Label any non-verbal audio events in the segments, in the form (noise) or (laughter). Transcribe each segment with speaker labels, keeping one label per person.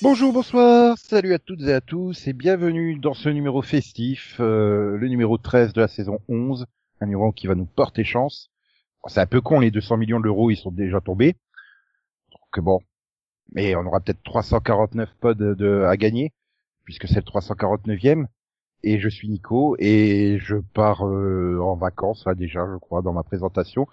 Speaker 1: Bonjour, bonsoir, salut à toutes et à tous et bienvenue dans ce numéro festif, euh, le numéro 13 de la saison 11, un numéro qui va nous porter chance. Bon, c'est un peu con, les 200 millions d'euros, ils sont déjà tombés. Donc bon, mais on aura peut-être 349 pods de, à gagner, puisque c'est le 349e. Et je suis Nico et je pars euh, en vacances là déjà, je crois, dans ma présentation.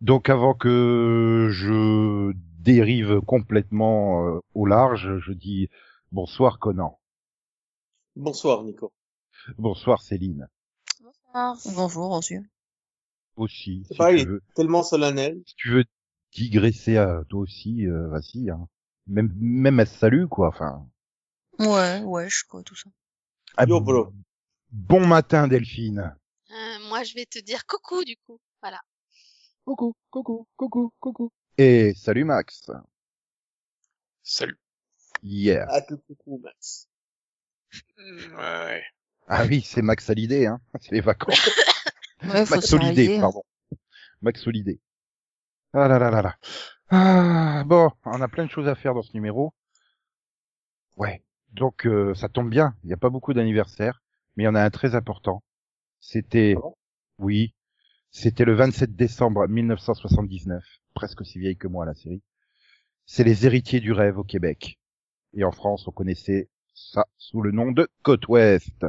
Speaker 1: Donc avant que je dérive complètement euh, au large, je dis bonsoir Conan,
Speaker 2: Bonsoir Nico.
Speaker 1: bonsoir Céline
Speaker 3: Bonjour, aussi.
Speaker 1: aussi.
Speaker 2: C'est
Speaker 1: Si
Speaker 2: pareil.
Speaker 1: tu, veux,
Speaker 2: Tellement solennel.
Speaker 1: si tu veux digresser à toi aussi, euh, vas-y. Hein. Même même elle se salue quoi. Enfin.
Speaker 3: Ouais, ouais, je sais pas, tout ça.
Speaker 1: Ah,
Speaker 2: Yo, bro.
Speaker 1: Bon matin Delphine.
Speaker 4: Euh, moi, je vais te dire coucou du coup. Voilà.
Speaker 1: Coucou, coucou, coucou, coucou. Et salut Max.
Speaker 5: Salut.
Speaker 1: Yeah.
Speaker 2: Ah, que coucou Max.
Speaker 1: Euh,
Speaker 5: Ouais.
Speaker 1: Ah oui, c'est Max Hallyday, hein. (laughs) C'est les vacances.
Speaker 3: Ouais, faut
Speaker 1: Max
Speaker 3: se faire aider,
Speaker 1: Hallyday,
Speaker 3: hein.
Speaker 1: pardon. Max Hallyday. Ah là là là là. Ah, bon, on a plein de choses à faire dans ce numéro. Ouais. Donc, euh, ça tombe bien. Il n'y a pas beaucoup d'anniversaires, mais il y en a un très important. C'était,
Speaker 2: Ah bon
Speaker 1: oui, c'était le 27 décembre 1979. Presque aussi vieille que moi, la série. C'est les héritiers du rêve au Québec. Et en France, on connaissait ça sous le nom de Côte Ouest.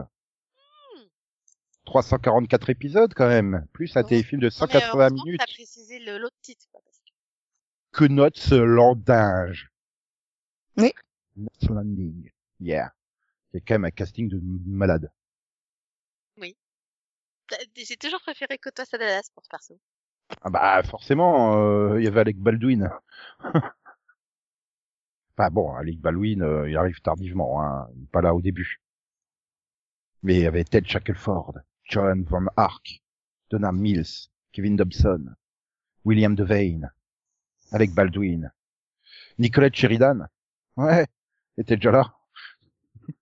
Speaker 1: 344 épisodes quand même, plus un
Speaker 4: Oui.
Speaker 1: téléfilm de
Speaker 4: Non, mais, euh,
Speaker 1: 180
Speaker 4: heureusement que
Speaker 1: minutes
Speaker 4: T'as précisé le- l'autre titre. quoi, parce que-
Speaker 1: que notre landinge.
Speaker 3: Oui.
Speaker 1: Knots Landing. Yeah. C'est quand même un casting de malade.
Speaker 4: T'as- J'ai toujours préféré que toi, ça Dallas pour perso.
Speaker 1: Ah bah forcément, euh, il y avait Alec Baldwin. (laughs) bah bon, Alec Baldwin, euh, il arrive tardivement, hein. il est pas là au début. Mais il y avait Ted Shackelford, John Van Ark, Donna Mills, Kevin Dobson, William Devane, Alec Baldwin, Nicolette Sheridan. Ouais, elle était déjà là. (laughs)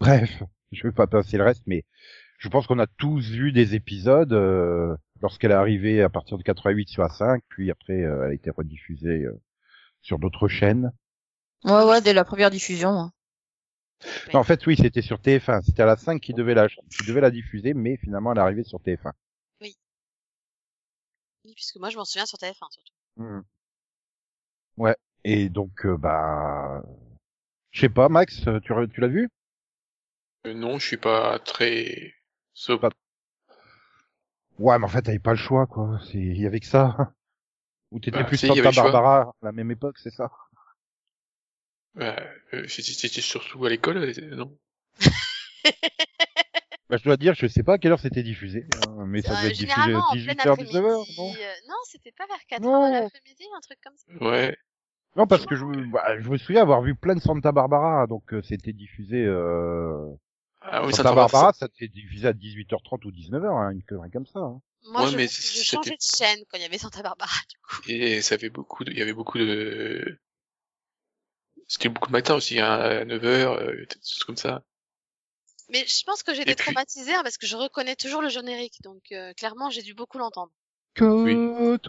Speaker 1: Bref, je vais pas passer le reste, mais je pense qu'on a tous vu des épisodes. euh, lorsqu'elle est arrivée à partir de 88 sur A5, puis après euh, elle a été rediffusée euh, sur d'autres chaînes.
Speaker 3: hein. Ouais, ouais, dès la première diffusion. hein.
Speaker 1: Non, en fait, oui, c'était sur TF1. C'était à la 5 qui devait la, qui devait la diffuser, mais finalement elle est arrivée sur TF1.
Speaker 4: Oui, puisque moi, je m'en souviens sur TF1 surtout.
Speaker 5: Mmh.
Speaker 1: Ouais. Et donc, euh, bah, je sais pas, Max, euh, tu, re- tu l'as vu
Speaker 5: Euh, non, je suis pas très euh, sobre.
Speaker 1: Pas- Ouais, mais en fait, t'avais pas le choix, quoi. C'est- Il y avait que ça. Ou t'étais
Speaker 5: Bah,
Speaker 1: plus
Speaker 5: si, il y
Speaker 1: Santa
Speaker 5: avait le choix.
Speaker 1: Barbara à la même époque, c'est ça
Speaker 5: Ouais, euh, c'était c'était surtout à l'école, euh, non
Speaker 1: bah, Je dois dire, je sais pas à quelle heure c'était diffusé, hein, mais ça
Speaker 4: Euh,
Speaker 1: devait être diffusé
Speaker 4: généralement,
Speaker 1: à
Speaker 4: en plein
Speaker 1: 18h, 19h, non
Speaker 4: après-midi, euh, Non, c'était pas vers 4
Speaker 1: Non.
Speaker 4: heures de l'après-midi, un truc comme ça.
Speaker 5: Ouais.
Speaker 1: Non, parce que je, me- bah, je me souviens avoir vu plein de Santa Barbara, donc euh, c'était diffusé. Euh...
Speaker 5: Ah oui,
Speaker 1: Santa
Speaker 5: Santa
Speaker 1: Barbara, ça c'était diffusé à 18h30 ou 19h, hein, une connerie comme ça. hein.
Speaker 4: Moi,
Speaker 5: Ouais,
Speaker 4: je,
Speaker 5: mais
Speaker 4: je
Speaker 5: c'était-
Speaker 4: changeais de chaîne quand il y avait Santa Barbara. du coup.
Speaker 5: Et ça fait beaucoup de... il y avait beaucoup de... C'était beaucoup de matin aussi, hein, à 9h, euh, des choses comme ça.
Speaker 4: Mais je pense que j'étais
Speaker 5: puis-
Speaker 4: traumatisée hein, parce que je reconnais toujours le générique. Donc, euh, clairement, j'ai dû beaucoup l'entendre.
Speaker 1: Côte Ouest.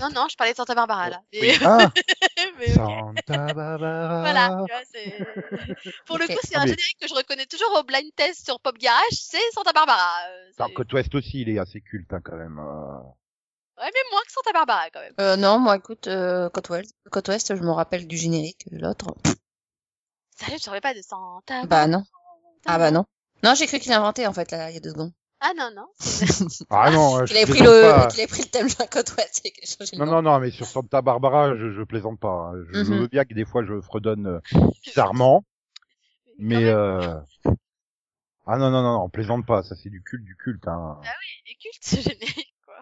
Speaker 4: Non, non, je parlais de Santa Barbara, là.
Speaker 5: Oui.
Speaker 3: (laughs)
Speaker 1: Ah,
Speaker 4: Mais- (laughs) mais-
Speaker 1: Santa Barbara.
Speaker 4: Voilà, tu vois, c'est... Pour le
Speaker 3: Ah. Ok.
Speaker 4: coup, c'est
Speaker 1: Ah,
Speaker 4: un
Speaker 1: mais-
Speaker 4: générique que je reconnais toujours au blind test sur Pop Garage, c'est Santa Barbara. euh,
Speaker 1: Dans
Speaker 4: c'est-
Speaker 1: Côte Ouest aussi, il est assez culte hein, quand même. euh.
Speaker 4: Ouais, mais moins que Santa Barbara, quand même.
Speaker 3: Euh, non, moi, écoute, euh, Côte Ouest, Côte Ouest, je me rappelle du générique, euh, l'autre.
Speaker 4: Sérieux, tu savais pas de Santa
Speaker 3: Bah non.
Speaker 4: Barbara
Speaker 3: Ah bah non. Non, j'ai cru qu'il inventé, en fait, là, il y a deux secondes.
Speaker 4: Ah non, non.
Speaker 1: Ah non, euh, je
Speaker 3: Qu'il avait pris
Speaker 1: plaisante
Speaker 3: le,
Speaker 1: pas.
Speaker 3: qu'il avait pris le thème de la Côte Ouest et qu'il a changé le
Speaker 1: Non,
Speaker 3: nom.
Speaker 1: non, non, mais sur Santa Barbara, je, je plaisante pas. hein. Je, je
Speaker 3: Mhm.
Speaker 1: veux bien que des fois je fredonne
Speaker 3: (laughs)
Speaker 1: euh, bizarrement, mais euh... ah non, non, non, non, plaisante pas. Ça c'est du culte, du culte. Hein.
Speaker 4: Il est culte, ce générique, quoi.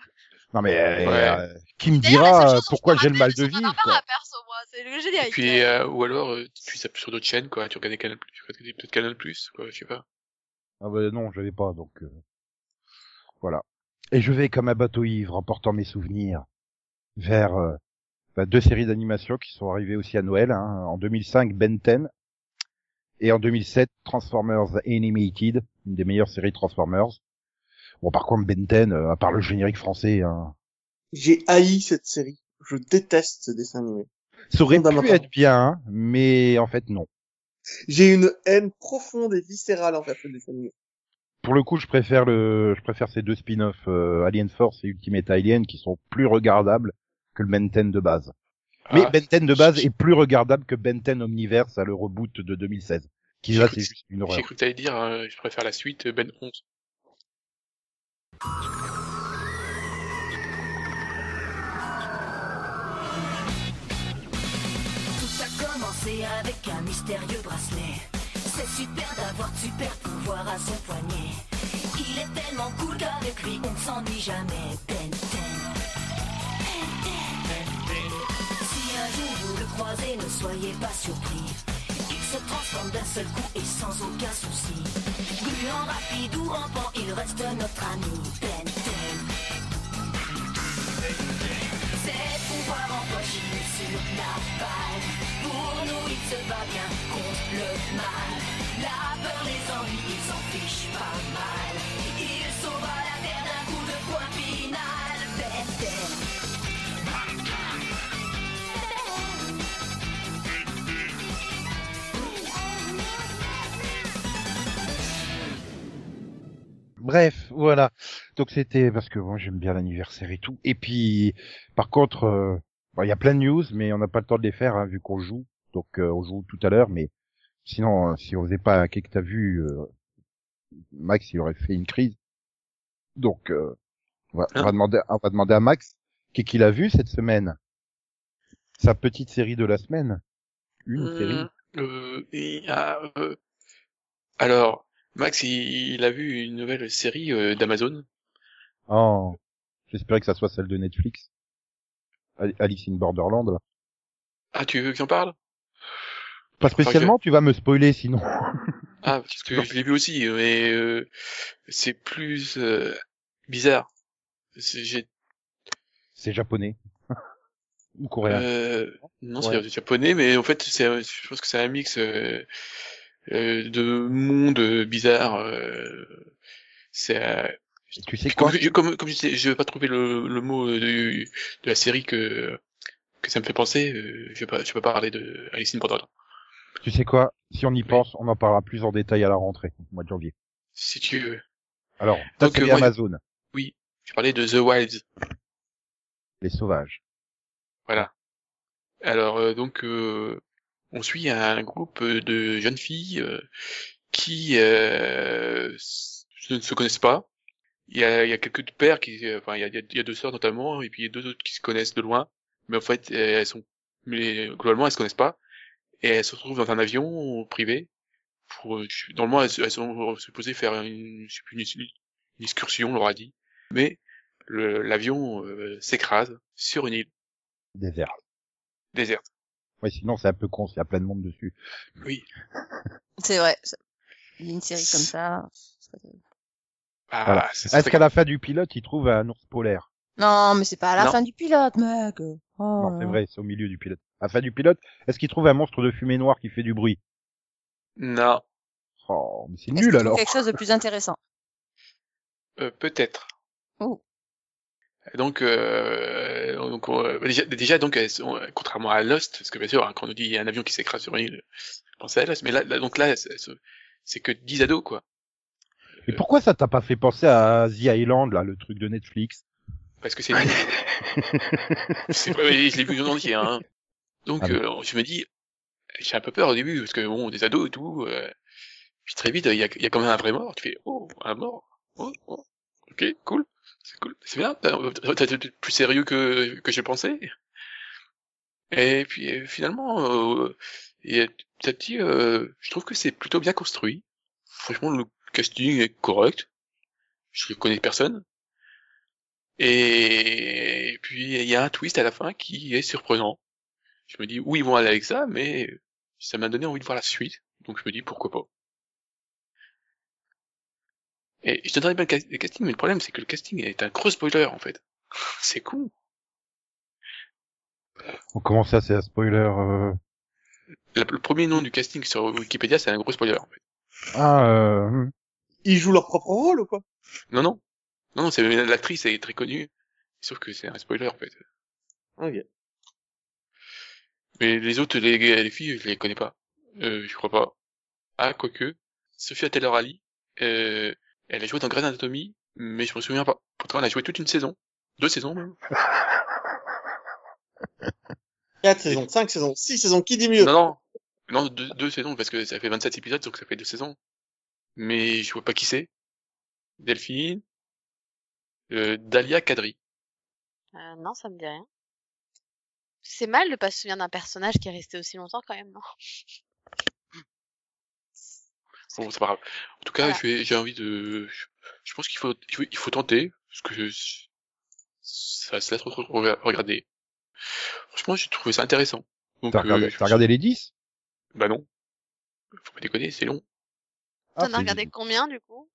Speaker 1: Non mais euh,
Speaker 5: Ouais.
Speaker 1: euh, qui me
Speaker 4: D'ailleurs, la
Speaker 1: dira
Speaker 4: seule
Speaker 1: euh,
Speaker 4: chose dont
Speaker 1: pourquoi
Speaker 4: je me
Speaker 1: j'ai le mal de
Speaker 4: rappelle Santa
Speaker 1: vivre quoi.
Speaker 4: Barbara, perso, moi, c'est le générique.
Speaker 5: Puis, euh, ou alors, euh, tu tapes sur d'autres chaînes, quoi. Tu regardais Canal+, tu regardais peut-être Canal+, quoi, je sais pas.
Speaker 1: Ah bah non, j'avais pas donc. euh. Voilà. Et je vais comme un bateau ivre, emportant mes souvenirs vers euh, bah, deux séries d'animation qui sont arrivées aussi à Noël. hein. En 2005, Ben 10 et en 2007, Transformers Animated, une des meilleures séries Transformers. Bon, par contre, Ben 10, euh, à part le générique français, hein,
Speaker 2: J'ai haï cette série. Je déteste ce dessin animé.
Speaker 1: ça aurait
Speaker 2: Fondamentalement.
Speaker 1: pu être bien, hein, mais en fait non.
Speaker 2: J'ai une haine profonde et viscérale envers ce dessin animé.
Speaker 1: Pour le coup, je préfère le, je préfère ces deux spin-offs euh, Alien Force et Ultimate Alien qui sont plus regardables que le Ben 10 de base. Mais
Speaker 5: Ah,
Speaker 1: Ben 10 de base
Speaker 5: j'ai-
Speaker 1: est plus regardable que Ben 10 Omniverse à le reboot de 2016. Qui
Speaker 5: J'ai
Speaker 1: là,
Speaker 5: cru
Speaker 1: c'est
Speaker 5: que-
Speaker 1: juste une
Speaker 5: J'ai
Speaker 1: horreur.
Speaker 5: cru que t'allais dire, euh, je préfère la suite euh, Ben 11.
Speaker 6: Tout a commencé avec un mystérieux bracelet. C'est super d'avoir de super pouvoir à son poignet. Il est tellement cool qu'avec lui on ne s'ennuie jamais. Ben 10. Ben 10. Si un jour vous le croisez, ne soyez pas surpris. Il se transforme d'un seul coup et sans aucun souci. Gluant, rapide ou rampant, il reste notre ami. Ben 10. C'est pouvoir empocher sur la balle. Pour nous, il se bat bien contre le mal. La peur, les ennuis, ils s'en fichent pas mal. Il sauva la terre d'un coup de poing final. Ben 10.
Speaker 1: Bref, voilà. Donc c'était parce que moi j'aime bien l'anniversaire et tout. Et puis, par contre, euh, bon, il y a plein de news, mais on n'a pas le temps de les faire hein, vu qu'on joue. Donc euh, on joue tout à l'heure, mais sinon, euh, si on faisait pas qu'est-ce que t'as vu, euh, Max il aurait fait une crise. Donc euh, on, va, on va demander, on va demander à Max qu'est-ce qu'il a vu cette semaine. Sa petite série de la semaine. Une série.
Speaker 5: Euh, Mmh. et, ah, euh, Alors, Max, il, il a vu une nouvelle série euh, d'Amazon.
Speaker 1: Oh, j'espérais que ça soit celle de Netflix. Al- Alice in Borderland. là.
Speaker 5: Ah, tu veux que j'en parle
Speaker 1: Pas spécialement, tu vas me spoiler sinon. (laughs)
Speaker 5: Ah, parce que je l'ai vu aussi, mais euh, c'est plus euh, bizarre. C'est- j'ai-
Speaker 1: C'est japonais. (laughs) Ou coréen.
Speaker 5: euh, non, c'est
Speaker 1: Ouais.
Speaker 5: du japonais, mais en fait, c'est, un- je pense que c'est un mix euh, euh, de monde euh, bizarre. euh, c'est euh,
Speaker 1: tu sais quoi
Speaker 5: comme, je- comme, comme je disais, je vais pas trouver le, le mot euh, du- de la série que que ça me fait penser. euh, je vais pas, je vais pas parler de Alice in Borderland.
Speaker 1: Tu sais quoi Si on y pense, on en parlera plus en détail à la rentrée, au mois de janvier.
Speaker 5: Si tu veux,
Speaker 1: Alors, ta
Speaker 5: Donc,
Speaker 1: série
Speaker 5: euh, moi,
Speaker 1: Amazon,
Speaker 5: je parlais de The Wilds.
Speaker 1: les sauvages.
Speaker 5: Alors euh, donc euh, on suit un groupe de jeunes filles euh, qui euh, s- ne se connaissent pas. Il y a, il y a quelques pères qui, euh, enfin il y a, il y a- il y a deux sœurs notamment et puis il y a deux autres qui se connaissent de loin. Mais en fait euh, elles sont, mais globalement elles se connaissent pas et elles se retrouvent dans un avion privé. Pour, euh, je- normalement elles, elles sont supposées faire une, je sais plus, une, une excursion, on leur a dit. Mais le- l'avion euh, s'écrase sur une île
Speaker 1: Désert.
Speaker 5: déserte.
Speaker 1: Ouais, sinon c'est un peu con, s'il y a plein de monde dessus.
Speaker 5: Oui.
Speaker 3: C'est vrai. ça- Il y a une série comme ça.
Speaker 5: Ah,
Speaker 1: Voilà.
Speaker 5: ça- ça
Speaker 1: Est-ce
Speaker 5: serait-
Speaker 1: qu'à la fin du pilote, il trouve un ours polaire
Speaker 3: Non, mais c'est pas à la
Speaker 5: Non.
Speaker 3: fin du pilote, mec. Oh,
Speaker 1: Non, c'est
Speaker 3: là.
Speaker 1: vrai, c'est au milieu du pilote. À la fin du pilote, est-ce qu'il trouve un monstre de fumée noire qui fait du bruit
Speaker 5: Non,
Speaker 1: Oh, mais c'est
Speaker 3: Est-ce qu'il
Speaker 1: nul
Speaker 3: trouve
Speaker 1: alors.
Speaker 3: Quelque chose de plus intéressant.
Speaker 5: euh, peut-être.
Speaker 3: Oh.
Speaker 5: Donc, euh, donc euh, déjà, déjà, donc, elles sont, euh, contrairement à Lost, parce que bien sûr, hein, quand on nous dit il y a un avion qui s'écrase sur une île, pensez à Lost, mais là, là- donc là, c'est- c'est c'est que 10 ados, quoi.
Speaker 1: Mais pourquoi ça t'a pas fait penser à The Island, là, le truc de Netflix
Speaker 5: Parce que c'est nul. c'est vrai, mais je l'ai vu en entier, hein. Donc,
Speaker 1: Ah, mais-
Speaker 5: euh, je me dis, j'ai un peu peur au début, parce que bon, des ados et tout, euh, puis très vite, il y a, il y a quand même un vrai mort, tu fais, oh, un mort, oh, oh. ok, cool, c'est cool, c'est bien, t'as t'as été plus sérieux que, que j'ai pensé. Et puis, euh, finalement, euh, et petit à petit, euh, je trouve que c'est plutôt bien construit. Franchement, le casting est correct. Je connais personne. Et puis il y a un twist à la fin qui est surprenant. Je me dis où ils vont aller avec ça, mais ça m'a donné envie de voir la suite. Donc je me dis pourquoi pas. Et je donnerais bien le cas- le casting, mais le problème, c'est que le casting est un gros spoiler, en fait. (laughs) c'est con.
Speaker 1: On commence à Oh, c'est un spoiler. euh,
Speaker 5: La- le premier nom du casting sur Wikipédia, c'est un gros spoiler, en fait.
Speaker 1: Ah, euh, hmm.
Speaker 2: Ils jouent leur propre rôle ou quoi
Speaker 5: Non, non. Non, non, c'est l'actrice, elle est très connue. Sauf que c'est un spoiler, en fait.
Speaker 2: Ok.
Speaker 5: Mais les autres, les, les filles, je les connais pas. Euh, je crois pas. Ah, quoique. Sophia Taylor-Ali, euh, elle a joué dans Grey's Anatomy, mais je me souviens pas. Pourtant, elle a joué toute une saison. Deux saisons, même.
Speaker 2: 4 saisons, 5 saisons, 6 saisons, qui dit mieux
Speaker 5: Non, non. Non, deux, deux saisons, parce que ça fait 27 épisodes, donc ça fait deux saisons. Mais je vois pas qui c'est. Delphine. Euh, Dalia Kadri.
Speaker 4: Euh, non, ça me dit rien. C'est mal de pas se souvenir d'un personnage qui est resté aussi longtemps quand même, non
Speaker 5: Bon, c'est pas grave. En tout cas,
Speaker 4: Voilà.
Speaker 5: je vais- j'ai envie de. Je, je pense qu'il faut, il faut, il faut tenter, parce que je- ça se laisse re- re- regarder. Franchement, j'ai trouvé ça intéressant. Donc,
Speaker 1: T'as regardé,
Speaker 5: euh, je-
Speaker 1: t'as regardé les 10
Speaker 5: Bah non. Faut pas déconner, c'est long.
Speaker 1: Ah,
Speaker 4: T'en as
Speaker 1: c'est-
Speaker 4: regardé combien du coup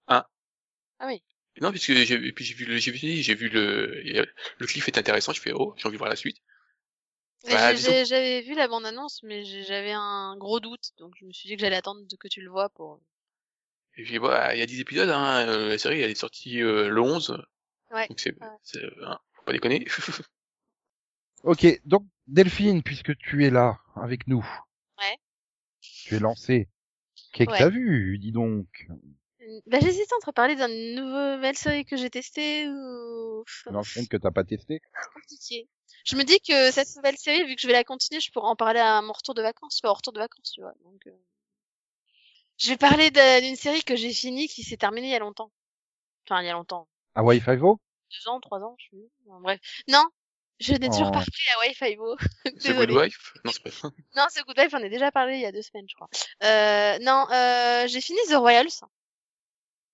Speaker 5: Non, parce que j'ai, et puis j'ai vu le, j'ai vu, j'ai vu le, et, euh, le cliff est intéressant. Je fais oh, j'ai envie de voir la suite.
Speaker 4: Mais
Speaker 5: Bah,
Speaker 4: j'ai-
Speaker 5: disons-
Speaker 4: j'ai- J'avais vu la bande-annonce, mais j'ai- j'avais un gros doute, donc je me suis dit que j'allais attendre de- que tu le vois pour...
Speaker 5: Et puis voilà, il y a 10 épisodes. Hein, euh, la série elle est sortie euh, le 11.
Speaker 4: Ouais,
Speaker 5: Donc c'est, c'est, hein, faut pas déconner. (laughs)
Speaker 1: Ok, donc Delphine, puisque tu es là avec nous,
Speaker 4: Ouais.
Speaker 1: tu es lancée. Qu'est-ce que
Speaker 4: Ouais.
Speaker 1: t'as vu, dis donc
Speaker 4: Bah j'hésitais entre parler d'une nouvelle série que j'ai testée ou...
Speaker 1: Dans le film que t'as pas testé
Speaker 4: compliqué. Je me dis que cette nouvelle série, vu que je vais la continuer, je pourrais en parler à mon retour de vacances, enfin, au retour de vacances, tu vois. Donc, euh, Je vais parler d'un- d'une série que j'ai finie, qui s'est terminée il y a longtemps. Enfin, il y a longtemps.
Speaker 1: Hawaii Five-O
Speaker 4: Deux ans, trois ans, je sais plus. Bon, bref. Non! Je n'ai toujours
Speaker 1: Oh.
Speaker 4: pas repris la Wi-Fi (laughs) Go.
Speaker 5: The Good
Speaker 4: Désolée.
Speaker 5: Wife. Non, c'est pas ça.
Speaker 4: Non, ce Good Wife, j'en ai déjà parlé il y a deux semaines, je crois. Euh, non, euh, j'ai fini The Royals.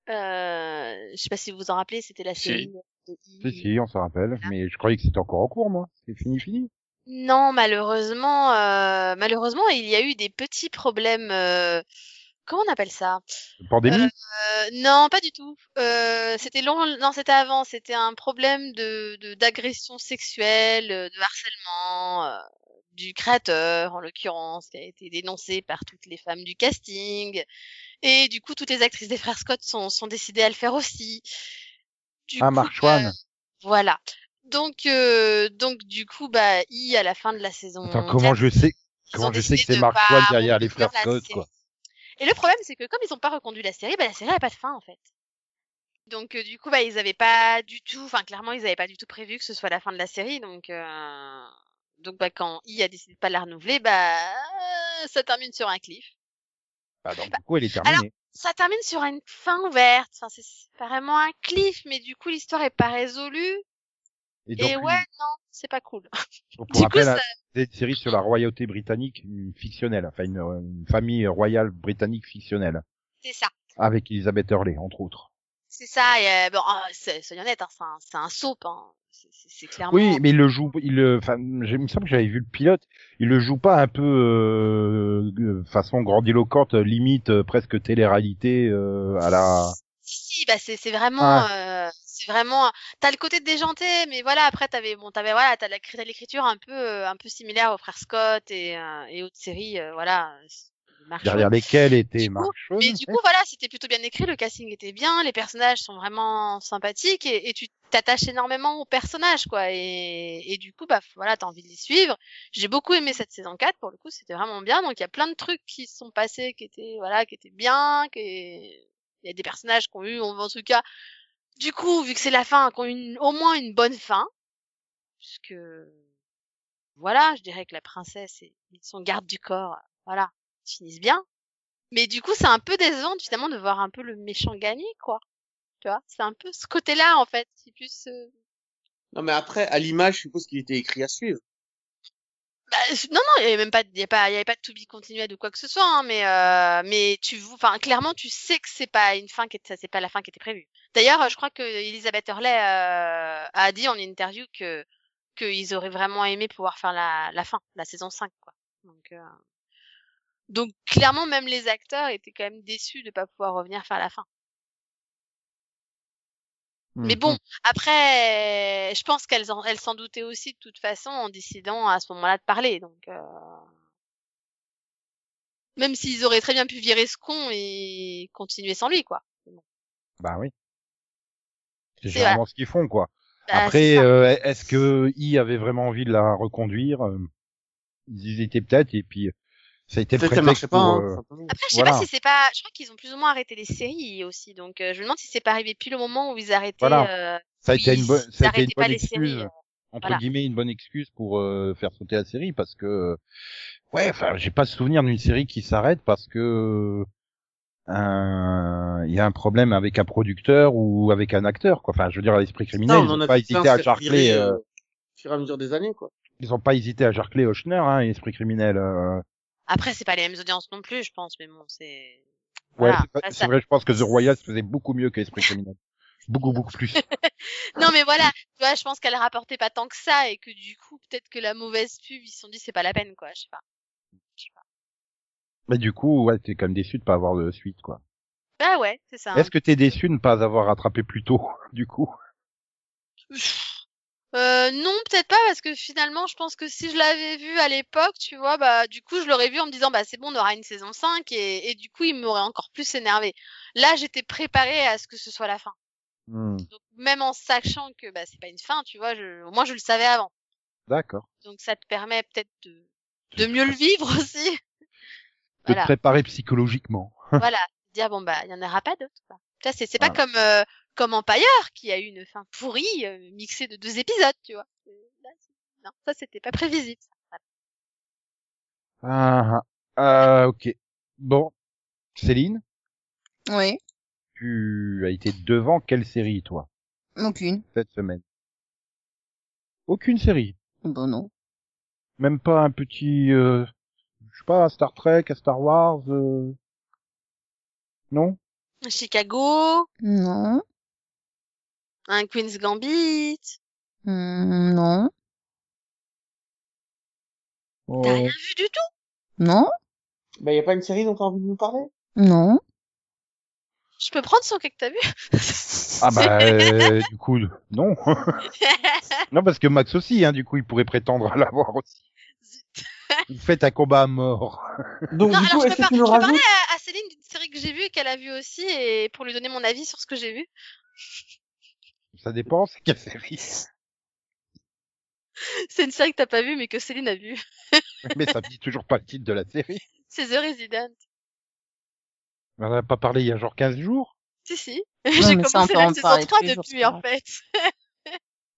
Speaker 4: Euh, je sais pas si vous vous en rappelez, c'était la
Speaker 5: Si.
Speaker 4: série. de
Speaker 1: Si,
Speaker 4: E!
Speaker 1: si, on s'en rappelle. Mais je croyais que c'était encore en cours, moi. C'est fini, fini.
Speaker 4: Non, malheureusement, euh, malheureusement, il y a eu des petits problèmes. euh, comment on appelle ça?
Speaker 1: Pandémie
Speaker 4: Euh, non, pas du tout. Euh, c'était long. Non, c'était avant. C'était un problème de de- d'agression sexuelle, euh, de harcèlement euh, du créateur, en l'occurrence, qui a été dénoncé par toutes les femmes du casting. Et du coup, toutes les actrices des frères Scott sont sont décidées à le faire aussi. Du
Speaker 1: Ah,
Speaker 4: coup,
Speaker 1: Marchwan.
Speaker 4: euh, voilà. Donc euh, donc du coup, bah, I à la fin de la saison.
Speaker 1: Attends, comment je sais
Speaker 4: Ils
Speaker 1: Comment
Speaker 4: ont
Speaker 1: je sais que
Speaker 4: décidé
Speaker 1: c'est
Speaker 4: de
Speaker 1: Mark
Speaker 4: pas
Speaker 1: Swan derrière les
Speaker 4: reconduire
Speaker 1: frères
Speaker 4: la
Speaker 1: Scott,
Speaker 4: série.
Speaker 1: quoi
Speaker 4: Et le problème, c'est que comme ils n'ont pas reconduit la série, bah, la série n'a pas de fin, en fait. Donc, euh, du coup, bah, ils n'avaient pas du tout, enfin, clairement, ils n'avaient pas du tout prévu que ce soit la fin de la série. Donc, euh, donc bah, quand I a décidé de pas la renouveler, bah, euh, ça termine sur un cliff.
Speaker 1: Bah, donc, du coup, elle est terminée.
Speaker 4: Ça termine sur une fin ouverte. Enfin, c'est c'est vraiment un cliff, mais du coup, l'histoire est pas résolue.
Speaker 1: donc,
Speaker 4: Et ouais, non, c'est pas cool. (laughs)
Speaker 1: Pour
Speaker 4: Du coup,
Speaker 1: rappel,
Speaker 4: ça-
Speaker 1: c'est une série sur la royauté britannique une fictionnelle, enfin une, euh, une famille royale britannique fictionnelle,
Speaker 4: C'est ça.
Speaker 1: avec Elizabeth Hurley, entre autres.
Speaker 4: C'est ça. Et, euh, bon, ah, c'est- soyons honnêtes, hein, c'est un, c'est un soap. Hein. C'est- c'est- C'est clairement.
Speaker 1: Oui, mais il le joue, il le, enfin, j'ai- il me semble que j'avais vu le pilote, il le joue pas un peu euh, de façon grandiloquente, limite euh, presque télé-réalité euh, à la...
Speaker 4: Si, si, bah c'est c'est vraiment, euh, c'est vraiment. T'as le côté déjanté, mais voilà. Après, t'avais bon, t'avais voilà, t'as la- t'as l'écriture un peu, euh, un peu similaire aux frères Scott et, euh, et autres séries, euh, voilà. euh, Marshall.
Speaker 1: derrière lesquelles était
Speaker 4: Du coup,
Speaker 1: Marchon.
Speaker 4: Mais du coup, voilà, c'était plutôt bien écrit, le casting était bien, les personnages sont vraiment sympathiques et, et tu t'attaches énormément aux personnages, quoi. Et, et du coup, bah voilà, t'as envie de les suivre. J'ai beaucoup aimé cette saison 4, pour le coup, c'était vraiment bien. Donc il y a plein de trucs qui se sont passés, qui étaient voilà, qui étaient bien, qui il y a des personnages qui ont eu, en tout cas, du coup, vu que c'est la fin, qui ont eu une- au moins une bonne fin, puisque voilà, je dirais que la princesse et son garde du corps, voilà, ils finissent bien. Mais du coup, c'est un peu décevant finalement de voir un peu le méchant gagner, quoi. Tu vois, c'est un peu ce côté-là en fait, qui plus. euh,
Speaker 2: Non, mais après, à l'image, je suppose qu'il était écrit à suivre.
Speaker 4: Bah, je- non, non, il y avait même pas, il y avait pas, il y avait pas de to be continued ou quoi que ce soit, hein, mais euh, mais tu, vo- enfin clairement, tu sais que c'est pas une fin qui, est- ça, c'est pas la fin qui était prévue. D'ailleurs, euh, je crois que Elizabeth Hurley euh, a dit en interview que qu'ils auraient vraiment aimé pouvoir faire la, la fin, la saison 5, quoi. Donc euh, donc clairement, même les acteurs étaient quand même déçus de pas pouvoir revenir faire la fin.
Speaker 1: Hmm.
Speaker 4: Mais
Speaker 1: Mmh
Speaker 4: bon, après, je pense qu'elles en- elles s'en doutaient aussi de toute façon en décidant à ce moment-là de parler. Donc, euh, même s'ils auraient très bien pu virer ce con et continuer sans lui, quoi.
Speaker 1: Bah oui. C'est
Speaker 4: C'est
Speaker 1: généralement ce qu'ils font, quoi.
Speaker 4: Bah, c'est
Speaker 1: Après,
Speaker 4: ça.
Speaker 1: euh, est-ce que I avait vraiment envie de la reconduire euh, Ils y étaient peut-être, et puis euh, ça a été le
Speaker 2: Peut-être qu'elle
Speaker 1: prétexte
Speaker 2: marchait
Speaker 1: pour...
Speaker 2: pas. hein,
Speaker 1: euh,
Speaker 2: simplement.
Speaker 4: Après, je sais
Speaker 1: voilà.
Speaker 4: pas si c'est pas. Je crois qu'ils ont plus ou moins arrêté les séries aussi, donc euh, je me demande si c'est pas arrivé pile au moment où ils arrêtaient.
Speaker 1: Voilà.
Speaker 4: euh,
Speaker 1: ça a été
Speaker 4: oui,
Speaker 1: une, bonne-
Speaker 4: ils
Speaker 1: ça a été une
Speaker 4: arrêtaient pas
Speaker 1: bonne
Speaker 4: les séries,
Speaker 1: excuse,
Speaker 4: euh,
Speaker 1: entre
Speaker 4: voilà.
Speaker 1: guillemets, une bonne excuse pour euh, faire sauter la série, parce que... euh, Ouais, enfin, j'ai pas de souvenir d'une série qui s'arrête parce que... euh, un- Il y a un problème avec un producteur ou avec un acteur, quoi. Enfin, je veux dire, à l'esprit criminel,
Speaker 2: Putain,
Speaker 1: ils
Speaker 2: on
Speaker 1: ont
Speaker 2: en a
Speaker 1: pas
Speaker 2: tout
Speaker 1: hésité
Speaker 2: plein
Speaker 1: à
Speaker 2: se
Speaker 1: charcler...
Speaker 2: virer,
Speaker 1: euh,
Speaker 2: euh, au fur et à mesure des années, quoi.
Speaker 1: Ils ont pas hésité à charcler Hochner, hein, et esprit criminel. euh,
Speaker 4: Après, c'est pas les mêmes audiences non plus, je pense, mais bon, c'est.
Speaker 1: Ouais,
Speaker 4: Voilà.
Speaker 1: c'est pas-
Speaker 4: Ah,
Speaker 1: c'est
Speaker 4: ça-
Speaker 1: vrai, je pense que The Royal se faisait beaucoup mieux que Esprit Criminel. Beaucoup, beaucoup
Speaker 4: (laughs)
Speaker 1: plus.
Speaker 4: Non, mais voilà, tu vois, je pense qu'elle rapportait pas tant que ça et que du coup, peut-être que la mauvaise pub, ils se sont dit c'est pas la peine, quoi, je sais pas.
Speaker 1: Mais du coup, ouais, t'es quand même déçu de pas avoir de suite, quoi.
Speaker 4: Bah ouais, c'est ça. hein.
Speaker 1: Est-ce que t'es déçu de ne pas avoir rattrapé plus tôt, (laughs) du coup?
Speaker 4: Euh, non, peut-être pas, parce que finalement, je pense que si je l'avais vu à l'époque, tu vois, bah, du coup, je l'aurais vu en me disant, bah, c'est bon, on aura une saison 5, et, et du coup, il m'aurait encore plus énervé. Là, j'étais préparée à ce que ce soit la fin.
Speaker 1: Hmm,
Speaker 4: Donc, même en sachant que, bah, c'est pas une fin, tu vois, je, au moins, je le savais avant.
Speaker 1: D'accord.
Speaker 4: Donc, ça te permet peut-être de, de mieux le vivre (laughs) aussi.
Speaker 1: De
Speaker 4: Voilà.
Speaker 1: te préparer psychologiquement.
Speaker 3: (laughs)
Speaker 4: voilà. Dire, bon, bah, il y en aura pas d'autres, quoi. Tu vois, c'est, c'est pas
Speaker 1: Voilà.
Speaker 4: comme, euh, comme Empire, qui a eu une fin pourrie, euh, mixée de deux épisodes, tu vois. Euh, là, c'est- non, ça, c'était pas prévisible.
Speaker 1: Ah, ah, ah, ok. Bon. Céline,
Speaker 3: Oui,
Speaker 1: tu as été devant quelle série, toi,
Speaker 3: aucune.
Speaker 1: cette semaine? Aucune série.
Speaker 3: Bon, Bah non.
Speaker 1: Même pas un petit, euh, je sais pas, un Star Trek, un Star Wars, euh, non?
Speaker 4: Chicago,
Speaker 3: Non.
Speaker 4: un Queen's Gambit.
Speaker 3: Hmm, non.
Speaker 4: T'as
Speaker 1: Euh,
Speaker 4: rien vu du tout
Speaker 3: Non.
Speaker 2: Bah, y a pas une série dont t'as envie de nous parler?
Speaker 3: Non.
Speaker 4: Je peux prendre son que t'as vu
Speaker 1: Ah bah euh, du coup non non parce que Max aussi hein du coup il pourrait prétendre à l'avoir aussi vous faites un combat à mort
Speaker 2: Donc,
Speaker 4: Non,
Speaker 2: du
Speaker 4: alors
Speaker 2: coup,
Speaker 4: je peux,
Speaker 2: est-ce
Speaker 4: par-
Speaker 2: que tu
Speaker 4: je
Speaker 2: nous
Speaker 4: peux parler
Speaker 2: rajoutes?
Speaker 4: à, à Ah, Céline d'une série que j'ai vue et qu'elle a vue aussi et pour lui donner mon avis sur ce que j'ai vu. (laughs)
Speaker 1: ça dépend c'est quelle série
Speaker 4: C'est une série que t'as pas vue mais que Céline a vue. (laughs)
Speaker 1: mais ça me dit toujours pas le titre de la série
Speaker 4: C'est The Resident.
Speaker 1: on en a pas parlé il y a genre 15 jours
Speaker 4: Si, si. (laughs)
Speaker 3: mais ça,
Speaker 4: j'ai
Speaker 3: on
Speaker 4: commencé
Speaker 3: peut en
Speaker 4: la saison
Speaker 3: parler
Speaker 4: 3
Speaker 3: tous les jours,
Speaker 4: depuis
Speaker 3: c'est
Speaker 4: en fait.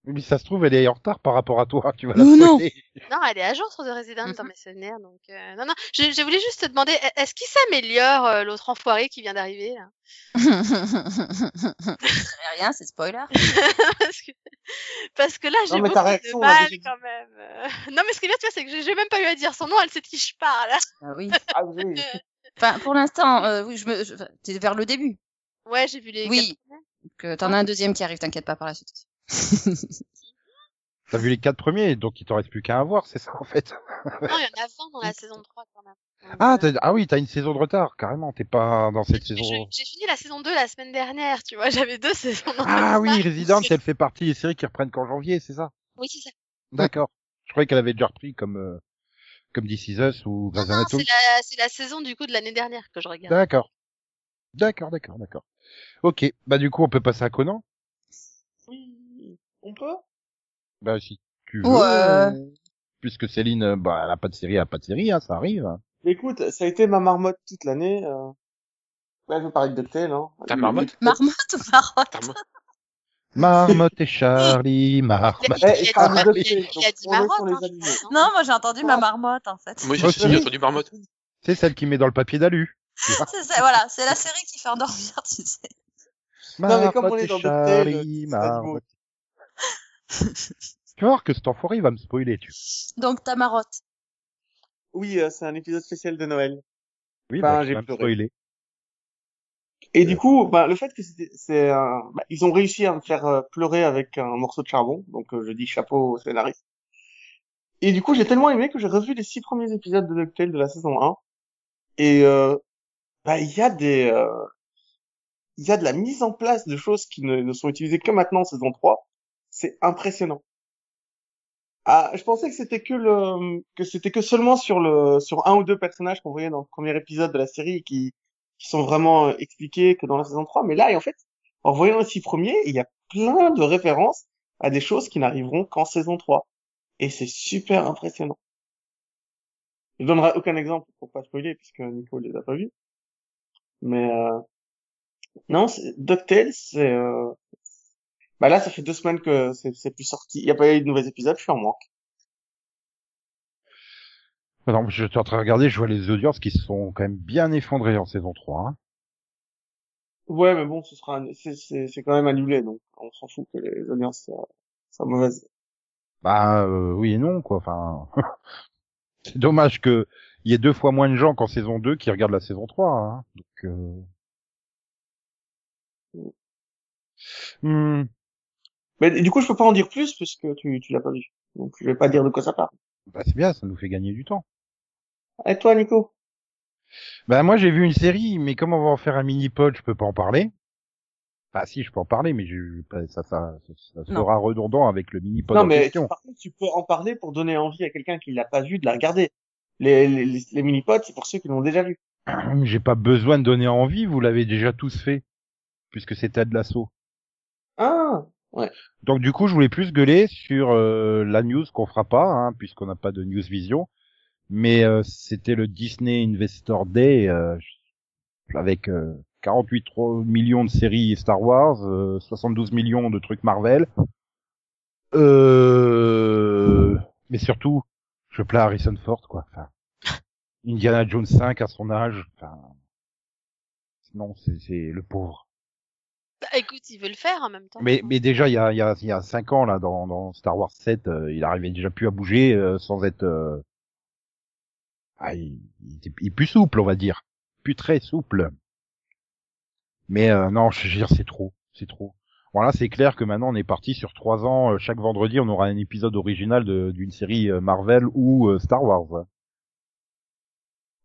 Speaker 1: mais ça se trouve elle est en retard par rapport à toi tu vas la
Speaker 3: Mais non.
Speaker 1: spoiler.
Speaker 4: Non, elle est à jour sur The Resident hein,
Speaker 3: Mhm.
Speaker 1: Mmh
Speaker 4: dans mes souvenirs. Donc, euh, non, non. Je, je voulais juste te demander, e- est-ce qu'il s'améliore euh, l'autre enfoiré qui vient d'arriver là (laughs)
Speaker 3: Mais Eh, rien, c'est spoiler.
Speaker 4: parce, que... parce que là, j'ai
Speaker 2: mais
Speaker 4: beaucoup
Speaker 2: ta réaction,
Speaker 4: de
Speaker 1: hein,
Speaker 2: on l'a
Speaker 4: mal
Speaker 2: déjà dit.
Speaker 4: quand même. Euh, (laughs) Non, mais ce qui est bien, tu vois, c'est que j'ai- j'ai même pas eu à dire son nom, elle sait de qui je parle. (laughs)
Speaker 3: Ah oui.
Speaker 2: Ah oui.
Speaker 3: Enfin, pour l'instant, euh, oui, je me, je- enfin, t'es vers le début.
Speaker 4: Ouais, j'ai vu les.
Speaker 3: Oui. Donc, euh, t'en as un deuxième qui arrive, t'inquiète pas par la suite.
Speaker 1: t'as vu les quatre premiers donc il t'en reste plus qu'à avoir c'est ça en fait
Speaker 4: quatre- Non, il y en a 20 dans la saison 3 quand même. Donc,
Speaker 1: ah
Speaker 4: euh,
Speaker 1: t'as- ah oui t'as une saison de retard carrément t'es pas dans cette
Speaker 4: mais je-
Speaker 1: saison
Speaker 4: J'ai fini la saison 2 la semaine dernière, tu vois, (laughs) j'avais deux saisons. dans
Speaker 1: ah
Speaker 4: la
Speaker 1: oui
Speaker 4: saison.
Speaker 1: Resident elle fait partie des séries qui reprennent qu'en janvier c'est ça
Speaker 4: Oui, c'est ça.
Speaker 1: D'accord. Je croyais qu'elle avait déjà repris comme euh, comme This Is Us ou Grey's
Speaker 4: Non, c'est
Speaker 1: Anatomy.
Speaker 4: la, c'est la saison du coup de l'année dernière que je regarde.
Speaker 1: Bah, D'accord. D'accord, d'accord, d'accord. Ok. Bah du coup, on peut passer à Conan.
Speaker 2: Oui. On peut?
Speaker 1: Bah si tu veux,
Speaker 3: Ou, euh,
Speaker 1: puisque Céline, euh, bah elle a pas de série, elle a pas de série, hein, ça arrive. hein.
Speaker 2: Écoute, ça a été ma marmotte toute l'année. Euh... Ouais, je vais parler de Doctel, hein.
Speaker 5: Ta marmotte
Speaker 3: (laughs) marmotte ou marotte
Speaker 5: T'as un mot
Speaker 1: Marmotte et Charlie, Marmotte
Speaker 4: Il y a-
Speaker 1: Bah, et
Speaker 4: il y a-
Speaker 1: Charlie.
Speaker 4: il y a- il y a dit
Speaker 2: On est sur
Speaker 4: Marotte, hein,
Speaker 2: les
Speaker 4: je
Speaker 2: animaux.
Speaker 4: crois,
Speaker 3: Non, moi j'ai entendu ma marmotte en
Speaker 1: (laughs)
Speaker 3: fait. (laughs)
Speaker 5: Moi, j'ai aussi
Speaker 1: Ok.
Speaker 5: entendu marmotte.
Speaker 1: C'est celle qui met dans le papier d'alu.
Speaker 3: C'est ça, voilà, c'est la série qui fait endormir, tu sais.
Speaker 2: Non, mais comme on
Speaker 1: Marmotte
Speaker 2: est
Speaker 1: et
Speaker 2: dans Doctel,
Speaker 1: Charlie,
Speaker 2: c'est
Speaker 1: Marmotte. Tu vas voir que cet enfoiré il va me spoiler. Tu.
Speaker 3: Donc ta marotte.
Speaker 2: Oui, euh, c'est un épisode spécial de Noël.
Speaker 1: Oui,
Speaker 2: Enfin,
Speaker 1: bah, tu
Speaker 2: j'ai
Speaker 1: vas me
Speaker 2: pleuré.
Speaker 1: spoiler.
Speaker 2: Et du coup, bah, le fait que c'était, c'est, un- bah, ils ont réussi à me faire euh, pleurer avec un morceau de charbon, donc euh, je dis chapeau au scénariste. Et du coup, j'ai tellement aimé que j'ai revu les six premiers épisodes de DuckTales de la saison 1. Et euh, bah, il y a des, euh, il y a de la mise en place de choses qui ne, ne sont utilisées que maintenant en saison 3. C'est impressionnant. Ah, je pensais que c'était que le, que c'était que seulement sur le, sur un ou deux personnages qu'on voyait dans le premier épisode de la série et qui, qui sont vraiment euh, expliqués que dans la saison 3. Mais là, et en fait, en voyant les six premiers, il y a plein de références à des choses qui n'arriveront qu'en saison 3. Et c'est super impressionnant. Je donnerai aucun exemple pour pas spoiler puisque Nico les a pas vus. Mais, euh, non, c'est- DuckTales, c'est, euh, bah là, ça fait deux semaines que c'est c'est plus sorti. Il n'y a pas eu de nouveaux épisodes, je suis en manque.
Speaker 1: Par exemple, je suis en train de regarder, je vois les audiences qui se sont quand même bien effondrées en saison 3. hein.
Speaker 2: Ouais, mais bon, ce sera, un- c'est, c'est, c'est quand même annulé, donc on s'en fout que les audiences soient, soient mauvaises.
Speaker 1: Bah euh, oui et non quoi. Enfin, (laughs) c'est dommage que il y ait deux fois moins de gens qu'en saison 2 qui regardent la saison 3. hein. Donc, euh, hmm,
Speaker 2: Mais du coup, je peux pas en dire plus puisque tu, tu l'as pas vu. Donc, je vais pas dire de quoi ça parle.
Speaker 1: bah, c'est bien, ça nous fait gagner du temps.
Speaker 2: Et toi, Nico?
Speaker 1: Bah moi j'ai vu une série, mais comment on va en faire un mini pod Je peux pas en parler. Bah si, je peux en parler, mais je, bah, ça, ça, ça,
Speaker 3: Non.
Speaker 1: sera redondant avec le mini pod
Speaker 2: non,
Speaker 1: en
Speaker 2: mais (clears throat)
Speaker 1: question.
Speaker 2: par contre, tu peux en parler pour donner envie à quelqu'un qui l'a pas vu de la regarder. Les, les, les, les mini-pods, c'est pour ceux qui l'ont déjà vu.
Speaker 1: J'ai pas besoin de donner envie, vous l'avez déjà tous fait, puisque c'était de l'assaut.
Speaker 2: Ah!
Speaker 1: Donc du coup, je voulais plus gueuler sur euh, la news qu'on fera pas, hein, puisqu'on n'a pas de news vision. Mais euh, c'était le Disney Investor Day euh, avec euh, 48 tro- millions de séries Star Wars, euh, 72 millions de trucs Marvel. Euh... Mais surtout, je plains Harrison Ford, quoi. Enfin, Indiana Jones 5 à son âge. Enfin, non, c'est c'est le pauvre.
Speaker 4: Bah, écoute, il veut le faire en même temps.
Speaker 1: Mais, mais déjà, il y a, il y, a, il y a 5 ans, là, dans, dans Star Wars 7, euh, il arrivait déjà plus à bouger euh, sans être... euh, Ah, il, il était il est plus souple, on va dire. Plus très souple. Mais euh, non, je veux dire, c'est trop. C'est trop. Voilà, c'est clair que maintenant, on est parti sur 3 ans. euh, chaque vendredi, on aura un épisode original de- d'une série euh, Marvel ou euh, Star Wars.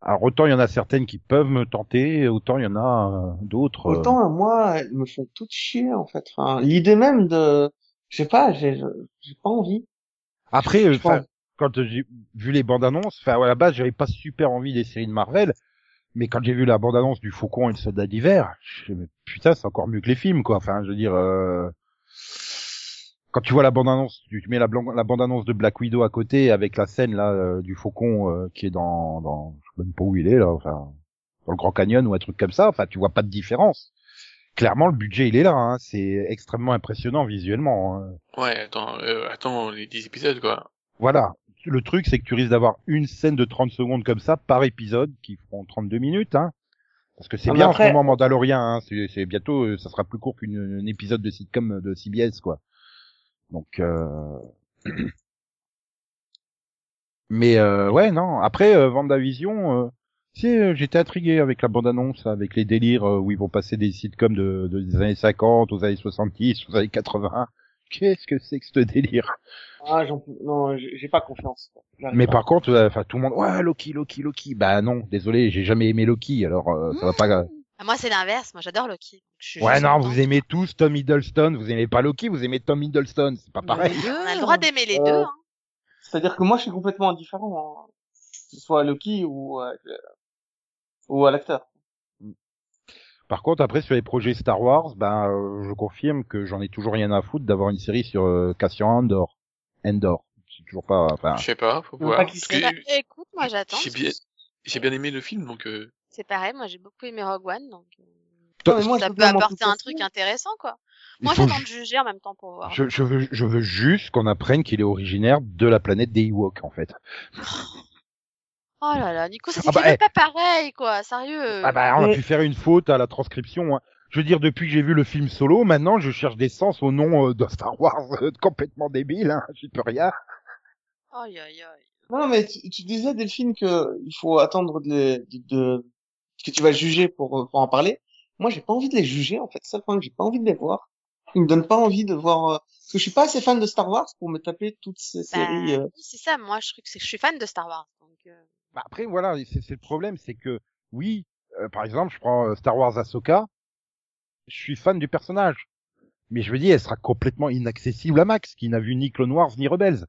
Speaker 1: Alors, autant il y en a certaines qui peuvent me tenter, autant il y en a euh, d'autres... euh,
Speaker 2: Autant, euh, moi, elles me font toutes chier, en fait. Enfin, l'idée même de, je sais pas, j'ai, j'ai pas envie.
Speaker 1: Après,
Speaker 2: Je
Speaker 1: euh,
Speaker 2: pense.
Speaker 1: enfin, quand j'ai vu les bandes annonces, enfin, à la base, j'avais pas super envie des séries de Marvel, mais quand j'ai vu la bande annonce du Faucon et le Soldat d'hiver, je me suis dit, putain, c'est encore mieux que les films, quoi. Enfin, je veux dire, euh, quand tu vois la bande annonce, tu tu mets la, blan- la bande annonce de Black Widow à côté avec la scène là euh, du Faucon euh, qui est dans, dans, je sais même pas où il est là, enfin, dans le Grand Canyon ou un truc comme ça. Enfin, tu vois pas de différence. Clairement, le budget, il est là. hein. C'est extrêmement impressionnant visuellement. hein.
Speaker 5: Ouais, attends, euh, attends les 10 épisodes, quoi.
Speaker 1: Voilà. Le truc, c'est que tu risques d'avoir une scène de 30 secondes comme ça par épisode qui feront 32 minutes, hein. Parce que c'est
Speaker 2: Ah, mais
Speaker 1: bien en
Speaker 2: après-
Speaker 1: ce moment Mandalorian, hein. C'est c'est bientôt, euh, ça sera plus court qu'un épisode de sitcom euh, de CBS, quoi. Donc, euh... (clears throat) mais euh, ouais, non. Après, euh, Vendavision, euh, tu sais, euh, j'étais intrigué avec la bande-annonce, avec les délires euh, où ils vont passer des sitcoms de, de- des années 50 aux années 70, aux années 80. Qu'est-ce que c'est que ce délire
Speaker 2: Ah, j'en peux- non, j'ai j'ai pas confiance. quoi. J'arrive
Speaker 1: Mais
Speaker 2: pas.
Speaker 1: par contre, euh, enfin tout le monde, ouais Loki, Loki, Loki. Bah non, désolé, j'ai jamais aimé Loki, alors euh, ça va pas.
Speaker 4: Ah, moi, c'est l'inverse. Moi, j'adore Loki. Je suis
Speaker 1: Ouais
Speaker 4: juste
Speaker 1: non,
Speaker 4: contente.
Speaker 1: vous aimez tous Tom Hiddleston, vous aimez pas Loki, vous aimez Tom Hiddleston, c'est pas pareil.
Speaker 3: Les deux.
Speaker 4: On a le droit d'aimer les
Speaker 2: Euh,
Speaker 4: deux. hein.
Speaker 2: C'est-à-dire que moi, je suis complètement indifférent, hein. que ce soit à Loki ou, euh, ou à l'acteur.
Speaker 1: Par contre, après sur les projets Star Wars, ben euh, je confirme que j'en ai toujours rien à foutre d'avoir une série sur euh, Cassian Andor. Andor, c'est toujours pas. Enfin,
Speaker 5: Je sais pas, faut
Speaker 2: Non,
Speaker 5: voir.
Speaker 2: pas qu'il
Speaker 5: Parce
Speaker 2: se
Speaker 4: Bah,
Speaker 5: que
Speaker 4: écoute, moi, j'attends.
Speaker 5: j'ai bien, j'ai bien aimé le film, donc euh,
Speaker 4: C'est pareil. Moi, j'ai beaucoup aimé Rogue One. Donc, euh,
Speaker 1: Toi,
Speaker 2: Non, mais moi, je
Speaker 4: ça
Speaker 2: peux
Speaker 4: peut
Speaker 2: pas m'en
Speaker 4: apporter un
Speaker 2: foutre.
Speaker 4: truc intéressant, quoi.
Speaker 1: il
Speaker 4: Moi,
Speaker 1: faut
Speaker 4: j'attends
Speaker 1: ju-
Speaker 4: de juger en même temps pour voir.
Speaker 1: je, je veux, je veux juste qu'on apprenne qu'il est originaire de la planète des Ewoks en fait.
Speaker 4: Oh là là, Nico, c'est
Speaker 1: Ah bah,
Speaker 4: quand même
Speaker 1: eh.
Speaker 4: pas pareil, quoi. Sérieux.
Speaker 1: Ah bah, on a
Speaker 2: Mais-
Speaker 1: pu faire une faute à la transcription. hein. Je veux dire, depuis que j'ai vu le film Solo, maintenant je cherche des sens au nom euh, de Star Wars (laughs) euh, complètement débile. Hein. J'y peux rien.
Speaker 4: Aïe, aïe, aïe.
Speaker 2: Non, mais tu, tu disais, Delphine, que il faut attendre de, les- de, de- que tu vas juger pour, euh, pour en parler. Moi, j'ai pas envie de les juger, en fait. C'est ça le problème, j'ai pas envie de les voir. Ils me donnent pas envie de voir, euh, parce que je suis pas assez fan de Star Wars pour me taper toutes ces
Speaker 4: Bah,
Speaker 2: séries, euh,
Speaker 4: oui, c'est ça. Moi, je trouve que c'est- je suis fan de Star Wars. Donc, euh,
Speaker 1: Bah, après, voilà, c'est c'est le problème, c'est que oui, euh, par exemple, je prends euh, Star Wars Ahsoka. je suis fan du personnage. Mais je veux dire, elle sera complètement inaccessible à Max, qui n'a vu ni Clone Wars ni Rebels.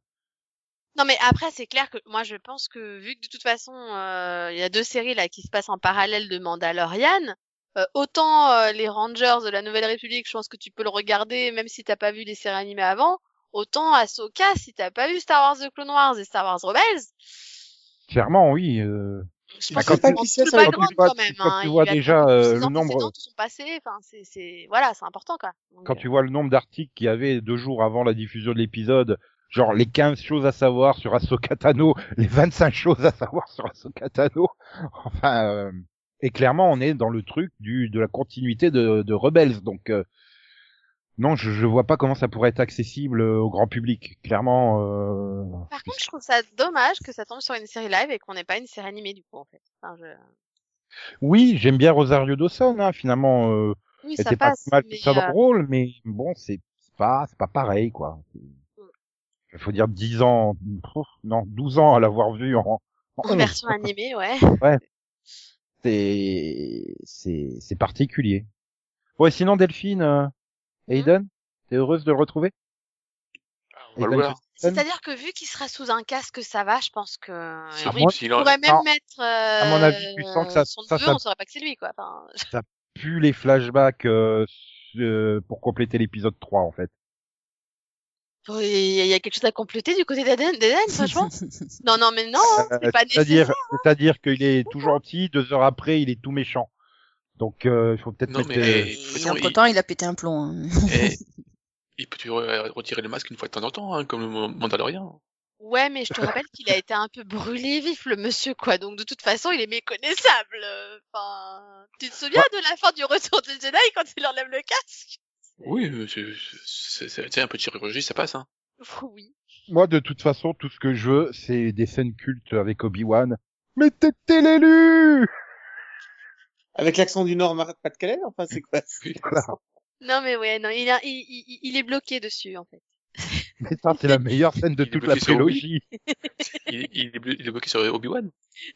Speaker 4: Non, mais après, c'est clair que moi, je pense que vu que de toute façon, euh, il y a deux séries là qui se passent en parallèle de Mandalorian, euh, autant euh, les Rangers de la Nouvelle République, je pense que tu peux le regarder même si t'as pas vu les séries animées avant, autant Ahsoka si t'as pas vu Star Wars The Clone Wars et Star Wars Rebels.
Speaker 1: Clairement, oui. euh,
Speaker 4: Je
Speaker 1: Bah,
Speaker 4: pense
Speaker 1: quand
Speaker 4: que c'est
Speaker 1: tu-
Speaker 4: dans tout le
Speaker 1: quand tu
Speaker 4: background
Speaker 1: vois-
Speaker 4: quand même.
Speaker 1: quand
Speaker 4: hein.
Speaker 1: tu
Speaker 4: Il
Speaker 1: vois
Speaker 4: y a
Speaker 1: déjà,
Speaker 4: tous les
Speaker 1: euh, le
Speaker 4: ans
Speaker 1: nombre-
Speaker 4: précédents qui sont passés. Enfin, c'est, c'est, voilà, c'est important quoi. Donc,
Speaker 1: quand
Speaker 4: euh,
Speaker 1: tu vois le nombre d'articles qu'il y avait deux jours avant la diffusion de l'épisode, genre les 15 choses à savoir sur Ahsoka Tano, (laughs) les 25 choses à savoir sur Ahsoka Tano, (laughs) enfin, euh, et clairement on est dans le truc du de la continuité de, de Rebels, donc euh, non, je, je vois pas comment ça pourrait être accessible euh, au grand public, clairement. euh,
Speaker 4: Par contre, je trouve ça dommage que ça tombe sur une série live et qu'on n'ait pas une série animée du coup en fait. Enfin, je...
Speaker 1: Oui, j'aime bien Rosario Dawson, hein, finalement, euh,
Speaker 4: Oui,
Speaker 1: elle
Speaker 4: ça
Speaker 1: était pas
Speaker 4: passe.
Speaker 1: si mal que
Speaker 4: mais,
Speaker 1: ça dans
Speaker 4: euh,
Speaker 1: le rôle, mais bon, c'est c'est pas, c'est pas pareil, quoi.
Speaker 4: Mm.
Speaker 1: Il faut dire 10 ans, pff, non, 12 ans à l'avoir vu en, en-
Speaker 4: en version animée, ouais.
Speaker 1: c'est, c'est, c'est particulier. Ouais, sinon, Delphine, euh,
Speaker 4: Mm.
Speaker 1: Aiden, t'es heureuse de le retrouver?
Speaker 5: Ah, on va
Speaker 1: Et
Speaker 5: le
Speaker 1: ben,
Speaker 5: voir.
Speaker 4: C'est-à-dire que vu qu'il sera sous un casque, ça va, je pense que.
Speaker 5: C'est
Speaker 1: Ah,
Speaker 4: Oui,
Speaker 1: moi,
Speaker 5: possible, il
Speaker 4: il
Speaker 5: en-
Speaker 4: pourrait même
Speaker 1: non.
Speaker 4: mettre. euh,
Speaker 1: mon avis, tu sens que ça-
Speaker 4: Son
Speaker 1: ça,
Speaker 4: neveu,
Speaker 1: ça-
Speaker 4: on saurait pas que c'est lui, quoi. Enfin,
Speaker 1: Plus les flashbacks, euh, euh, pour compléter l'épisode 3, en fait.
Speaker 4: il y a- il y a quelque chose à compléter du côté d'Eden, (laughs) d'Eden, ça, je pense. Non, non, mais non,
Speaker 1: Euh,
Speaker 4: c'est pas nécessaire.
Speaker 1: c'est-à-dire, c'est-à-dire qu'il est tout gentil, deux heures après, il est tout méchant. Donc, euh, il faut peut-être
Speaker 5: Non,
Speaker 1: mettre,
Speaker 5: mais-
Speaker 1: euh,
Speaker 5: Et de toute
Speaker 3: Et
Speaker 5: façon,
Speaker 3: entre temps, il a pété un plomb. hein.
Speaker 5: Et il peut tu re- retirer le masque une fois de temps en temps, hein, comme le Mo- Mandalorian.
Speaker 4: Ouais, mais je te rappelle qu'il a été un peu brûlé vif, le monsieur, quoi. Donc, de toute façon, il est méconnaissable. Euh, Enfin, tu te souviens de la fin du retour de Jedi quand il enlève le casque?
Speaker 5: Oui, mais c'est- c'est c'est- c'est un peu de chirurgie, ça passe. Hein.
Speaker 4: (laughs) Oui.
Speaker 1: Moi, de toute façon, tout ce que je veux, c'est des scènes cultes avec Obi-Wan. Mais t'étais l'élu
Speaker 2: Avec l'accent du Nord, Mar- pas de Calais, enfin, c'est quoi?
Speaker 5: Oui.
Speaker 4: Non, mais ouais, non, il, a- il, il, il est bloqué dessus, en fait.
Speaker 1: Mais ça, c'est la meilleure scène de
Speaker 5: Il est
Speaker 1: toute la
Speaker 5: bloqué sur
Speaker 1: prélogie.
Speaker 5: Il, il, est blo- il est bloqué sur Obi-Wan.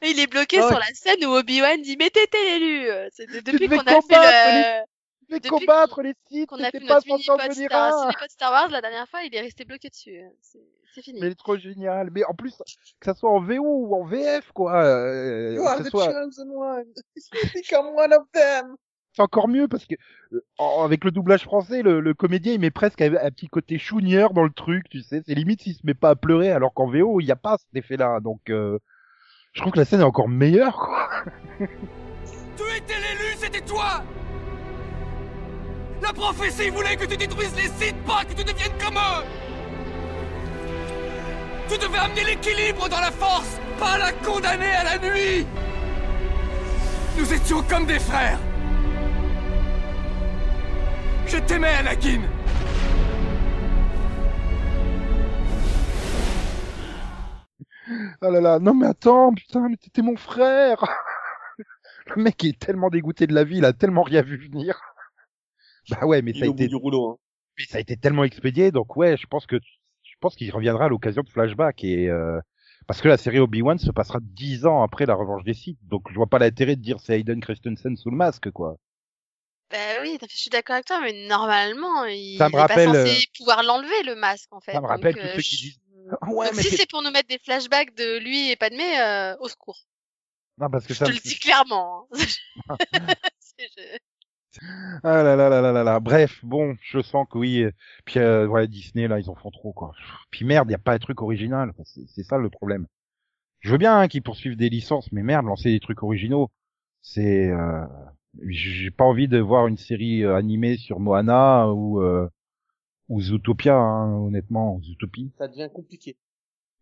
Speaker 4: Il est bloqué
Speaker 1: Ah ouais.
Speaker 4: sur la scène où Obi-Wan dit Mais t'étais l'élu Euh, C'est de- depuis
Speaker 1: devais
Speaker 4: qu'on a fait
Speaker 1: combattre
Speaker 4: le...
Speaker 1: Mais
Speaker 4: Depuis
Speaker 1: combattre les sites,
Speaker 4: qu'on a fait
Speaker 1: t'étais pas
Speaker 4: notre mini
Speaker 1: censé en
Speaker 4: pod
Speaker 1: venir hein.
Speaker 4: Star...
Speaker 1: un.
Speaker 4: sur les pods Star Wars la dernière fois, il est resté bloqué dessus. C'est c'est fini.
Speaker 1: Mais elle est trop génial. Mais en plus, que ça soit en VO ou en VF, quoi. euh,
Speaker 2: You are
Speaker 1: que
Speaker 2: the
Speaker 1: ça soit-
Speaker 2: chosen one. (laughs) You become one of them.
Speaker 1: C'est encore mieux parce que euh, en- avec le doublage français, le, le comédien il met presque un, un petit côté chouigneur dans le truc, tu sais. C'est limite s'il se met pas à pleurer, alors qu'en VO il n'y a pas cet effet-là. Donc, euh, je trouve que la scène est encore meilleure, quoi.
Speaker 7: Tu étais l'élu, c'était toi La prophétie voulait que tu détruises les sites, pas que tu deviennes comme eux Tu devais amener l'équilibre dans la force, pas la condamner à la nuit Nous étions comme des frères Je t'aimais, Anakin
Speaker 1: Ah là là, non mais attends, putain, mais t'étais mon frère (laughs) Le mec est tellement dégoûté de la vie, il a tellement rien vu venir. Bah ouais, mais
Speaker 2: Il
Speaker 1: ça
Speaker 2: est
Speaker 1: a,
Speaker 2: au bout
Speaker 1: été,
Speaker 2: du rouleau, hein.
Speaker 1: mais ça a été tellement expédié, donc ouais, je pense que je pense qu'il reviendra à l'occasion de flashback et euh, parce que la série Obi-Wan se passera dix ans après la Revanche des Sith, donc je vois pas l'intérêt de dire c'est Hayden Christensen sous le masque quoi.
Speaker 4: Bah oui, je suis d'accord avec toi, mais normalement, il
Speaker 1: Ça
Speaker 4: n'est
Speaker 1: me
Speaker 4: pas
Speaker 1: rappelle,
Speaker 4: censé
Speaker 1: euh,
Speaker 4: pouvoir l'enlever, le masque, en fait.
Speaker 1: ça me
Speaker 4: Donc,
Speaker 1: rappelle tous
Speaker 4: euh,
Speaker 1: ceux qui
Speaker 4: je-
Speaker 1: disent Ah ouais,
Speaker 4: Donc,
Speaker 1: mais
Speaker 4: si
Speaker 1: c'est-
Speaker 4: c'est pour nous mettre des flashbacks de lui et Padmé, euh, au secours.
Speaker 1: non parce que
Speaker 4: Je
Speaker 1: ça
Speaker 4: te le dis clairement. hein.
Speaker 1: (laughs)
Speaker 4: (laughs) C'est- je-
Speaker 1: Ah là là là là là là. Bref, bon, je sens que oui. euh, Puis euh, ouais, Disney là, ils en font trop quoi. Puis merde, y a pas un truc original. quoi. C'est- C'est ça le problème. Je veux bien hein, qu'ils poursuivent des licences, mais merde, lancer des trucs originaux, c'est. euh, J'ai pas envie de voir une série euh, animée sur Moana ou euh, ou Zootopia, hein, honnêtement. Zootopie.
Speaker 2: Ça devient compliqué.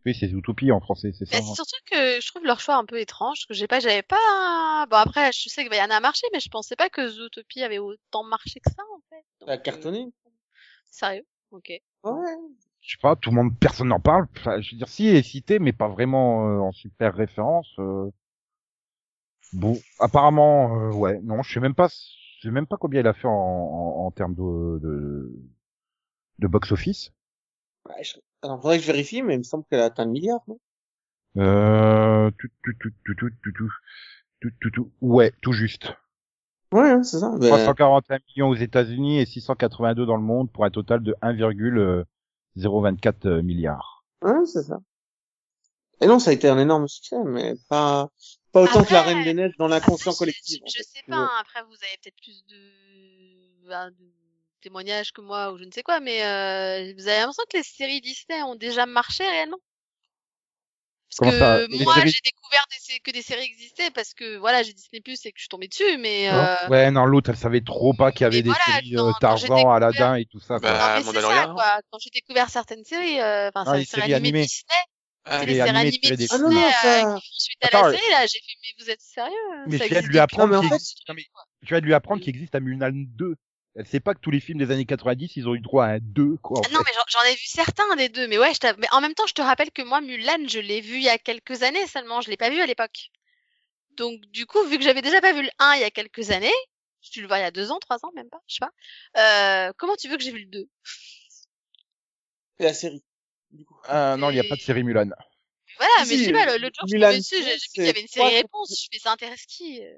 Speaker 1: Oui, c'est Zootopie en français, c'est ça.
Speaker 4: Bah,
Speaker 1: hein.
Speaker 4: c'est surtout que je trouve leur choix un peu étrange, que j'ai pas, j'avais pas. Bon après, je sais que Vaiana a marché, mais je pensais pas que Zootopie avait autant marché que ça en fait. Donc,
Speaker 2: Ça a
Speaker 4: euh,
Speaker 2: cartonné.
Speaker 4: Sérieux Ok.
Speaker 2: Ouais.
Speaker 1: Je sais pas, tout le monde, personne n'en parle. Enfin, je veux dire, si il est cité, mais pas vraiment euh, en super référence. euh. Bon, apparemment, euh, ouais, non, je sais même pas, je sais même pas combien il a fait en, en, en termes de de, de box office.
Speaker 2: Ouais, je- Alors, faudrait que je vérifie, mais il me semble qu'elle a atteint le milliard, non?
Speaker 1: Euh, tout, tout, tout, tout, tout, tout, tout, tout, tout, tout, ouais, tout juste.
Speaker 2: Ouais, hein, c'est ça. Ben,
Speaker 1: 341 millions aux États-Unis et 682 dans le monde pour un euh, total de 1,024 euh, milliards.
Speaker 2: ouais, c'est ça. Et non, ça a été un énorme succès, mais pas, pas autant que la
Speaker 4: Après-
Speaker 2: Reine des Neiges dans
Speaker 4: Après,
Speaker 2: l'inconscient
Speaker 4: je-
Speaker 2: collectif.
Speaker 4: Je, je sais pas, hein, après vous avez peut-être plus de... ben, de témoignages que moi ou je ne sais quoi, mais euh, vous avez l'impression que les séries Disney ont déjà marché réellement
Speaker 1: Comment
Speaker 4: parce
Speaker 1: ça,
Speaker 4: que
Speaker 1: les
Speaker 4: moi,
Speaker 1: séries-
Speaker 4: j'ai découvert des sé- que des séries existaient parce que voilà, j'ai Disney Plus et que je suis tombée dessus, mais euh,
Speaker 1: Ouais, non, l'autre, elle savait trop pas qu'il y avait
Speaker 4: Mais
Speaker 1: des
Speaker 4: voilà,
Speaker 1: séries
Speaker 4: quand-
Speaker 1: euh,
Speaker 4: quand j'ai
Speaker 1: Tarzan,
Speaker 4: découvert-
Speaker 1: Aladdin et tout ça. quoi.
Speaker 5: Bah,
Speaker 4: non, mais c'est ça
Speaker 5: Mandalorian.
Speaker 4: quoi. Quand j'ai découvert certaines séries, euh, enfin
Speaker 1: Ah, les
Speaker 4: certaines séries
Speaker 1: séries
Speaker 4: animées,
Speaker 1: animées.
Speaker 4: Disney,
Speaker 5: Ah,
Speaker 4: c'est
Speaker 1: les
Speaker 4: les séries
Speaker 1: animées
Speaker 4: animées
Speaker 1: tirées des
Speaker 4: Disney
Speaker 2: Ah non, non,
Speaker 4: euh,
Speaker 2: ça-
Speaker 4: qui font suite à
Speaker 1: Attends,
Speaker 4: la série là, j'ai fait mais vous êtes sérieux hein,
Speaker 1: Mais
Speaker 4: Ça
Speaker 1: tu viens de
Speaker 4: existe
Speaker 1: lui apprendre
Speaker 2: Non, mais
Speaker 1: qu'il
Speaker 2: en
Speaker 1: existe- non, mais tu viens de lui apprendre qu'il existe un Mulan 2. Elle sait pas que tous les films des années 90, ils ont eu droit à un 2, quoi. en
Speaker 4: Ah Non,
Speaker 1: fait.
Speaker 4: mais j'en- j'en ai vu certains des deux. Mais ouais, je t'av- mais en même temps, je te rappelle que moi, Mulan, je l'ai vu il y a quelques années seulement. Je l'ai pas vu à l'époque. Donc, du coup, vu que j'avais déjà pas vu le 1 il y a quelques années, je dû le voir il y a deux ans, trois ans, même pas, je sais pas. Euh, comment tu veux que j'ai vu le 2
Speaker 2: C'est la série. Du coup. Euh,
Speaker 1: Ah, non, il n'y a pas de série Mulan.
Speaker 4: Voilà,
Speaker 2: Si,
Speaker 4: mais je sais
Speaker 2: euh,
Speaker 4: pas, le, l'autre jour, je suis
Speaker 2: Mulan
Speaker 4: tombée dessus, j'ai j'ai vu
Speaker 2: c'est
Speaker 4: qu'il y avait une
Speaker 2: trois-
Speaker 4: série réponse. Je fais, ça intéresse qui euh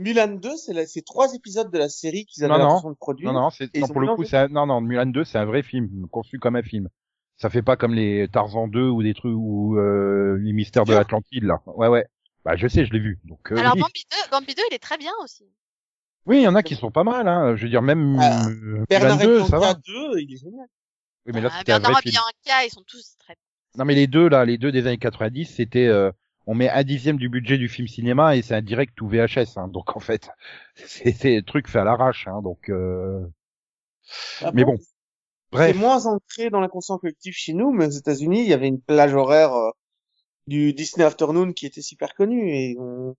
Speaker 2: Mulan 2, c'est la- c'est trois épisodes de la série qu'ils
Speaker 1: Non,
Speaker 2: avaient
Speaker 1: non.
Speaker 2: l'impression de produire.
Speaker 1: Non, non, c'est,
Speaker 2: Et
Speaker 1: non,
Speaker 2: ils
Speaker 1: pour
Speaker 2: ont
Speaker 1: le coup,
Speaker 2: mélangé.
Speaker 1: c'est un- non, non, Mulan 2, c'est un vrai film, conçu comme un film. Ça fait pas comme les Tarzan 2 ou des trucs ou euh, les mystères de
Speaker 2: Sûr.
Speaker 1: l'Atlantide là. Ouais, ouais. Bah, je sais, je l'ai vu. Donc, euh,
Speaker 4: Alors,
Speaker 1: oui.
Speaker 4: Bambi 2, Bambi 2, il est très bien aussi.
Speaker 1: Oui, il y en a qui sont pas mal. Hein. Je veux dire, même
Speaker 2: Ah,
Speaker 1: euh, Mulan
Speaker 2: Bernard
Speaker 1: 2, ça va.
Speaker 2: Pivot 2, il est génial.
Speaker 1: Oui, mais là,
Speaker 4: Ah,
Speaker 1: c'était un vrai
Speaker 4: Bernard et
Speaker 1: film.
Speaker 4: Bianca, ils sont tous très
Speaker 1: Non, mais les deux là, les deux des années 90, c'était euh, on met un dixième du budget du film cinéma et c'est un direct tout VHS. Hein. Donc en fait, (laughs) c'est c'est des trucs faits à l'arrache. Hein. Donc euh, Mais bon,
Speaker 2: Ah C'est
Speaker 1: bref.
Speaker 2: moins ancré dans l'inconscient collectif chez nous, mais aux États-Unis, il y avait une plage horaire euh, du Disney Afternoon qui était super connue. Et on-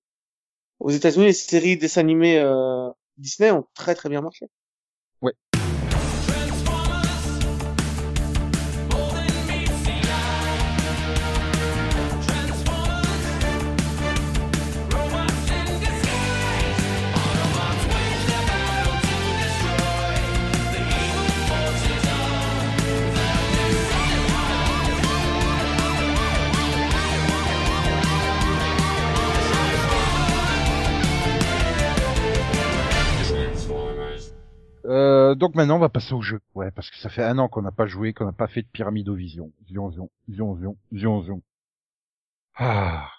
Speaker 2: aux États-Unis, les séries dessins animés euh, Disney ont très très bien marché.
Speaker 1: Euh, donc maintenant, on va passer au jeu. Ouais, parce que ça fait un an qu'on n'a pas joué, qu'on n'a pas fait de pyramidovision. Vision, vision, vision, vision, vision, vision. Ah.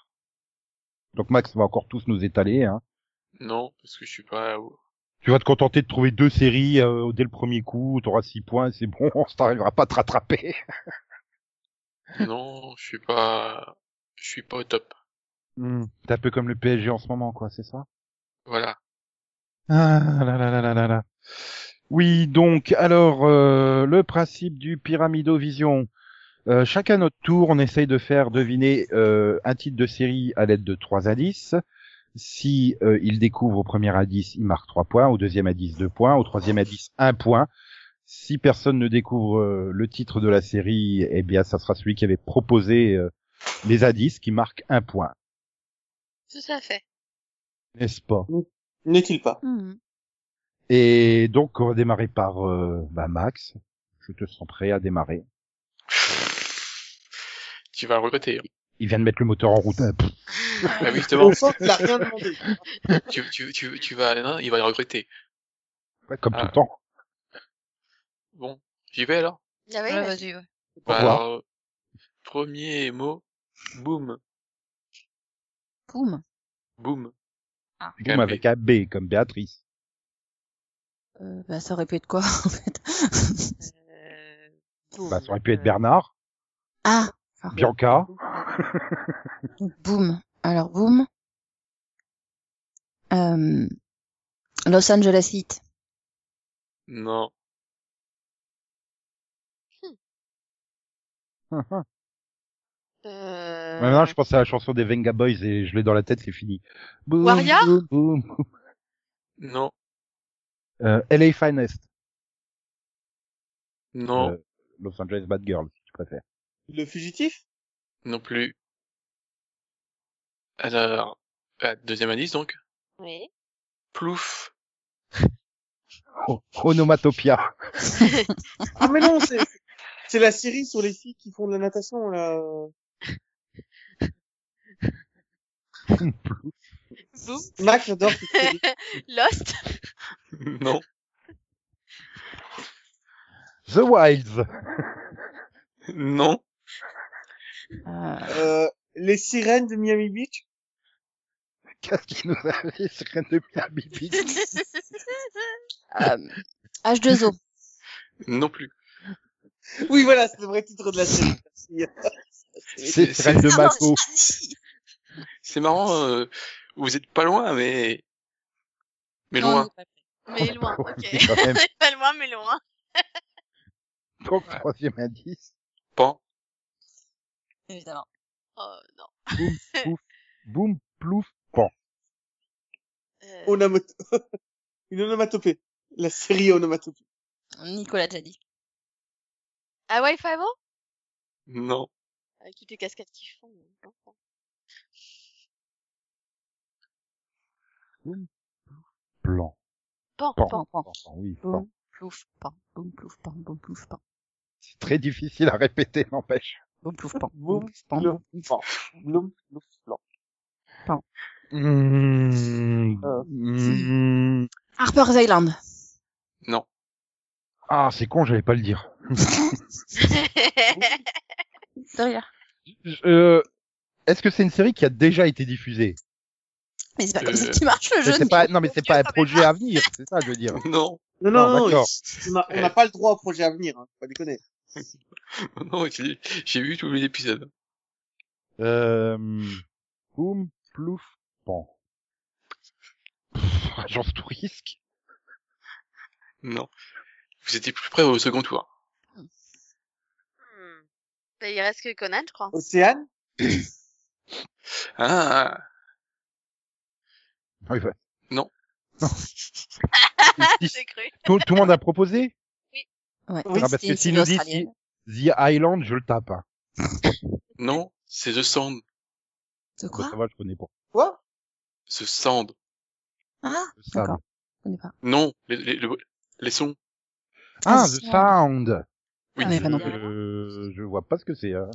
Speaker 1: Donc Max va encore tous nous étaler. Hein.
Speaker 5: Non, parce que je suis pas. au-
Speaker 1: Tu vas te contenter de trouver deux séries euh, dès le premier coup. T'auras six points, c'est bon. (laughs) On t'arrivera pas à te rattraper.
Speaker 5: Non, je suis pas. Je suis pas au top.
Speaker 1: Hmm, T'es un peu comme le PSG en ce moment, quoi, c'est ça
Speaker 5: Voilà.
Speaker 1: Ah là là là là là là. Oui, donc alors euh, le principe du pyramidovision. Euh, chacun notre tour, on essaye de faire deviner euh, un titre de série à l'aide de trois indices. Si euh, il découvre au premier indice, il marque trois points, au deuxième indice deux points, au troisième indice un point. Si personne ne découvre euh, le titre de la série, eh bien ça sera celui qui avait proposé euh, les indices qui marque un point,
Speaker 4: Tout à fait.
Speaker 1: n'est-ce pas
Speaker 2: N'est-il pas
Speaker 3: Mhm.
Speaker 1: Et donc, on va démarrer par euh, bah, Max. Je te sens prêt à démarrer.
Speaker 5: Tu vas le regretter. hein.
Speaker 1: Il vient de mettre le moteur en route. Ah, pff,
Speaker 5: Bah oui, justement,
Speaker 2: On sent qu'il a rien demandé.
Speaker 5: tu, tu, tu, tu vas, non, il va le regretter.
Speaker 1: ouais, comme
Speaker 5: Ah.
Speaker 1: tout le temps.
Speaker 5: Bon, j'y vais alors.
Speaker 4: Ah oui,
Speaker 3: Ouais,
Speaker 4: vas-y.
Speaker 3: vas-y, ouais.
Speaker 5: Bah,
Speaker 1: revoir.
Speaker 5: alors, euh, premier mot, boum,
Speaker 3: Boum.
Speaker 5: boum.
Speaker 1: Boum,
Speaker 5: Avec un B.
Speaker 1: avec un B, comme Béatrice.
Speaker 3: Euh, bah, ça aurait pu être quoi, (laughs) en fait
Speaker 4: Euh,
Speaker 1: Bah, ça aurait pu être Bernard,
Speaker 3: Ah
Speaker 1: Bianca.
Speaker 3: Donc, boum. Alors, boum. Euh, Los Angeles Heat.
Speaker 5: Non,
Speaker 1: Hum, hum.
Speaker 4: euh,
Speaker 1: Maintenant, je pense à la chanson des Venga Boys et je l'ai dans la tête, c'est fini. Boum,
Speaker 4: Waria
Speaker 1: boum, boum.
Speaker 5: non,
Speaker 1: Euh, LA Finest.
Speaker 5: non,
Speaker 1: Euh, Los Angeles Bad Girl, si tu préfères.
Speaker 2: Le fugitif
Speaker 5: non plus. Alors, euh, deuxième indice donc,
Speaker 4: Oui.
Speaker 5: plouf. (laughs)
Speaker 1: Oh, Onomatopia.
Speaker 2: (laughs) Ah mais non, c'est c'est la série sur les filles qui font de la natation là.
Speaker 4: Boum.
Speaker 2: Max, j'adore cette série. (laughs)
Speaker 4: Lost. (laughs)
Speaker 5: non.
Speaker 1: The Wilds. (laughs)
Speaker 5: Non.
Speaker 3: Euh,
Speaker 2: Euh, les sirènes de Miami Beach.
Speaker 1: Qu'est-ce qui nous a fait ce reine de Miami Beach
Speaker 3: euh,
Speaker 1: (laughs)
Speaker 3: H2O.
Speaker 5: Non plus.
Speaker 2: Oui, voilà, c'est le vrai titre de la série. Merci.
Speaker 1: C'est
Speaker 5: c'est-
Speaker 1: Sirène de
Speaker 3: Ah non,
Speaker 1: Mako.
Speaker 3: Charlie
Speaker 5: C'est marrant, euh, vous êtes pas loin, mais... Mais
Speaker 3: Non, on
Speaker 5: loin.
Speaker 3: n'est pas prêt.
Speaker 4: Mais
Speaker 1: (laughs) Ouais,
Speaker 4: loin, ok. (laughs)
Speaker 1: mais quand même.
Speaker 4: Pas loin, mais loin.
Speaker 1: Donc, troisième indice.
Speaker 5: Pan.
Speaker 3: Évidemment.
Speaker 4: Oh, non.
Speaker 1: Boum, plouf.
Speaker 4: Euh,
Speaker 2: Onomato- (laughs) Une onomatopée. La série onomatopée.
Speaker 3: Nicolas déjà dit.
Speaker 4: Hawaii Five-O
Speaker 5: Non.
Speaker 4: Ah, Avec toutes les cascades qu'ils font. hein. on comprend.
Speaker 1: Plan.
Speaker 4: Pan, (laughs)
Speaker 1: Pan.
Speaker 4: pan.
Speaker 1: Pan, pan, oui, pan.
Speaker 3: Boum, plouf, pan. Boum, plouf, pan. Boum, plouf, pan.
Speaker 1: C'est très difficile à répéter, (laughs) n'empêche.
Speaker 3: Boum, plouf, pan.
Speaker 2: Boum,
Speaker 3: Boum, plouf, pan.
Speaker 2: plouf,
Speaker 3: Boum, plouf,
Speaker 2: pan. Blum, blum, blanc.
Speaker 1: Mmh.
Speaker 2: Euh,
Speaker 1: Mmh.
Speaker 3: Harper's Island.
Speaker 5: Non.
Speaker 1: Ah, c'est con, j'allais pas le dire.
Speaker 3: De rien.
Speaker 1: Euh, Est-ce que c'est une série qui a déjà été diffusée
Speaker 3: Mais c'est pas
Speaker 5: Euh,
Speaker 3: comme ça qui marche le jeu.
Speaker 1: C'est
Speaker 3: Nico.
Speaker 1: pas, non, mais c'est pas un
Speaker 4: quand même
Speaker 1: projet à venir, c'est ça, je veux
Speaker 5: (laughs)
Speaker 1: dire.
Speaker 5: Non.
Speaker 2: Non, non,
Speaker 1: Non,
Speaker 2: non,
Speaker 1: d'accord.
Speaker 2: on a- on n'a pas le droit au projet à venir, hein, faut pas déconner.
Speaker 5: Non, j'ai j'ai vu tous les épisodes.
Speaker 1: Euh, boum, plouf, pan. Pff, Agence tout risque.
Speaker 5: Non. Vous étiez plus près au second tour.
Speaker 4: Hmm. Ben, Il reste que Conan, je crois.
Speaker 2: Océane,
Speaker 5: Ah,
Speaker 1: Ah oui, ouais.
Speaker 5: Non.
Speaker 1: Non.
Speaker 4: J'ai cru.
Speaker 1: tout, tout le monde a proposé?
Speaker 3: Ouais,
Speaker 2: Oui,
Speaker 1: Ah,
Speaker 3: c'était
Speaker 1: parce
Speaker 3: une
Speaker 1: que s'ils
Speaker 3: série
Speaker 1: nous disent
Speaker 3: australienne.
Speaker 1: si- The Island, je le tape. hein.
Speaker 5: non, c'est The Sand.
Speaker 3: De
Speaker 1: Bah,
Speaker 3: quoi
Speaker 1: ça va, je connais pas.
Speaker 2: quoi
Speaker 5: The Sand.
Speaker 3: Ah,
Speaker 1: Le sable.
Speaker 3: D'accord. je connais pas.
Speaker 5: Non, les, les, le- les sons.
Speaker 1: Ah,
Speaker 3: The
Speaker 1: The Sound.
Speaker 5: Oui.
Speaker 3: Ah, mais pas non plus.
Speaker 1: Euh, je vois pas ce que c'est. hein.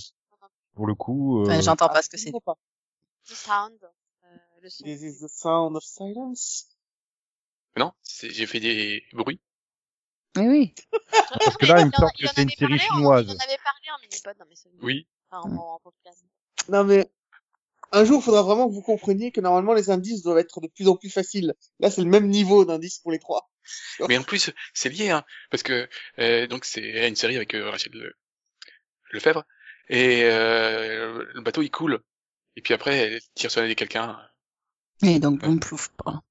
Speaker 1: Pour le coup, euh,
Speaker 3: Ouais, J'entends pas ce que
Speaker 2: Je
Speaker 3: c'est.
Speaker 2: comprends pas.
Speaker 4: The Sound. Euh, le son.
Speaker 2: This is the sound of silence.
Speaker 5: Non, c'est- j'ai fait des bruits.
Speaker 3: Mais oui.
Speaker 1: parce que
Speaker 4: Mais
Speaker 1: là, il
Speaker 4: en-
Speaker 1: me semble
Speaker 4: en-
Speaker 1: que
Speaker 4: en
Speaker 1: c'est une
Speaker 4: avait
Speaker 1: série
Speaker 4: parlé en-
Speaker 1: chinoise.
Speaker 4: Il en avait parlé en mini-pod dans mes souvenirs.
Speaker 5: Oui.
Speaker 4: Enfin, en, en podcast.
Speaker 2: Non, mais, un jour, faudra vraiment que vous compreniez que normalement, les indices doivent être de plus en plus faciles. Là, c'est le même niveau d'indices pour les trois.
Speaker 5: Mais en plus, c'est lié, hein, parce que euh, donc c'est une série avec euh, Rachel Le- Lefebvre, et euh, le bateau il coule, et puis après elle tire sur la nez quelqu'un.
Speaker 3: Et donc, boum, plouf, pan.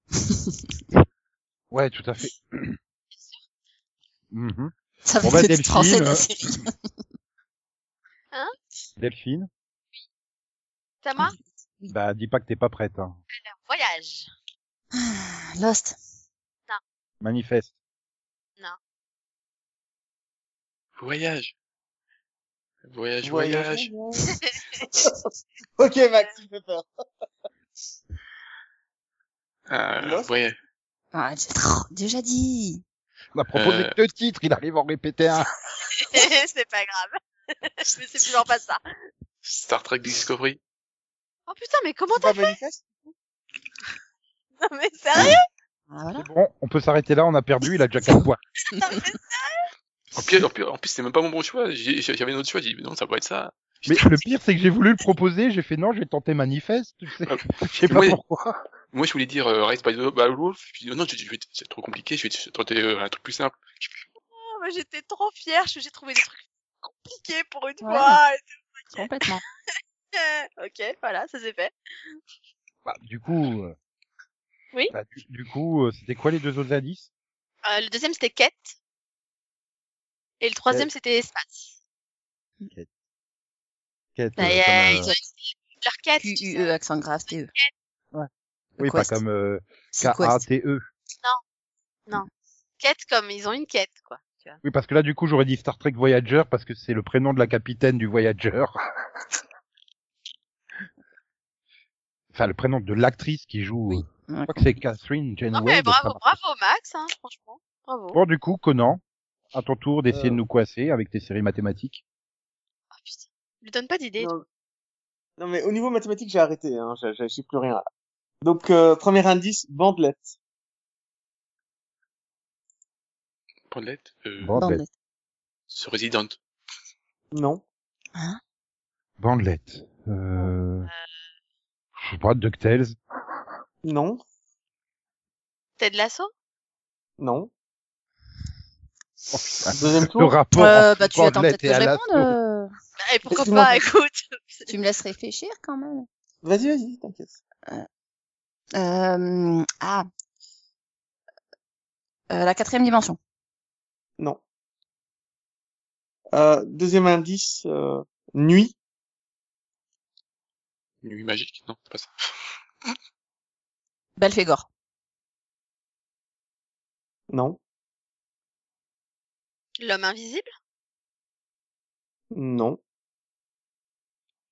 Speaker 1: Ouais, tout
Speaker 4: (coughs)
Speaker 1: à fait. Mhm.
Speaker 3: Ça fait
Speaker 1: bah,
Speaker 3: le titre
Speaker 1: Delphine,
Speaker 3: français de
Speaker 1: euh,
Speaker 3: la série.
Speaker 1: Delphine,
Speaker 4: Tama,
Speaker 1: bah dis pas que t'es pas prête. Hein.
Speaker 4: leur (laughs) voyage.
Speaker 3: Lost.
Speaker 1: Manifeste.
Speaker 5: Voyage, voyage, voyage.
Speaker 2: (laughs) ok, Max, tu me fais peur.
Speaker 5: Euh,
Speaker 2: Lost.
Speaker 5: voyage.
Speaker 3: Ah, j'ai trop- déjà dit.
Speaker 1: On a proposé
Speaker 5: Euh.
Speaker 1: Bah, deux titres, il arrive à en répéter un.
Speaker 4: c'est pas grave. (laughs) Je sais toujours pas ça.
Speaker 5: Star Trek Discovery.
Speaker 4: Oh putain, mais comment
Speaker 2: C'est
Speaker 4: t'as
Speaker 2: pas manifeste
Speaker 1: Bah
Speaker 4: Non, mais
Speaker 1: (laughs)
Speaker 4: sérieux
Speaker 3: Ah, voilà.
Speaker 1: C'est bon, on peut s'arrêter là, on a perdu, il a déjà quatre
Speaker 4: (laughs)
Speaker 1: points.
Speaker 4: Non, mais
Speaker 5: En plus, en plus, en plus, c'est même pas mon bon choix. J'ai- J'avais un autre choix. J'ai dit non, ça va être (laughs) ça.
Speaker 1: Mais le pire, c'est que j'ai voulu le proposer, j'ai fait non, j'ai tenté manifeste, tu sais. Je sais pas
Speaker 5: Oui.
Speaker 1: pourquoi.
Speaker 5: Moi, je voulais dire euh, Race by the by the Wolf. Puis non, j'ai dit, je vais- c'est trop compliqué. Je vais tenter euh, un truc plus simple.
Speaker 4: non, (laughs) moi, j'étais trop fière. parce que J'ai trouvé des trucs compliqués pour une
Speaker 3: Ouais.
Speaker 4: fois. (laughs)
Speaker 3: (laughs) Complètement.
Speaker 4: ok, voilà, ça c'est fait.
Speaker 1: Bah, du coup. euh,
Speaker 4: Oui.
Speaker 1: bah, du, du coup, euh, c'était quoi les deux autres indices
Speaker 4: Euh, le deuxième, c'était quête. Et le troisième, c'était espace.
Speaker 1: Quête,
Speaker 4: Bah,
Speaker 1: euh,
Speaker 4: y a-
Speaker 1: comme, euh,
Speaker 4: Ils ont essayé plusieurs quêtes. tu
Speaker 3: QUE,
Speaker 4: sais.
Speaker 3: E, accent grave, TE.
Speaker 1: Oui,
Speaker 3: euh, Quest.
Speaker 1: pas comme euh,
Speaker 3: C'est quoi
Speaker 1: K-A-T-E.
Speaker 4: Quête comme ils ont une quête, quoi. tu vois.
Speaker 1: Oui, parce que là, du coup, j'aurais dit Star Trek Voyager parce que c'est le prénom de la capitaine du Voyager. enfin, le prénom de l'actrice qui joue.
Speaker 3: Oui.
Speaker 1: euh, Je crois que c'est Catherine Janeway.
Speaker 4: Non, Ah,
Speaker 3: Ah,
Speaker 4: mais
Speaker 1: donc ça
Speaker 4: bravo,
Speaker 1: marche.
Speaker 4: bravo Max, hein, franchement. Bravo.
Speaker 1: Bon, du coup, Conan, à ton tour d'essayer
Speaker 2: Euh.
Speaker 1: de nous coincer avec tes séries mathématiques.
Speaker 4: Oh, putain. Je lui donne pas d'idée.
Speaker 2: Non. Non, mais au niveau mathématique, j'ai arrêté, hein. J'ai- J'ai j'ai plus rien. là. Donc, euh, premier indice, bandelette.
Speaker 5: Bandelette euh,
Speaker 1: Bandelette.
Speaker 5: Sur Resident.
Speaker 2: Non.
Speaker 1: Bandelette. Euh... Je sais pas, DuckTales.
Speaker 2: Non.
Speaker 4: T'es de l'assaut
Speaker 2: Non.
Speaker 1: Oh, putain. (laughs)
Speaker 2: Deuxième
Speaker 1: Le
Speaker 2: tour.
Speaker 1: rapport
Speaker 3: Euh,
Speaker 1: entre
Speaker 3: bah, tu attends
Speaker 1: Bandelette
Speaker 3: peut-être que
Speaker 1: et
Speaker 3: je
Speaker 1: Alaska.
Speaker 3: réponde. euh.
Speaker 4: Bah, Et pourquoi
Speaker 2: Excuse-moi.
Speaker 4: pas, (laughs) écoute.
Speaker 3: Tu me laisses réfléchir quand même.
Speaker 2: Vas-y, vas-y, t'inquiète.
Speaker 3: Euh, ah. Euh, la quatrième dimension.
Speaker 2: Non. Euh, deuxième indice, euh, nuit.
Speaker 5: Nuit magique. Non, c'est pas ça.
Speaker 3: Belphégor.
Speaker 2: Non.
Speaker 4: L'homme invisible
Speaker 2: Non.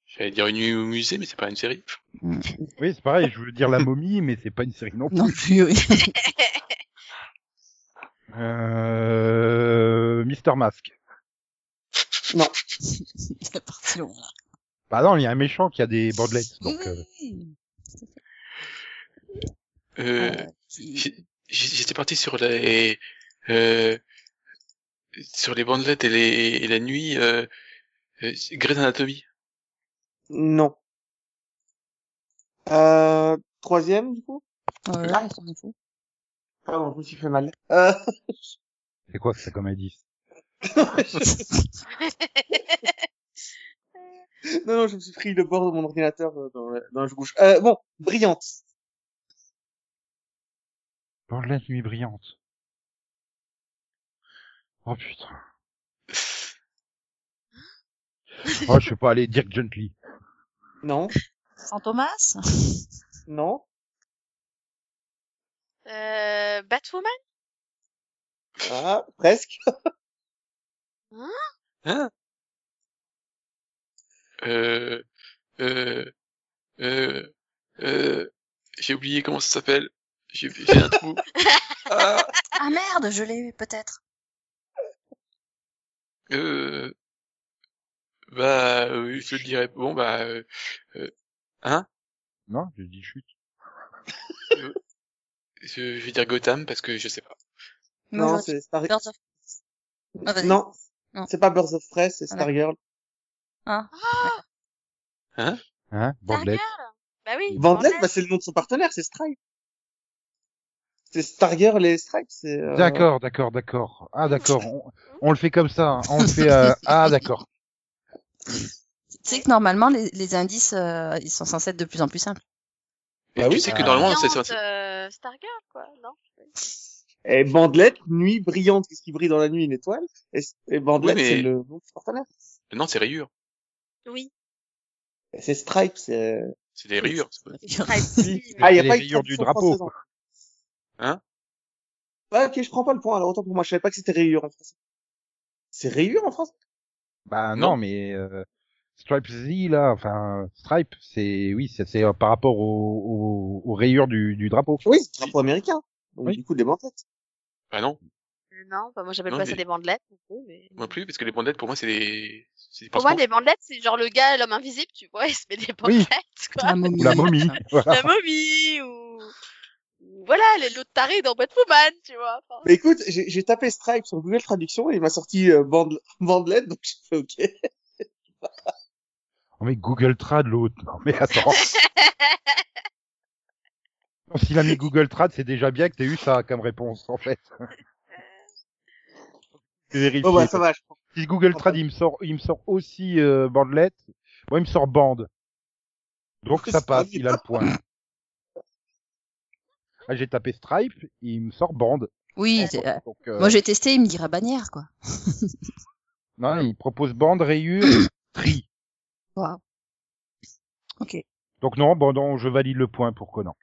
Speaker 5: J'allais dire une nuit au musée, mais c'est pas une série.
Speaker 1: Oui, c'est pareil, je veux dire la momie, mais c'est pas une série non plus.
Speaker 3: Non plus, oui. (laughs)
Speaker 1: Euh... Mister Mask.
Speaker 3: Il est parti loin, là.
Speaker 1: Bah non, il y a un méchant qui a des bandelettes, donc euh,
Speaker 3: Oui,
Speaker 5: Euh,
Speaker 3: Euh, qui-
Speaker 5: j'ai- J'étais parti sur les euh, sur les bandelettes et, les, et la nuit. Euh, euh, Grey's Anatomy.
Speaker 2: Non. Euh, troisième, du coup.
Speaker 3: Euh, là, on s'en est
Speaker 1: (laughs)
Speaker 3: fou.
Speaker 2: Pardon, je me suis fait mal. (laughs) Euh,
Speaker 1: c'est quoi que ça comme indice
Speaker 2: non, non, je me suis pris le bord de mon ordinateur euh, dans, la- dans la bouche. Euh, bon, brillante.
Speaker 1: Bandelette nuit brillante. Oh putain. Oh, je sais pas, allez, Dirk Gently.
Speaker 2: Non.
Speaker 3: Saint Thomas
Speaker 2: Non.
Speaker 4: euh, Batwoman
Speaker 2: Ah, presque.
Speaker 5: Euh, euh, euh, euh, j'ai oublié comment ça s'appelle. J'ai j'ai un trou. Ah,
Speaker 3: Ah merde, je l'ai eu, peut-être.
Speaker 5: euh, bah, euh, je le dirais. Bon, bah, euh,
Speaker 1: Non, je dis chute.
Speaker 5: je, je vais dire Gotham parce que je sais pas.
Speaker 3: Moi,
Speaker 2: non,
Speaker 3: j'aurais
Speaker 2: c'est Star...
Speaker 3: dit Birds of- Ah, vas-y.
Speaker 2: Non.
Speaker 3: Non.
Speaker 2: C'est pas Birds of Prey, c'est
Speaker 3: Ah,
Speaker 2: Stargirl.
Speaker 1: Hein Bandelette.
Speaker 4: Bah oui.
Speaker 2: Bandette, bah, c'est le nom de son partenaire, c'est Stripe. C'est Stargirl et Stripe, c'est... euh,
Speaker 1: D'accord, d'accord, d'accord. Ah d'accord, on, on le fait comme ça. hein. On le fait... euh, Ah d'accord.
Speaker 3: Tu sais que normalement, les, les indices, euh, ils sont censés être de plus en plus (laughs) simples.
Speaker 5: Et
Speaker 2: Bah
Speaker 5: tu
Speaker 2: oui.
Speaker 5: sais que
Speaker 1: Ah.
Speaker 5: normalement, c'est
Speaker 4: Brillante,
Speaker 5: c'est-
Speaker 4: euh, Stargirl, quoi, non
Speaker 2: Et Bandelette, nuit brillante, qu'est-ce qui brille dans la nuit, une étoile. Et, et Bandelette,
Speaker 5: Oui, mais-
Speaker 2: c'est le nom de son partenaire.
Speaker 5: non, c'est rayures.
Speaker 4: Oui.
Speaker 2: Et C'est Stripe, c'est...
Speaker 5: C'est des rayures. c'est pas-
Speaker 4: Trahison.
Speaker 2: Ah,
Speaker 1: les
Speaker 2: il a pas eu
Speaker 1: rayures
Speaker 2: de
Speaker 1: du
Speaker 2: traduction
Speaker 1: drapeau.
Speaker 2: française,
Speaker 5: Hein
Speaker 2: Ah, ok, je prends pas le point, alors autant pour moi, je savais pas que c'était rayure en français. C'est rayure en français
Speaker 1: Bah
Speaker 5: Non.
Speaker 1: non, mais euh, Stripe Z là, enfin Stripe, c'est oui, c'est c'est, euh, par rapport au, au, aux rayures du, du drapeau.
Speaker 2: Oui, c'est le drapeau américain. Donc
Speaker 1: Oui.
Speaker 2: du coup, des bandelettes.
Speaker 5: Bah non,
Speaker 4: Non, bah, moi j'appelle
Speaker 5: Non,
Speaker 4: pas
Speaker 5: mais-
Speaker 4: ça des bandelettes. non plus, Mais...
Speaker 5: moi plus, parce que les bandettes, pour moi, c'est des, c'est des
Speaker 4: Mm. Pour moi,
Speaker 5: pansements.
Speaker 4: les bandelettes, c'est genre le gars, l'homme invisible, tu vois, (laughs) il se met des
Speaker 1: Oui.
Speaker 4: bandelettes, quoi.
Speaker 1: Ou la momie. voilà.
Speaker 4: La momie, ou... ou Voilà, les- l'autre taré dans Batwoman, tu vois. Enfin,
Speaker 2: Mais écoute, j'ai j'ai tapé Stripe sur Google Traduction et il m'a sorti euh, bandel- bandelette, donc j'ai fait ok.
Speaker 1: Oh mais Google Trad l'autre. Non mais attends. Non, S'il a mis Google Trad, c'est déjà bien que t'aies eu ça comme réponse en fait. C'est vérifié.
Speaker 2: Bon, bah, ça va, je prends.
Speaker 1: Si Google Trad il me sort, il me sort aussi euh, bandelette. Moi il me sort bande. Donc ça
Speaker 2: C'est pas
Speaker 1: passe, il a le point. Ah, j'ai tapé Stripe, il me sort bande.
Speaker 3: Oui, c'est- euh,
Speaker 1: Donc, euh,
Speaker 3: moi j'ai testé, il me dira bannière, quoi.
Speaker 1: Non, il propose bande, rayure, tri.
Speaker 3: Waouh. Ok.
Speaker 1: Donc non, bon, non, je valide le point pour Conan.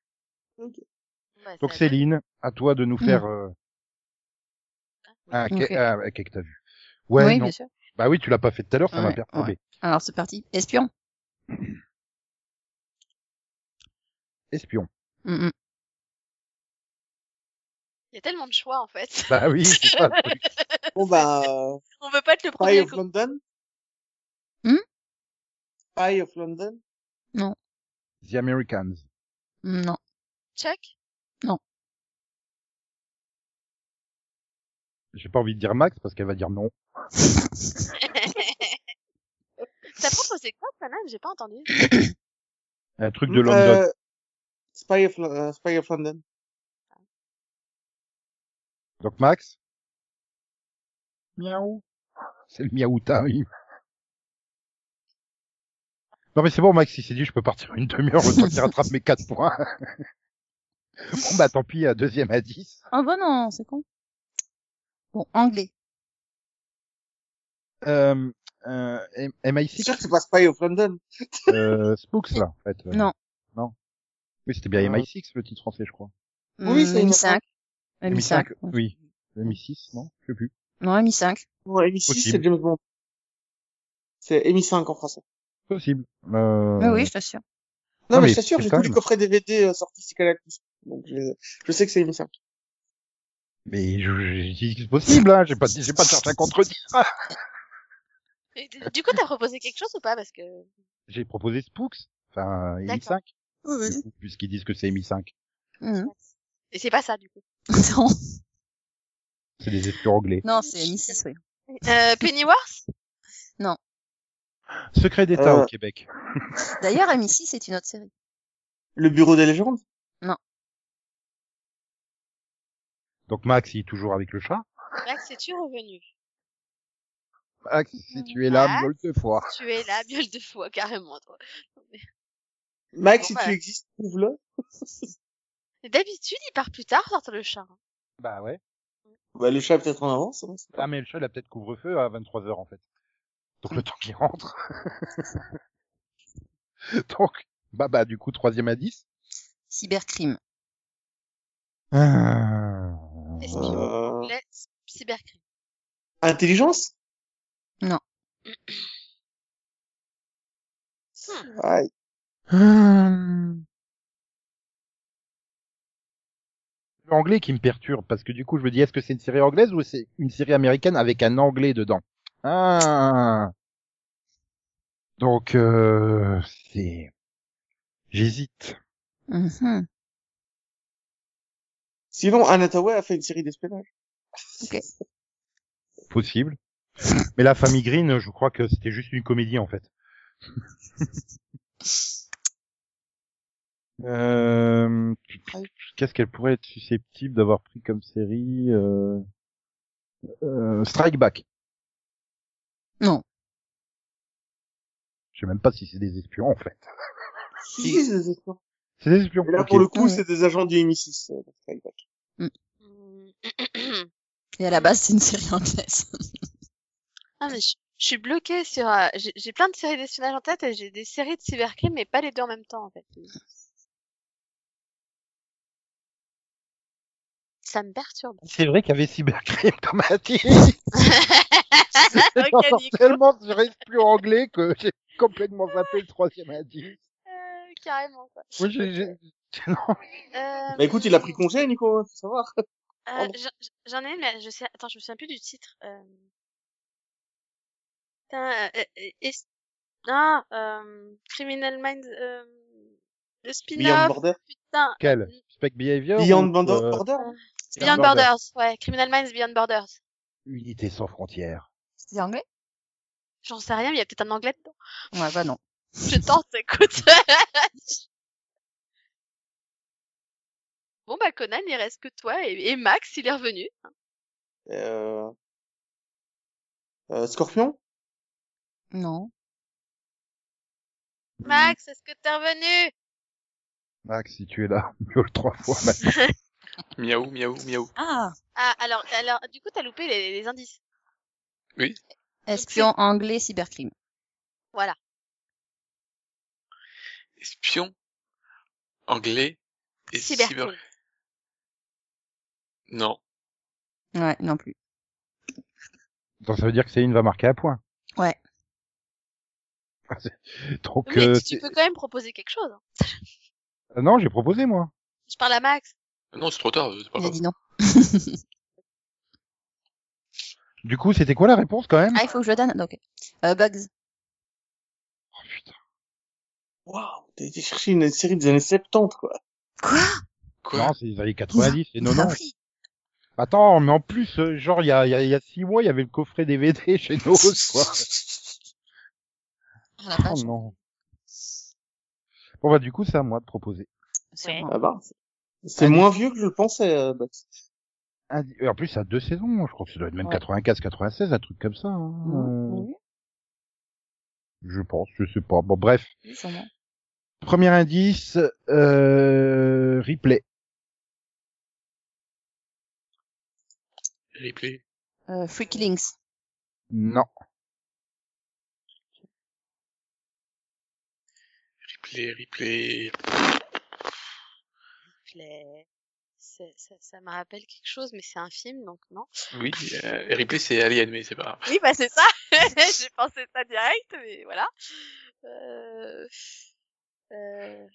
Speaker 4: bah,
Speaker 1: Donc
Speaker 4: ça-
Speaker 1: Céline, à toi de nous faire euh, un,
Speaker 3: Mm. Ok.
Speaker 1: quai- un- un quai que t'as vu. Ouais,
Speaker 3: oui,
Speaker 1: non.
Speaker 3: bien sûr.
Speaker 1: Bah oui, tu l'as pas fait tout à l'heure, ça m'a
Speaker 3: Ouais,
Speaker 1: perturbé.
Speaker 3: Alors c'est parti. Espion.
Speaker 1: Espion.
Speaker 3: Mm, mm.
Speaker 4: Il y a tellement de choix, en fait. (laughs)
Speaker 1: Bah oui, c'est ça
Speaker 3: (laughs)
Speaker 1: le truc.
Speaker 2: Bon, bah, euh,
Speaker 4: On veut pas être le
Speaker 2: Pie
Speaker 4: premier.
Speaker 2: of London
Speaker 3: Hmm
Speaker 2: Pie of London
Speaker 1: The Americans.
Speaker 3: Mm, Non.
Speaker 4: Chuck (laughs)
Speaker 1: J'ai pas envie de dire Max parce qu'elle va dire non.
Speaker 4: T'as proposé quoi, Panam J'ai pas entendu.
Speaker 1: Un truc de London.
Speaker 2: Euh, Spy of, euh, Spy of London.
Speaker 1: Donc Max Miaou. C'est le miaou t'arrive. Non mais c'est bon Max, il s'est dit je peux partir une demi-heure le temps qu'il rattrape mes 4 points. bon bah tant pis, à deuxième à 10.
Speaker 3: (laughs) Ah bah non, c'est con. Bon, anglais.
Speaker 1: Euh, euh, M-
Speaker 2: C'est
Speaker 1: MI6,
Speaker 2: sûr que c'est pas Spy of London.
Speaker 1: euh, Spooks là en fait. euh.
Speaker 3: Non.
Speaker 1: Non. Oui c'était bien MI6 le titre français je crois.
Speaker 2: Oui, c'est
Speaker 3: mi
Speaker 2: une-
Speaker 3: 5. mi 5.
Speaker 1: Oui. MI6 non Je sais plus.
Speaker 3: Non, mi 5.
Speaker 2: Non, MI6,
Speaker 1: Possible.
Speaker 2: c'est James Bond. C'est MI5 en français.
Speaker 1: Possible. Euh...
Speaker 3: Mais Bah oui, je t'assure.
Speaker 2: Non,
Speaker 1: Non,
Speaker 2: mais,
Speaker 1: mais
Speaker 2: je t'assure,
Speaker 1: c'est
Speaker 2: j'ai
Speaker 1: quand
Speaker 2: tous les
Speaker 1: même.
Speaker 2: coffrets DVD euh, sortis chez Galactus. Donc, je, les ai- je sais que c'est MI5.
Speaker 1: Mais je, je- je dis que c'est possible hein, j'ai pas j'ai pas cherché à contredire.
Speaker 4: Et d- Du coup, t'as proposé quelque chose ou pas Parce que
Speaker 1: J'ai proposé Spooks, enfin MI5
Speaker 4: D'accord.
Speaker 3: Oui,
Speaker 1: du coup, puisqu'ils disent que c'est MI5.
Speaker 4: et c'est pas ça du coup.
Speaker 3: Mm. Non,
Speaker 1: C'est des espions anglais.
Speaker 3: (laughs) non c'est mi 6, oui.
Speaker 4: Euh, Pennyworth
Speaker 1: Secret d'État
Speaker 2: Euh.
Speaker 1: au Québec.
Speaker 3: D'ailleurs, mi 6 c'est une autre série.
Speaker 2: Le bureau des légendes?
Speaker 1: Donc Max, il est toujours avec le chat.
Speaker 4: Max, es-tu revenu
Speaker 1: Max, si tu es là,
Speaker 4: Max.
Speaker 1: vole deux fois.
Speaker 4: Tu es là, gueule de fois carrément. Toi.
Speaker 2: Mike,
Speaker 4: Bon,
Speaker 2: si
Speaker 4: bah.
Speaker 2: tu existes, trouve-le.
Speaker 4: D'habitude, il part plus tard sortir le chat. hein.
Speaker 1: Bah ouais.
Speaker 2: Bah, le chat est peut-être en avance. hein, c'est pas-
Speaker 1: Ah mais le chat, il a peut-être couvre-feu à 23h en fait. Donc le temps qu'il rentre. (laughs) Donc, bah bah du coup, troisième à 10.
Speaker 3: Cybercrime.
Speaker 1: Ah.
Speaker 4: Espion.
Speaker 2: Euh,
Speaker 4: anglais, Cybercrime.
Speaker 2: Intelligence? Hmm.
Speaker 3: Non.
Speaker 2: Ouais.
Speaker 1: L'anglais qui me perturbe parce que du coup je me dis est-ce que c'est une série anglaise ou c'est une série américaine avec un anglais dedans Ah Donc euh, c'est j'hésite.
Speaker 3: Mhm.
Speaker 2: Sinon, Anataway a fait une série d'espionnage.
Speaker 1: Possible. Mais la famille Green, je crois que c'était juste une comédie en fait. (laughs) Euh, Qu'est-ce qu'elle pourrait être susceptible d'avoir pris comme série euh... euh, Strike Back.
Speaker 3: Non.
Speaker 1: Je sais même pas si c'est des espions en fait.
Speaker 2: Si, c'est des espions.
Speaker 1: C'est des espions.
Speaker 2: Et là,
Speaker 1: ok. Ah
Speaker 2: pour le coup,
Speaker 3: Ouais.
Speaker 2: c'est des agents du MI6. euh, dans Skyback.
Speaker 4: Hum.
Speaker 2: (clears throat)
Speaker 3: Et à la base, c'est une série anglaise. (laughs)
Speaker 4: ah, mais je, je suis bloquée sur. euh, j'ai- j'ai plein de séries d'espionnage en tête et j'ai des séries de cybercrime, mais pas les deux en même temps en fait.
Speaker 2: Mmh.
Speaker 4: Ça me perturbe.
Speaker 2: (laughs)
Speaker 1: C'est vrai qu'il y avait cybercrime (laughs) dans ma tête.
Speaker 4: Ok,
Speaker 1: J'entends
Speaker 4: Nico.
Speaker 1: tellement sur espions anglais que j'ai complètement zappé le troisième indice.
Speaker 4: (laughs) Euh, carrément quoi.
Speaker 1: Moi, j'ai- j'ai- non,
Speaker 4: Euh,
Speaker 2: Bah, écoute, il a pris congé, Nico, hein, faut savoir.
Speaker 4: euh,
Speaker 2: pardon.
Speaker 4: j'en- J'en ai une, mais je sais. Attends, je me souviens plus du titre. Euh... Putain, euh, euh, est- Ah, euh, Criminal Minds. Euh... Le
Speaker 2: Beyond
Speaker 4: spin-off.
Speaker 2: Border.
Speaker 4: Putain,
Speaker 1: Quel Spec Behavior
Speaker 2: Beyond
Speaker 1: ou,
Speaker 2: Border.
Speaker 1: euh,
Speaker 2: Border.
Speaker 4: Beyond
Speaker 1: Beyond Borders.
Speaker 4: Borders. Ouais, Criminal Minds Beyond Borders.
Speaker 1: Unité sans frontières.
Speaker 3: C'est anglais
Speaker 4: J'en sais rien, mais il y a peut-être un anglais dedans. (laughs)
Speaker 3: Ouais, bah non.
Speaker 4: Je tente, écoute. bon, bah, Conan, il reste que toi et, et Max, il est revenu.
Speaker 2: Euh... Euh, Scorpion.
Speaker 3: Non.
Speaker 5: Mm.
Speaker 4: Max, est-ce que t'es revenu?
Speaker 1: Max, si tu es là, (laughs) miaule trois fois. Max.
Speaker 5: bah. Miaou, miaou, miaou.
Speaker 3: Ah
Speaker 4: (laughs) Ah, alors, alors, du coup, t'as loupé les, les indices.
Speaker 3: Espion anglais, cybercrime.
Speaker 5: Espion anglais et cyber.
Speaker 4: Cybercrime.
Speaker 5: Non.
Speaker 3: Ouais, non plus.
Speaker 1: Donc ça veut dire que Céline va marquer un point.
Speaker 3: Ouais.
Speaker 1: Donc
Speaker 4: Oui, mais
Speaker 1: euh,
Speaker 4: tu- tu
Speaker 1: c'est-
Speaker 4: peux quand même proposer quelque chose. hein.
Speaker 1: euh, non, j'ai proposé moi.
Speaker 4: Je parle à Max.
Speaker 5: Non, c'est trop tard. euh, C'est
Speaker 1: Oh.
Speaker 5: pas
Speaker 3: Il a
Speaker 5: grave.
Speaker 3: dit non.
Speaker 1: Du coup, c'était quoi la réponse quand même
Speaker 3: Ah, il faut que je le donne Donc, euh, Bugs.
Speaker 1: Oh, putain.
Speaker 2: Waouh, t'as été chercher une série des années 70, quoi.
Speaker 3: Quoi
Speaker 5: Quoi
Speaker 1: Non, c'est les années 90
Speaker 3: (laughs)
Speaker 1: et 90.
Speaker 3: Bah oui.
Speaker 1: Attends, mais en plus, euh, genre, il y a, il y, a, il y a six mois, il y avait le coffret DVD (laughs) chez nos quoi.
Speaker 3: Ah, la vache,
Speaker 1: Oh non. Bon, bah, du coup, c'est à moi de proposer.
Speaker 3: sûrement.
Speaker 2: Ah bah, c'est- c'est
Speaker 1: Allez.
Speaker 2: moins vieux que je le pensais, euh, Baptiste.
Speaker 1: Un- et En plus, ça a deux saisons, je crois que ça doit être même 94-96, un truc comme ça. hein. Euh,
Speaker 3: Oui,
Speaker 1: Je pense, je sais pas. Bon, bref.
Speaker 3: oui, sûrement.
Speaker 1: Premier indice, euh, replay.
Speaker 5: Replay.
Speaker 3: Euh, Freaky Links.
Speaker 1: Non.
Speaker 5: Replay, replay.
Speaker 4: Les- c'est- Ça, ça me rappelle quelque chose, mais c'est un film, donc non.
Speaker 5: Oui, euh, replay c'est Alien, mais c'est pas grave.
Speaker 4: Oui, bah c'est ça. (laughs) J'ai pensé ça direct, mais voilà. Euh... Euh...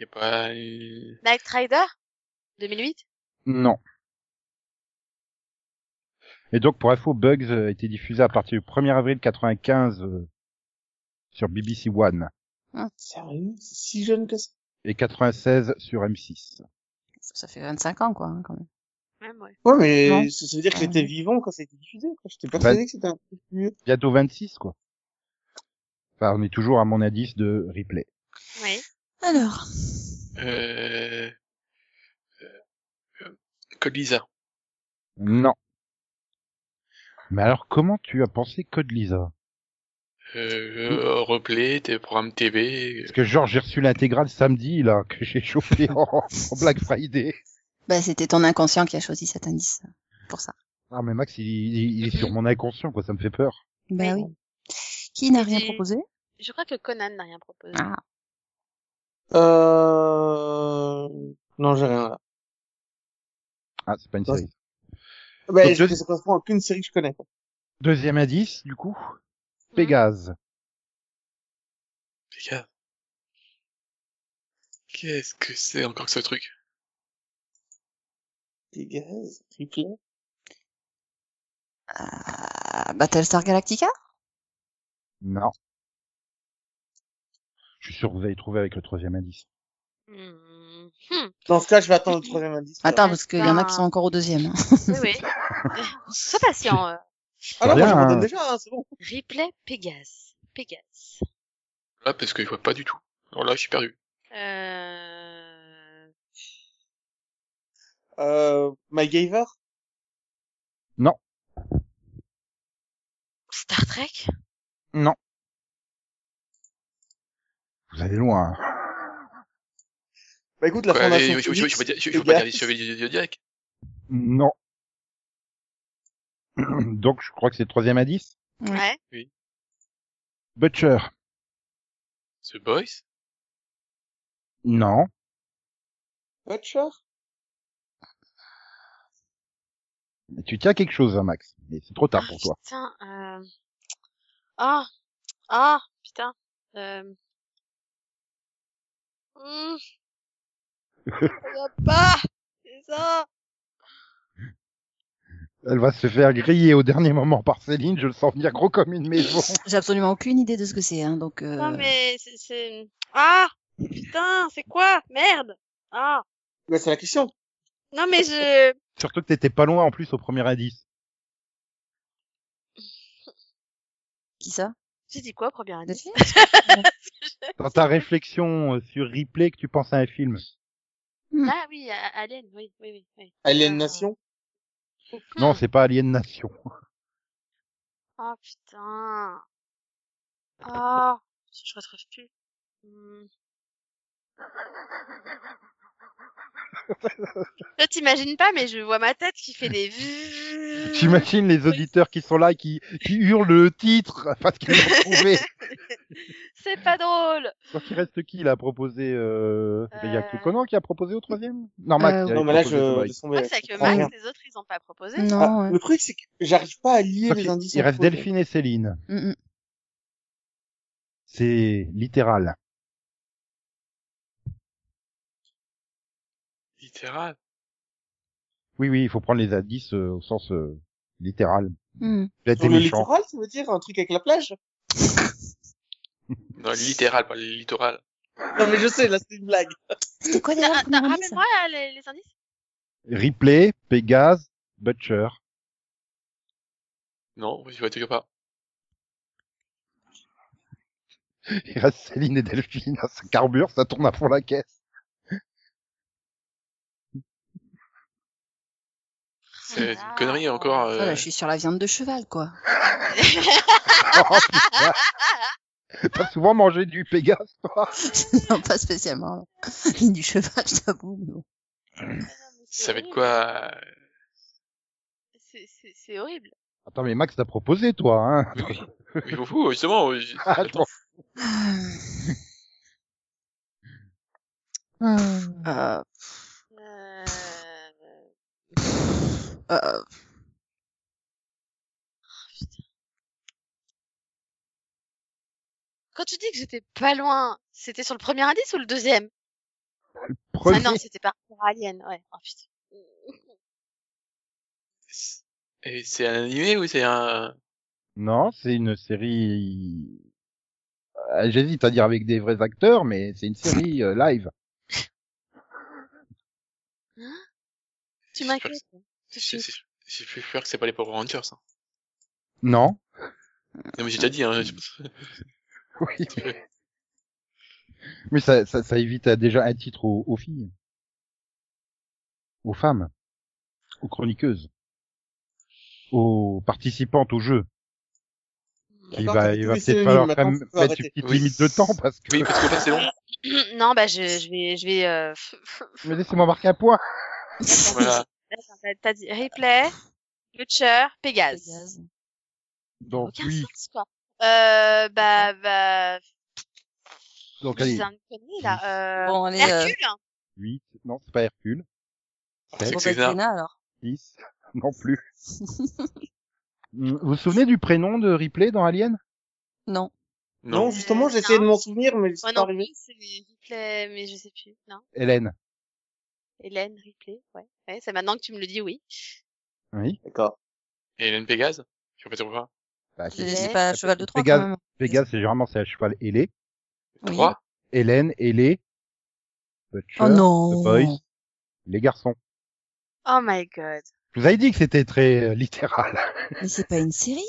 Speaker 5: Y a pas. euh,
Speaker 4: Night Rider 2008
Speaker 1: Non. Et donc, pour info, Bugs euh, a été diffusé à partir du 1er avril 95 euh, sur BBC One
Speaker 2: Sérieux? C'est si jeune que ça?
Speaker 1: et 96 sur M6.
Speaker 3: Ça fait 25 ans, quoi, hein, quand même.
Speaker 4: Même, ouais.
Speaker 2: Ouais,
Speaker 3: Non.
Speaker 2: mais ça ça veut dire qu'il
Speaker 3: Ouais.
Speaker 2: était vivant quand ça a été diffusé, quoi. J'étais persuadé que c'était un peu vieux.
Speaker 1: Bientôt 26, quoi. Enfin, on est toujours à mon indice de replay.
Speaker 4: Oui.
Speaker 3: Alors,
Speaker 5: Euh... euh, Code Lisa.
Speaker 1: Non. Mais alors, comment tu as pensé Code Lisa
Speaker 5: Euh, euh, replay, tes programmes TV.
Speaker 1: Parce que genre, j'ai reçu l'intégrale samedi, là, que j'ai chopé en, en Black Friday.
Speaker 3: bah, c'était ton inconscient qui a choisi cet indice euh, pour ça.
Speaker 1: Ah, mais Max, il, il- il est sur mon inconscient, quoi, ça me fait peur.
Speaker 3: Bah
Speaker 4: Oui.
Speaker 3: oui. Qui n'a rien
Speaker 4: Et-
Speaker 3: proposé
Speaker 4: Je crois que Conan n'a rien proposé.
Speaker 3: Ah.
Speaker 2: Euh, non, j'ai rien, là.
Speaker 1: Ah, c'est pas une
Speaker 2: Ouais.
Speaker 1: série.
Speaker 2: Bah,
Speaker 1: Donc,
Speaker 2: je-
Speaker 1: je-
Speaker 2: ça correspond à aucune série que je connais, quoi.
Speaker 1: Deuxième indice, du coup. Mmh. Pégase.
Speaker 5: Les gars. Qu'est-ce que c'est encore que ce truc
Speaker 2: Des gaz, triplé.
Speaker 3: Euh, Battlestar Galactica
Speaker 1: Non. Je suis sûr que vous allez trouver avec le troisième indice.
Speaker 4: Hmm. Hmm.
Speaker 2: Dans ce cas, je vais attendre le troisième indice.
Speaker 3: Attends, parce qu'il y en a qui
Speaker 4: Putain.
Speaker 3: sont encore au
Speaker 4: (laughs)
Speaker 3: deuxième. hein.
Speaker 4: Oui, oui. Sois patient. euh.
Speaker 2: Ah non, moi, je
Speaker 1: Rien.
Speaker 2: m'en donne déjà, hein, c'est bon.
Speaker 4: Replay Pégase. Pégase.
Speaker 5: Là, parce que je vois pas du tout. Alors là, je suis perdu.
Speaker 4: Euh...
Speaker 2: Euh, MacGyver?
Speaker 4: Star Trek
Speaker 1: Vous allez loin. hein.
Speaker 2: Bah, écoute, la
Speaker 5: Quoi,
Speaker 2: fondation.
Speaker 5: allez, je- je- je- je veux pas dire- je- je
Speaker 2: Phoenix,
Speaker 5: veux pas dire
Speaker 2: les
Speaker 5: les
Speaker 2: gars.
Speaker 5: chevaliers du Zodiac.
Speaker 1: Non. (clears throat) Donc, je crois que c'est le troisième indice.
Speaker 3: Ouais.
Speaker 4: Ouais.
Speaker 1: Butcher.
Speaker 5: The Boys
Speaker 1: Non.
Speaker 2: Butcher?
Speaker 1: Tu tiens quelque chose, hein, Max. Mais c'est trop tard
Speaker 4: Ah,
Speaker 1: pour toi.
Speaker 4: Putain, euh... Ah, ah, putain. Euh... Hmm. Ça va pas, c'est ça.
Speaker 1: Elle va se faire griller au dernier moment par Céline. Je le sens venir gros comme une maison.
Speaker 3: J'ai absolument aucune idée de ce que c'est, hein, donc... euh,
Speaker 4: Non mais c'est- c'est... Ah, putain, c'est quoi Merde. Ah,
Speaker 2: Bah, c'est la question.
Speaker 4: non mais je...
Speaker 1: (laughs) Surtout que t'étais pas loin en plus au premier indice.
Speaker 3: Qui
Speaker 4: (laughs)
Speaker 3: ça
Speaker 4: J'ai dit quoi, première année
Speaker 1: Dans ta réflexion euh, sur replay, que tu penses à un film.
Speaker 4: Ah oui, à- à Alien, oui, oui, oui. oui.
Speaker 2: Alien Nation.
Speaker 1: Non, c'est pas Alien
Speaker 2: (laughs)
Speaker 1: Nation.
Speaker 4: Ah, putain. Ah, je retrouve plus. Hmm.
Speaker 3: (laughs)
Speaker 4: Toi, t'imagines pas, mais je vois ma tête qui
Speaker 5: (laughs)
Speaker 4: fait des...
Speaker 1: J'imagine les auditeurs qui sont là et qui, qui hurlent le titre (laughs) parce qu'ils l'ont
Speaker 2: (laughs)
Speaker 1: trouvé.
Speaker 4: (laughs) C'est pas drôle.
Speaker 1: Donc il reste qui Il a proposé. Euh... Il y a que
Speaker 4: Euh.
Speaker 1: Conan qui a proposé au troisième Non, Max.
Speaker 3: Euh,
Speaker 1: qui avait
Speaker 2: Non, mais là,
Speaker 1: proposé
Speaker 2: je,
Speaker 1: au
Speaker 2: laisse
Speaker 1: Mike.
Speaker 4: Je
Speaker 2: tomber,
Speaker 4: crois que Ah, c'est
Speaker 2: je
Speaker 4: que
Speaker 2: comprends
Speaker 4: Max,
Speaker 2: rien.
Speaker 4: les autres, ils ont pas proposé.
Speaker 3: Non,
Speaker 2: Ah,
Speaker 3: ouais.
Speaker 2: Le truc, c'est que j'arrive pas à lier
Speaker 1: Donc,
Speaker 2: les
Speaker 1: il-
Speaker 2: indices.
Speaker 1: il reste
Speaker 2: entre eux.
Speaker 1: Delphine et Céline.
Speaker 3: Mm, mm.
Speaker 1: C'est littéral.
Speaker 5: Littéral.
Speaker 1: Oui, oui, il faut prendre les indices euh, au sens euh, littéral.
Speaker 3: Mm.
Speaker 1: Vous êtes
Speaker 2: Sur
Speaker 1: des
Speaker 2: le
Speaker 1: méchants.
Speaker 2: littoral, ça veut dire un truc avec la plage?
Speaker 5: Non, littéral, pas littoral.
Speaker 2: Non, mais je sais, là, c'est une blague.
Speaker 3: C'était quoi
Speaker 4: T'as-
Speaker 3: d'ailleurs
Speaker 4: t'as-
Speaker 3: comment on dit ça
Speaker 4: Rappelle-moi euh, les, les indices.
Speaker 1: Ripley, Pégase, Butcher. (laughs)
Speaker 5: Non, je vois toujours pas.
Speaker 1: Il reste Céline et Delphine, hein, ça carbure, ça tourne à fond la caisse. (laughs)
Speaker 5: C'est
Speaker 4: Ah.
Speaker 5: une connerie encore.
Speaker 3: Ah, là,
Speaker 5: Euh...
Speaker 3: Je suis sur la viande de cheval, quoi.
Speaker 1: Oh, putain. T'as souvent mangé du Pégase, toi
Speaker 3: non, (laughs) pas spécialement. Ni du cheval, je t'avoue. mais bon.
Speaker 5: Ça va être quoi euh,
Speaker 4: C'est- C'est c'est horrible.
Speaker 1: Attends, mais Max t'a proposé, toi, hein
Speaker 5: Oui, oui. Oui, je m'en fous, justement. je-
Speaker 2: Ah,
Speaker 1: Attends.
Speaker 5: Ah.
Speaker 3: Euh,
Speaker 4: Euh...
Speaker 5: Ah.
Speaker 3: euh,
Speaker 4: Quand tu dis que j'étais pas loin, c'était sur le premier indice ou le deuxième
Speaker 1: Premier,
Speaker 4: Ah non, c'était par rapport à Alien, ouais. Oh putain.
Speaker 5: Et c'est un animé ou c'est un...
Speaker 1: Non, c'est une série. Euh, J'hésite à dire avec des vrais acteurs, mais c'est une série euh, live.
Speaker 4: Tu m'inquiètes. hein, tout de
Speaker 5: J'ai
Speaker 4: suite.
Speaker 5: j'ai- j'ai plus peur que c'est pas les Power Rangers. hein.
Speaker 1: Non
Speaker 5: Non mais j'ai déjà dit, hein.
Speaker 2: Mm.
Speaker 5: je-
Speaker 1: (laughs) Oui. Mais ça, ça, ça évite euh, déjà un titre aux, aux filles, aux femmes, aux chroniqueuses, aux participantes au jeu. Il
Speaker 2: D'accord,
Speaker 1: va,
Speaker 2: t'as
Speaker 1: il
Speaker 2: tous
Speaker 1: va
Speaker 2: les
Speaker 1: peut-être falloir
Speaker 2: synonymes,
Speaker 1: quand
Speaker 2: maintenant,
Speaker 1: même
Speaker 2: faut
Speaker 1: mettre
Speaker 2: arrêter.
Speaker 1: une petite
Speaker 5: Oui.
Speaker 1: limite de temps parce que.
Speaker 5: Oui, parce qu'en fait c'est long.
Speaker 4: (clears throat) non, bah je, je vais, je vais. Euh...
Speaker 1: Mais laissez-moi marquer un point.
Speaker 5: Voilà.
Speaker 4: Attends, t'as- bah, T'as dit replay, Butcher, Pégase.
Speaker 3: Pégase.
Speaker 1: Donc
Speaker 4: Aucun
Speaker 1: oui.
Speaker 4: sens quoi. Euh, bah, bah,
Speaker 1: Donc allez,
Speaker 4: c'est un connerie là. Euh...
Speaker 3: Bon, allez, euh,
Speaker 4: Hercule.
Speaker 1: 8, non, c'est pas Hercule.
Speaker 5: C'est que
Speaker 3: Robert
Speaker 5: c'est ça.
Speaker 3: Pena, (laughs) alors.
Speaker 1: 10, (laughs) non plus. Mm, Vous vous souvenez du prénom de Ripley dans Alien
Speaker 3: Non.
Speaker 2: (laughs) Non,
Speaker 5: Non.
Speaker 2: justement, j'essayais de m'en souvenir, mais c'est
Speaker 4: Moi
Speaker 2: pas
Speaker 4: non
Speaker 2: arrivé.
Speaker 4: plus, c'est replay, mais je sais plus. Non,
Speaker 1: Hélène.
Speaker 4: Hélène replay, ouais. Ouais, c'est maintenant que tu me le dis, oui.
Speaker 1: Oui.
Speaker 2: D'accord.
Speaker 5: Et Hélène Pégase Je sais pas toujours pas.
Speaker 1: Bah,
Speaker 3: Je
Speaker 1: c'est-
Speaker 3: l'ai-
Speaker 4: Pégase.
Speaker 3: C'est pas cheval de Troie,
Speaker 1: Pégase.
Speaker 3: quand même.
Speaker 1: Pégase, c'est généralement c'est à cheval ailé.
Speaker 3: Oui.
Speaker 5: Trois
Speaker 1: Hélène, ailé. Butcher,
Speaker 3: Oh non.
Speaker 1: The Boys, les garçons.
Speaker 4: Oh my god.
Speaker 1: Je vous avais dit que c'était très euh, littéral.
Speaker 3: Mais c'est pas une série.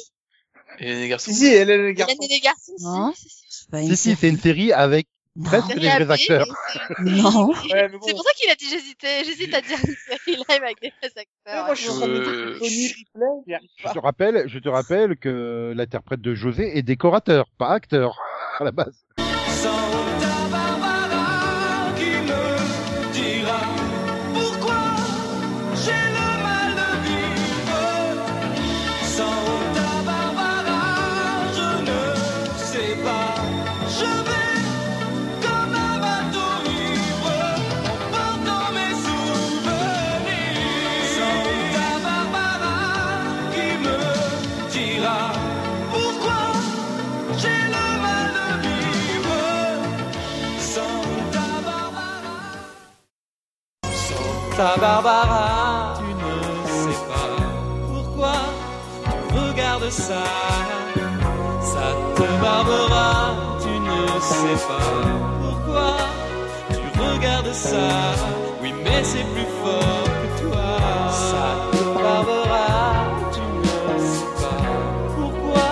Speaker 5: Hélène et les garçons
Speaker 2: Si, si, elle est le garçon.
Speaker 4: Hélène et les garçons.
Speaker 3: Non.
Speaker 4: si, si, si.
Speaker 3: C'est pas une
Speaker 1: si, si, c'est une série avec
Speaker 3: Non.
Speaker 1: presque les vrais acteurs.
Speaker 2: (laughs)
Speaker 3: Non.
Speaker 2: Ouais, mais bon.
Speaker 4: C'est pour ça qu'il a dit j'hésitais, j'hésite à dire une série live avec des vrais
Speaker 2: Ouais,
Speaker 4: acteurs.
Speaker 2: moi, je suis en train de me dire que
Speaker 5: Euh, Je-
Speaker 2: Tony Ripley, j'y arrive
Speaker 1: Je
Speaker 2: pas.
Speaker 1: te rappelle, je te rappelle que l'interprète de José est décorateur, pas acteur, (laughs) à la base.
Speaker 7: Santa Barbara qui me dira pourquoi j'ai le mal de vivre. Santa Barbara, je ne sais pas. Je vais comme un bateau libre en portant mes souvenirs. Santa Barbara qui me dira pourquoi. J'ai le mal de vivre Santa Barbara Santa Barbara Tu ne sais pas pourquoi Tu regardes ça Santa Barbara Tu ne sais pas pourquoi Tu regardes ça Oui mais c'est plus fort que toi Santa Barbara Tu ne sais pas pourquoi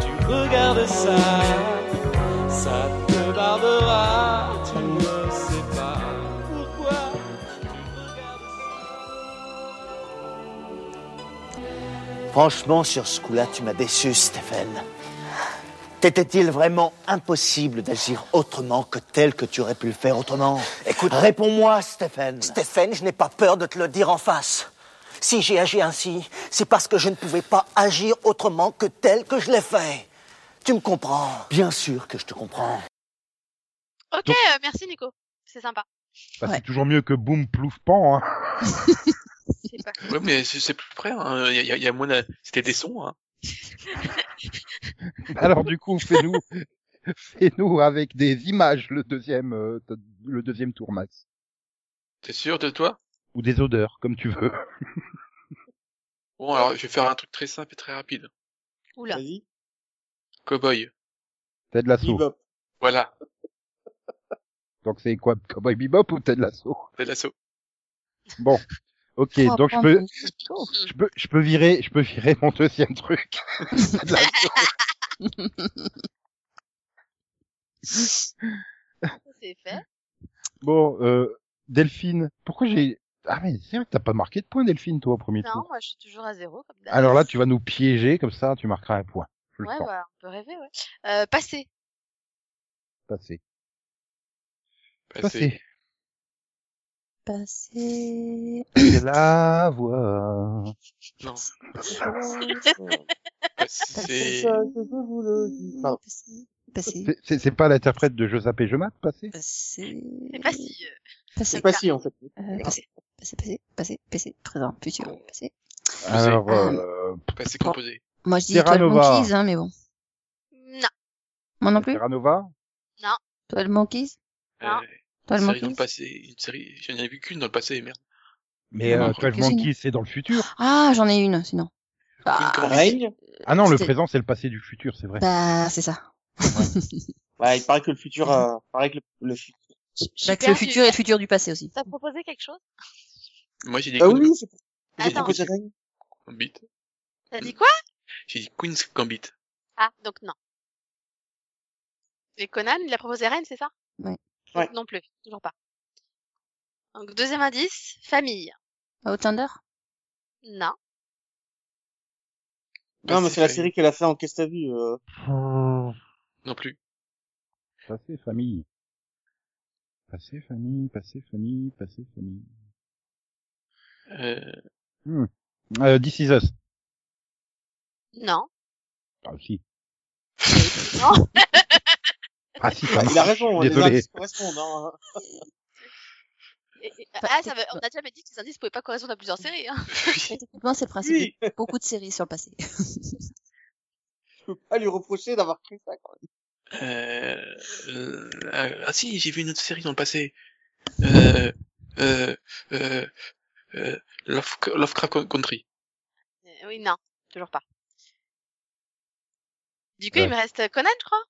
Speaker 7: tu regardes ça, ça te barbera, tu ne sais pas pourquoi.
Speaker 8: Franchement, sur ce coup-là, tu m'as déçu, Stephen. T'était-il vraiment impossible d'agir autrement que tel que tu aurais pu le faire autrement
Speaker 9: Écoute-
Speaker 8: Réponds-moi, Stephen.
Speaker 9: Stéphane, je n'ai pas peur de te le dire en face. Si j'ai agi ainsi, c'est parce que je ne pouvais pas agir autrement que tel que je l'ai fait. Tu me comprends
Speaker 8: Bien sûr que je te comprends.
Speaker 4: Ok, euh, merci Nico. C'est sympa.
Speaker 1: Bah,
Speaker 3: Ouais.
Speaker 1: C'est toujours mieux que boum plouf pan. Hein.
Speaker 4: Je sais pas.
Speaker 5: Ouais, mais c'est c'est plus près. Hein. Il y a, il y a- il y a moins de... C'était des sons. Hein.
Speaker 1: Alors du coup, fais-nous, (laughs) fais-nous avec des images le deuxième, euh, le deuxième tour max
Speaker 5: T'es sûr de toi
Speaker 1: ou des odeurs comme tu veux.
Speaker 2: Ah,
Speaker 5: Bon, alors je vais faire un truc très simple et très rapide.
Speaker 4: Oula.
Speaker 2: Vas-y,
Speaker 5: Cowboy.
Speaker 1: T'as de la sauce.
Speaker 2: bebop.
Speaker 5: Voilà,
Speaker 1: Donc c'est quoi, Cowboy Bebop ou Ted Lasso
Speaker 5: c'est l'assaut.
Speaker 1: Bon, ok,
Speaker 3: Oh,
Speaker 1: donc je
Speaker 3: bon,
Speaker 1: peux,
Speaker 3: mais c'est chaud.
Speaker 1: je peux, je peux virer, je peux virer mon deuxième truc. Ted Lasso.
Speaker 4: C'est fait.
Speaker 1: bon, euh, Delphine, pourquoi j'ai, ah mais c'est vrai que t'as pas marqué de point Delphine toi au premier
Speaker 4: Non,
Speaker 1: tour.
Speaker 4: moi, je suis toujours à zéro. Comme d'hab.
Speaker 1: Alors là, tu vas nous piéger comme ça, tu marqueras un point. Je le
Speaker 4: Ouais,
Speaker 1: sens
Speaker 4: bah, on peut rêver, ouais. Euh, passé.
Speaker 1: passer.
Speaker 5: Bah,
Speaker 1: Passer.
Speaker 5: c'est-
Speaker 3: Passer.
Speaker 1: (coughs) C'est la voix.
Speaker 5: Non,
Speaker 3: Passer.
Speaker 5: bah, (laughs) c'est...
Speaker 3: Passer. Passer.
Speaker 1: C'est- C'est c'est pas l'interprète de Je zappe et je mate, passer
Speaker 3: Passer.
Speaker 4: C'est pas si. euh,
Speaker 3: Passer.
Speaker 2: C'est pas si, en fait.
Speaker 3: Euh, Passer. Passer. Passer. Passer. Passer. Présent. Futur. Passer.
Speaker 1: Alors,
Speaker 3: Ah.
Speaker 1: euh,
Speaker 5: bah, c'est composé.
Speaker 3: Moi, je dis
Speaker 1: Terra
Speaker 3: Étoile
Speaker 1: Nova.
Speaker 3: Monkeys, hein, mais bon.
Speaker 4: Non.
Speaker 3: Moi non plus.
Speaker 1: Terra Nova
Speaker 3: Étoile Monkeys.
Speaker 4: Non.
Speaker 5: Euh,
Speaker 3: Étoile
Speaker 5: une série dans le
Speaker 3: Monkeys.
Speaker 5: passé, une série, j'en ai vu qu'une dans le passé, merde.
Speaker 1: Mais
Speaker 3: Non,
Speaker 1: euh,
Speaker 3: non,
Speaker 1: Twelve
Speaker 3: que c'est
Speaker 1: Monkeys, c'est dans le futur.
Speaker 3: Ah, j'en ai une, sinon. Ah,
Speaker 5: Comment-
Speaker 2: Règne.
Speaker 1: Ah non, le
Speaker 3: C'était-
Speaker 1: présent, c'est le passé du futur, c'est vrai.
Speaker 3: bah, c'est ça. (laughs)
Speaker 2: Bah, il paraît que le futur, euh, paraît que le, le futur.
Speaker 4: J'ai
Speaker 3: Jacques, le
Speaker 4: perdu.
Speaker 3: futur et le futur du passé aussi.
Speaker 4: T'as proposé quelque chose
Speaker 5: Moi, j'ai dit
Speaker 2: Ah
Speaker 5: Queen's
Speaker 2: oui, c'est pour j'ai
Speaker 4: Attends.
Speaker 2: proposé Règne.
Speaker 5: Gambit.
Speaker 4: T'as dit quoi
Speaker 5: J'ai dit Queen's Gambit.
Speaker 4: Ah, donc non. Et Conan, il a proposé Rennes, c'est ça
Speaker 3: Ouais.
Speaker 2: Ouais.
Speaker 4: Non plus, toujours pas. Donc, deuxième indice, famille.
Speaker 3: Outlander
Speaker 4: Non.
Speaker 2: Non, mais Bah, c'est la
Speaker 5: Pacific.
Speaker 2: série qu'elle a fait en Qu'est-ce que t'as vu, euh,
Speaker 5: Non plus.
Speaker 1: Passé famille. Passé famille, passé famille, passé famille.
Speaker 5: Euh, (laughs)
Speaker 1: Euh, This is us.
Speaker 4: Non.
Speaker 1: Ah si.
Speaker 4: Non.
Speaker 1: (laughs) Ah si, ça
Speaker 2: bah, il a
Speaker 1: marche.
Speaker 2: raison, les
Speaker 1: Désolé.
Speaker 2: indices correspondent, hein.
Speaker 4: Et- et-
Speaker 3: Pas-
Speaker 4: ah, ça veut- on a déjà dit que ces indices pouvaient pas correspondre à plusieurs séries. Hein.
Speaker 3: Mais Techniquement, Ah, c'est le principe
Speaker 2: Oui.
Speaker 3: de beaucoup de séries sur le passé.
Speaker 2: Je peux pas lui reprocher d'avoir cru ça, quoi.
Speaker 5: euh, euh, ah si, j'ai vu une autre série dans le passé. Euh, euh, euh, euh, Love, Lovecraft Country.
Speaker 4: Euh, Oui, non, toujours pas. Du coup,
Speaker 1: Ouais.
Speaker 4: il me reste Conan, je crois.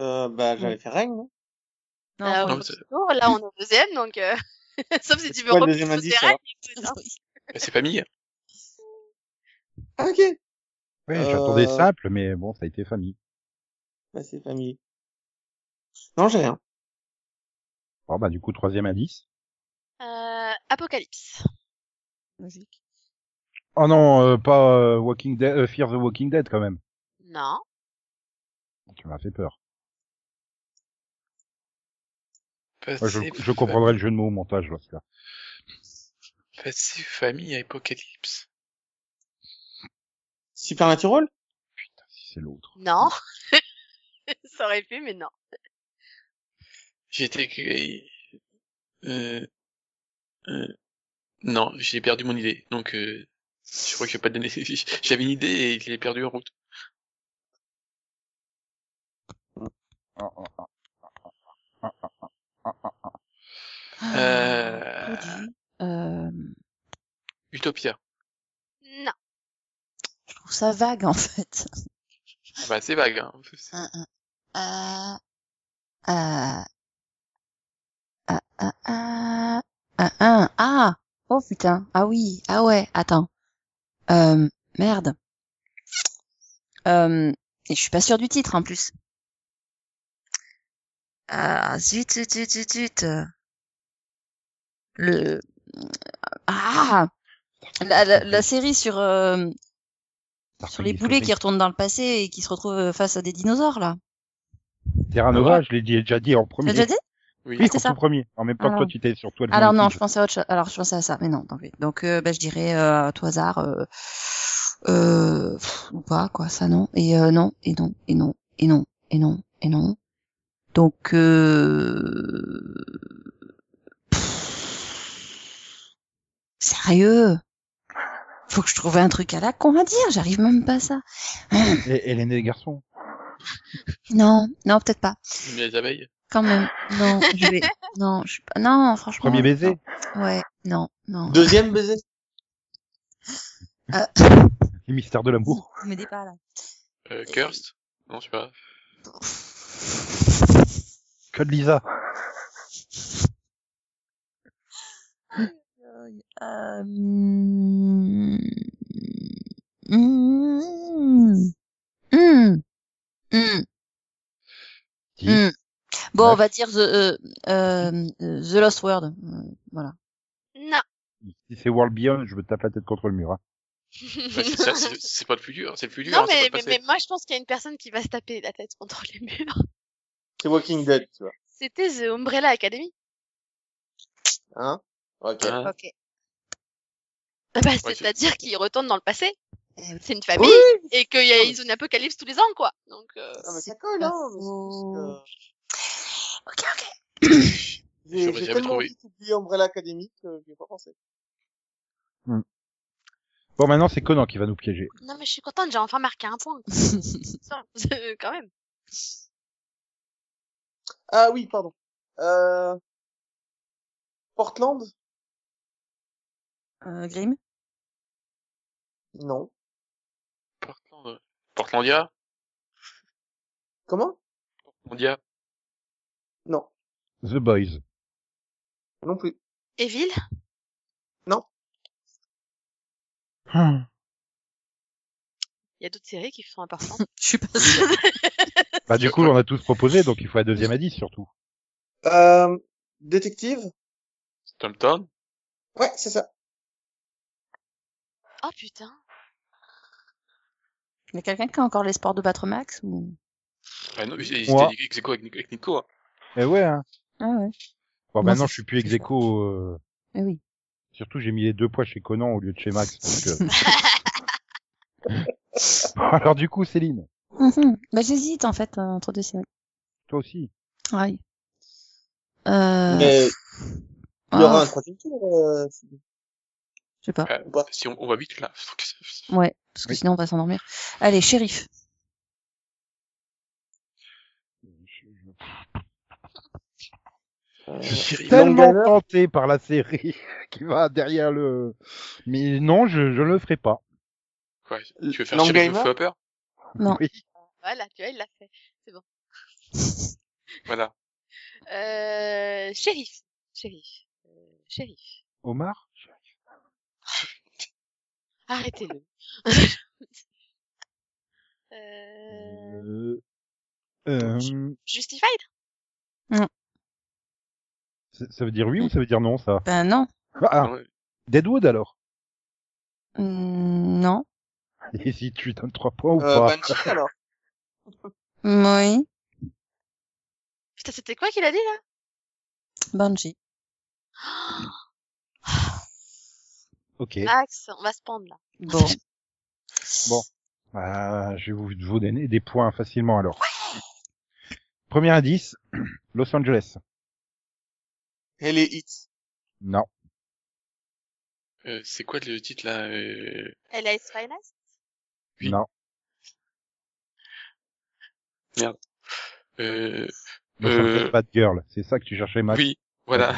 Speaker 2: Euh, bah, j'allais faire Règne, non?
Speaker 3: Non,
Speaker 4: Euh,
Speaker 5: Oh, Non,
Speaker 4: au
Speaker 5: mais c'est-
Speaker 4: second tour, là, on est au deuxième, donc... euh, (laughs) Sauf si tu veux
Speaker 2: quoi le
Speaker 4: reposer
Speaker 2: deuxième indice,
Speaker 4: Rennes,
Speaker 2: alors
Speaker 4: écoute,
Speaker 3: (laughs)
Speaker 4: hein.
Speaker 5: Bah, c'est famille.
Speaker 2: Ah, ok.
Speaker 1: Ouais,
Speaker 2: Euh,
Speaker 1: j'attendais simple, mais bon, ça a été famille.
Speaker 2: Bah, c'est famille. Non, j'ai rien.
Speaker 1: Bon bah du coup, troisième indice.
Speaker 4: Euh, Apocalypse.
Speaker 3: Logique.
Speaker 1: Oh non, euh, pas euh, Walking Dead, euh, Fear the Walking Dead quand même.
Speaker 4: Non.
Speaker 1: Tu m'as fait peur. Ouais, je,
Speaker 5: Passé,
Speaker 1: je comprendrai le jeu de mots au montage, parce que
Speaker 5: Passé, bah, famille, apocalypse.
Speaker 2: Supernatural?
Speaker 1: si c'est l'autre.
Speaker 4: Non. (laughs) ça aurait pu, mais non.
Speaker 5: J'étais, euh, euh, non, j'ai perdu mon idée. Donc, euh, je crois que j'ai pas donné, (laughs) j'avais une idée et je l'ai perdue en route.
Speaker 1: Ah, ah, ah, ah, ah, ah, ah, ah, ah.
Speaker 5: Euh,
Speaker 3: Maudit. Euh,
Speaker 5: Utopia.
Speaker 4: Non.
Speaker 3: je trouve ça vague, en fait.
Speaker 5: Ah Bah, c'est vague, hein.
Speaker 3: Un, un. Ah, ah, ah, ah, ah, ah, ah, ah. oh putain, ah oui, ah ouais, attends, euh, merde, euh, et je suis pas sûre du titre en plus. Ah zut zut zut zut zut, le ah la, la, la série sur euh, sur les
Speaker 1: Darkwing
Speaker 3: poulets qui
Speaker 1: Discovery.
Speaker 3: retournent dans le passé et qui se retrouvent face à des dinosaures là.
Speaker 1: Terra Nova, je l'ai dit- déjà dit en
Speaker 3: T'as
Speaker 1: premier.
Speaker 3: déjà dit
Speaker 5: Oui.
Speaker 1: Oui,
Speaker 3: c'est
Speaker 1: en
Speaker 3: ça.
Speaker 1: tout premier. En même temps
Speaker 3: Alors-
Speaker 1: que toi, tu t'es sur toi le
Speaker 3: Alors non,
Speaker 1: Monkey.
Speaker 3: je pensais à autre chose. Alors je pensais à ça, mais non, tant pis. Donc euh, bah, je dirais euh, à tout hasard euh, euh, pff, ou pas quoi, ça non et euh, non et non et non et non et non et non. Donc euh... pff, sérieux, faut que je trouve un truc à la con à dire. J'arrive même pas à ça.
Speaker 1: Et, et l'aîné des garçons.
Speaker 3: Non, non peut-être pas.
Speaker 5: Les abeilles.
Speaker 3: Quand même, non,
Speaker 1: (laughs)
Speaker 3: je vais, non, je suis pas, non, franchement.
Speaker 1: Premier baiser.
Speaker 3: Ah, non. Ouais, non, non.
Speaker 2: Deuxième baiser.
Speaker 3: Euh,
Speaker 1: Les mystères de l'amour.
Speaker 3: vous m'aidez pas là.
Speaker 5: Euh, Cursed. Non, je sais pas.
Speaker 1: Que de Lisa.
Speaker 3: Euh, mm, mm, mm, mm.
Speaker 1: Dix.
Speaker 3: Hmm. Bon,
Speaker 1: Neuf.
Speaker 3: on va dire The, euh, euh, The Lost World. Euh, Voilà.
Speaker 4: Non.
Speaker 1: Si c'est World Beyond, je me tape la tête contre le mur. hein.
Speaker 5: Bah,
Speaker 4: (laughs)
Speaker 5: c'est ça, c'est- c'est pas le plus dur, c'est le plus dur.
Speaker 4: non,
Speaker 5: hein, c'est
Speaker 4: mais,
Speaker 5: pas
Speaker 4: mais,
Speaker 5: de
Speaker 4: mais
Speaker 5: passer.
Speaker 4: moi, je pense qu'il y a une personne qui va se taper la tête contre les murs.
Speaker 2: C'est Walking Dead, tu vois.
Speaker 4: C'était The Umbrella Academy.
Speaker 2: Hein Ok.
Speaker 5: Hein.
Speaker 3: Ah.
Speaker 4: Ok. Bah,
Speaker 5: c'est-
Speaker 4: c'est-à-dire qu'ils retournent dans le passé.
Speaker 3: Eh oui.
Speaker 4: C'est une famille. Et qu'il y a ils ont une apocalypse tous les ans, quoi. Donc, euh,
Speaker 2: Ah, mais ça
Speaker 3: C'est
Speaker 2: colle,
Speaker 3: pas
Speaker 2: hein, mais c'est
Speaker 3: faux.
Speaker 2: juste
Speaker 3: Ok, ok.
Speaker 2: que- (coughs)
Speaker 5: J'aurais
Speaker 2: J'ai j'ai
Speaker 5: jamais
Speaker 2: tellement
Speaker 5: trouvé.
Speaker 2: vite oublié Umbrella Academy que j'y ai pas pensé.
Speaker 1: Bon, maintenant, c'est Conan qui va nous piéger.
Speaker 4: non, mais je suis contente, j'ai enfin marqué un point. Ça, (laughs) Quand même.
Speaker 2: Ah oui, pardon. Euh... Portland
Speaker 3: (laughs) Euh, Grimm.
Speaker 2: Non.
Speaker 5: Portland- Euh, Portlandia,
Speaker 2: Comment
Speaker 5: Portlandia,
Speaker 2: Non.
Speaker 1: The Boys.
Speaker 2: Non plus.
Speaker 4: Evil
Speaker 1: (laughs) Bah,
Speaker 4: Il y a d'autres séries qui font important. (laughs)
Speaker 3: Je suis pas (laughs) sûre.
Speaker 1: Bah, du coup, on a tous proposé, donc il faut la deuxième à 10, surtout.
Speaker 2: Euh... Détective
Speaker 5: Stompton,
Speaker 2: Ouais, c'est ça.
Speaker 4: oh putain.
Speaker 3: Il y a quelqu'un qui a encore l'espoir de battre Max ou...
Speaker 5: Ah non, mais c'est
Speaker 1: Moi.
Speaker 5: c'était ex aequo avec Nico- avec Nico. hein.
Speaker 1: Eh ouais, hein.
Speaker 3: Ah ouais.
Speaker 1: Bon,
Speaker 3: Moi,
Speaker 1: maintenant,
Speaker 3: c'est-
Speaker 1: je suis plus ex aequo, euh,
Speaker 3: Eh oui.
Speaker 1: Surtout, j'ai mis les deux poids chez Conan au lieu de chez Max. donc, euh. Bon, alors, du coup, Céline,
Speaker 3: (laughs) Mhm. Bah, j'hésite en fait euh, entre deux séries.
Speaker 1: toi aussi.
Speaker 3: Ouais. Euh...
Speaker 2: Mais il y aura
Speaker 3: ah,
Speaker 2: un troisième tour. Euh...
Speaker 3: Je sais pas.
Speaker 2: ou pas.
Speaker 5: Si on, on va vite là. (laughs)
Speaker 3: Ouais, parce que
Speaker 1: Oui.
Speaker 3: sinon on va s'endormir. Allez, (laughs) shérif.
Speaker 5: Je
Speaker 1: Euh,
Speaker 5: suis
Speaker 1: Tellement
Speaker 2: Longaner.
Speaker 1: tenté par la série (laughs) qui va derrière le... Mais non, je, je ne le ferai pas.
Speaker 5: Quoi, tu veux faire
Speaker 2: Long
Speaker 5: Sheriff
Speaker 2: Gamer
Speaker 5: Flopper
Speaker 3: Non.
Speaker 1: Oui.
Speaker 4: Voilà, tu vois, il l'a fait.
Speaker 5: Voilà.
Speaker 4: Euh, shérif. Shérif. Euh, shérif.
Speaker 1: Omar
Speaker 4: Arrêtez-le. (laughs) euh,
Speaker 1: Euh, euh,
Speaker 4: Justified
Speaker 1: ça ça veut dire oui ou ça veut dire non, ça
Speaker 3: Ben non.
Speaker 1: Ah,
Speaker 5: Ouais.
Speaker 1: Deadwood, alors
Speaker 3: Mm, non.
Speaker 1: Et si tu donnes trois points ou
Speaker 2: Euh,
Speaker 1: pas
Speaker 2: Banshee, alors
Speaker 3: Mm, Oui.
Speaker 4: Putain, c'était quoi qu'il a dit là
Speaker 3: Bungie.
Speaker 1: Ok.
Speaker 4: Max, on va se pendre là.
Speaker 3: Bon.
Speaker 1: Ah, je vais vous, vous donner des points facilement, alors. Premier indice, (clears throat) Los Angeles.
Speaker 2: Et les hits.
Speaker 1: Non.
Speaker 5: Euh, c'est quoi le titre là euh...
Speaker 4: Elle a Finance
Speaker 5: Oui.
Speaker 1: Non.
Speaker 5: Euh...
Speaker 1: Los
Speaker 5: Euh,
Speaker 1: Angeles Bad Girl. C'est ça que tu cherchais, Max
Speaker 5: Oui, voilà.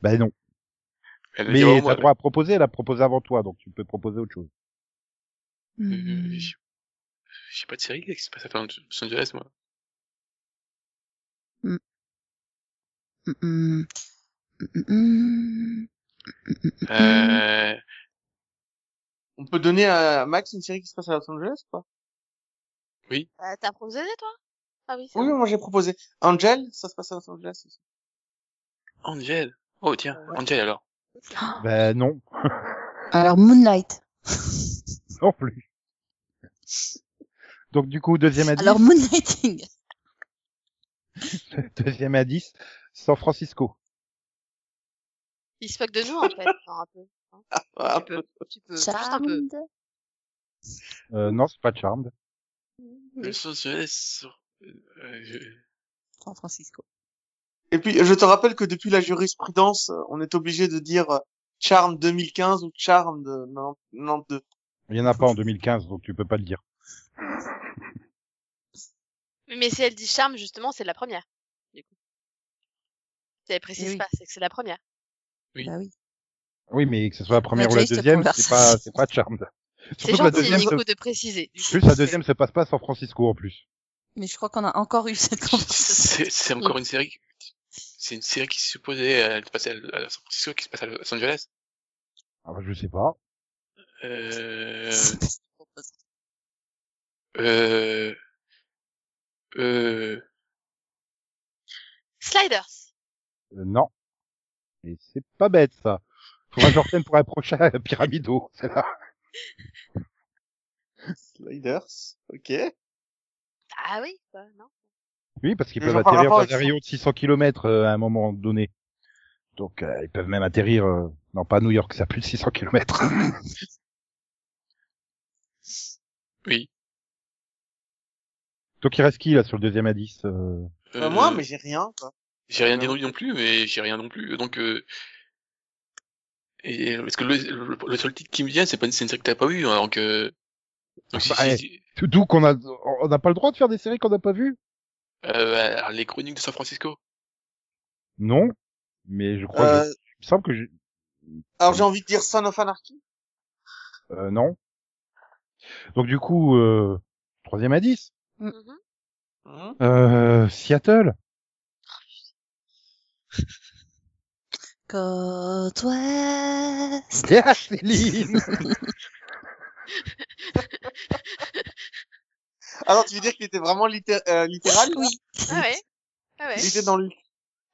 Speaker 1: Bah non.
Speaker 5: Elle a dit,
Speaker 1: Mais
Speaker 5: vraiment,
Speaker 1: t'as
Speaker 5: moi,
Speaker 1: droit à proposer, elle a proposé avant toi, donc tu peux proposer autre chose.
Speaker 5: euh,
Speaker 3: Mm.
Speaker 5: j'ai j'ai pas de série qui se passe à Los Angeles, moi.
Speaker 1: (laughs)
Speaker 3: Mm, mm, mm,
Speaker 1: Mmh.
Speaker 5: Euh...
Speaker 2: On peut donner à Max une série qui se passe à Los Angeles, quoi.
Speaker 4: euh, T'as proposé toi Ah oui, c'est
Speaker 2: Oui,
Speaker 4: bon.
Speaker 2: moi j'ai proposé. Angel, ça se passe à Los Angeles. aussi.
Speaker 5: Angel. Oh tiens,
Speaker 2: Ouais.
Speaker 5: Angel alors.
Speaker 1: Bah non, (laughs)
Speaker 3: Alors Moonlight.
Speaker 1: non plus. Donc du coup, deuxième indice,
Speaker 3: Alors Moonlighting.
Speaker 1: deuxième indice, San Francisco.
Speaker 4: Il se moque de nous en fait. Genre, un peu.
Speaker 2: Ouais, un
Speaker 4: Tu
Speaker 2: peu.
Speaker 4: peux. Tu peux. Juste un peu.
Speaker 3: Charmed.
Speaker 1: Euh, non, c'est pas Charmed.
Speaker 5: Los Angeles. euh,
Speaker 2: (laughs)
Speaker 5: je-
Speaker 3: San Francisco.
Speaker 2: Et puis, je te rappelle que depuis la jurisprudence, euh, on est obligé de dire euh, Charm 2015 ou Charm de 92.
Speaker 1: Il y en a pas en 2015, donc tu peux pas le dire.
Speaker 4: Mais si elle dit charme, justement, c'est la première. Du coup. Si elle précise
Speaker 3: oui.
Speaker 4: pas, c'est que c'est la première.
Speaker 5: Oui.
Speaker 3: Bah oui.
Speaker 1: Oui, mais que ce soit la première ou
Speaker 3: déjà
Speaker 1: la
Speaker 3: eu cette
Speaker 1: deuxième, c'est pas,
Speaker 3: conversation.
Speaker 1: c'est pas Charmed.
Speaker 4: C'est
Speaker 1: Surtout que la
Speaker 4: gentil,
Speaker 1: deuxième,
Speaker 4: Nico,
Speaker 1: se...
Speaker 4: de préciser. du coup.
Speaker 1: plus la deuxième se passe pas à San Francisco en plus.
Speaker 3: Mais je crois qu'on a encore eu cette conversation.
Speaker 5: C'est c'est encore une série. C'est une série qui se supposait euh, passer à à San Francisco, qui se passe à Los Angeles.
Speaker 1: Ah bah, je sais pas.
Speaker 5: Euh, euh, euh,
Speaker 4: (laughs) Sliders.
Speaker 1: Euh, non. Et c'est pas bête, ça. Faudra que je retienne pour un prochain (laughs) pyramido, c'est là.
Speaker 2: Sliders. Ok.
Speaker 4: Ah oui, quoi, non
Speaker 1: Oui, parce qu'ils
Speaker 2: Mais
Speaker 1: peuvent
Speaker 2: genre par
Speaker 1: atterrir
Speaker 2: rapport
Speaker 1: dans
Speaker 2: avec
Speaker 1: un
Speaker 2: ça.
Speaker 1: rayon de 600 km euh, à un moment donné. Donc, euh, ils peuvent même atterrir, euh, non pas à New York, c'est à plus de 600 km.
Speaker 5: oui.
Speaker 1: (laughs) Donc, il reste qui, là, sur le deuxième indice euh,
Speaker 2: Enfin,
Speaker 5: Euh,
Speaker 2: moi, mais j'ai rien. Quoi.
Speaker 5: J'ai rien dit non, non plus, mais j'ai rien non plus. Donc, euh, et, parce que le, le, le seul titre qui me vient, c'est pas une, c'est une série que t'as pas vue, hein, alors que. Donc, si,
Speaker 1: Bah, eh.
Speaker 5: si, si-
Speaker 1: Tout- D'où qu'on a, on n'a pas le droit de faire des séries qu'on n'a pas vues
Speaker 5: euh, alors, les chroniques de San Francisco.
Speaker 1: Non. Mais je crois, que
Speaker 2: Euh,
Speaker 1: je- il me semble que j'ai,
Speaker 2: alors j'ai envie de dire Son of Anarchy.
Speaker 1: euh, non. Donc, du coup, euh, troisième indice,
Speaker 4: Mhm.
Speaker 2: Mhm.
Speaker 1: euh, Seattle.
Speaker 3: Côte ouest.
Speaker 1: Yeah, Céline!
Speaker 2: Alors tu veux dire qu'il était vraiment litté- euh, littéral là
Speaker 3: Oui.
Speaker 4: Ah ouais. Ah ouais.
Speaker 2: Il était dans le.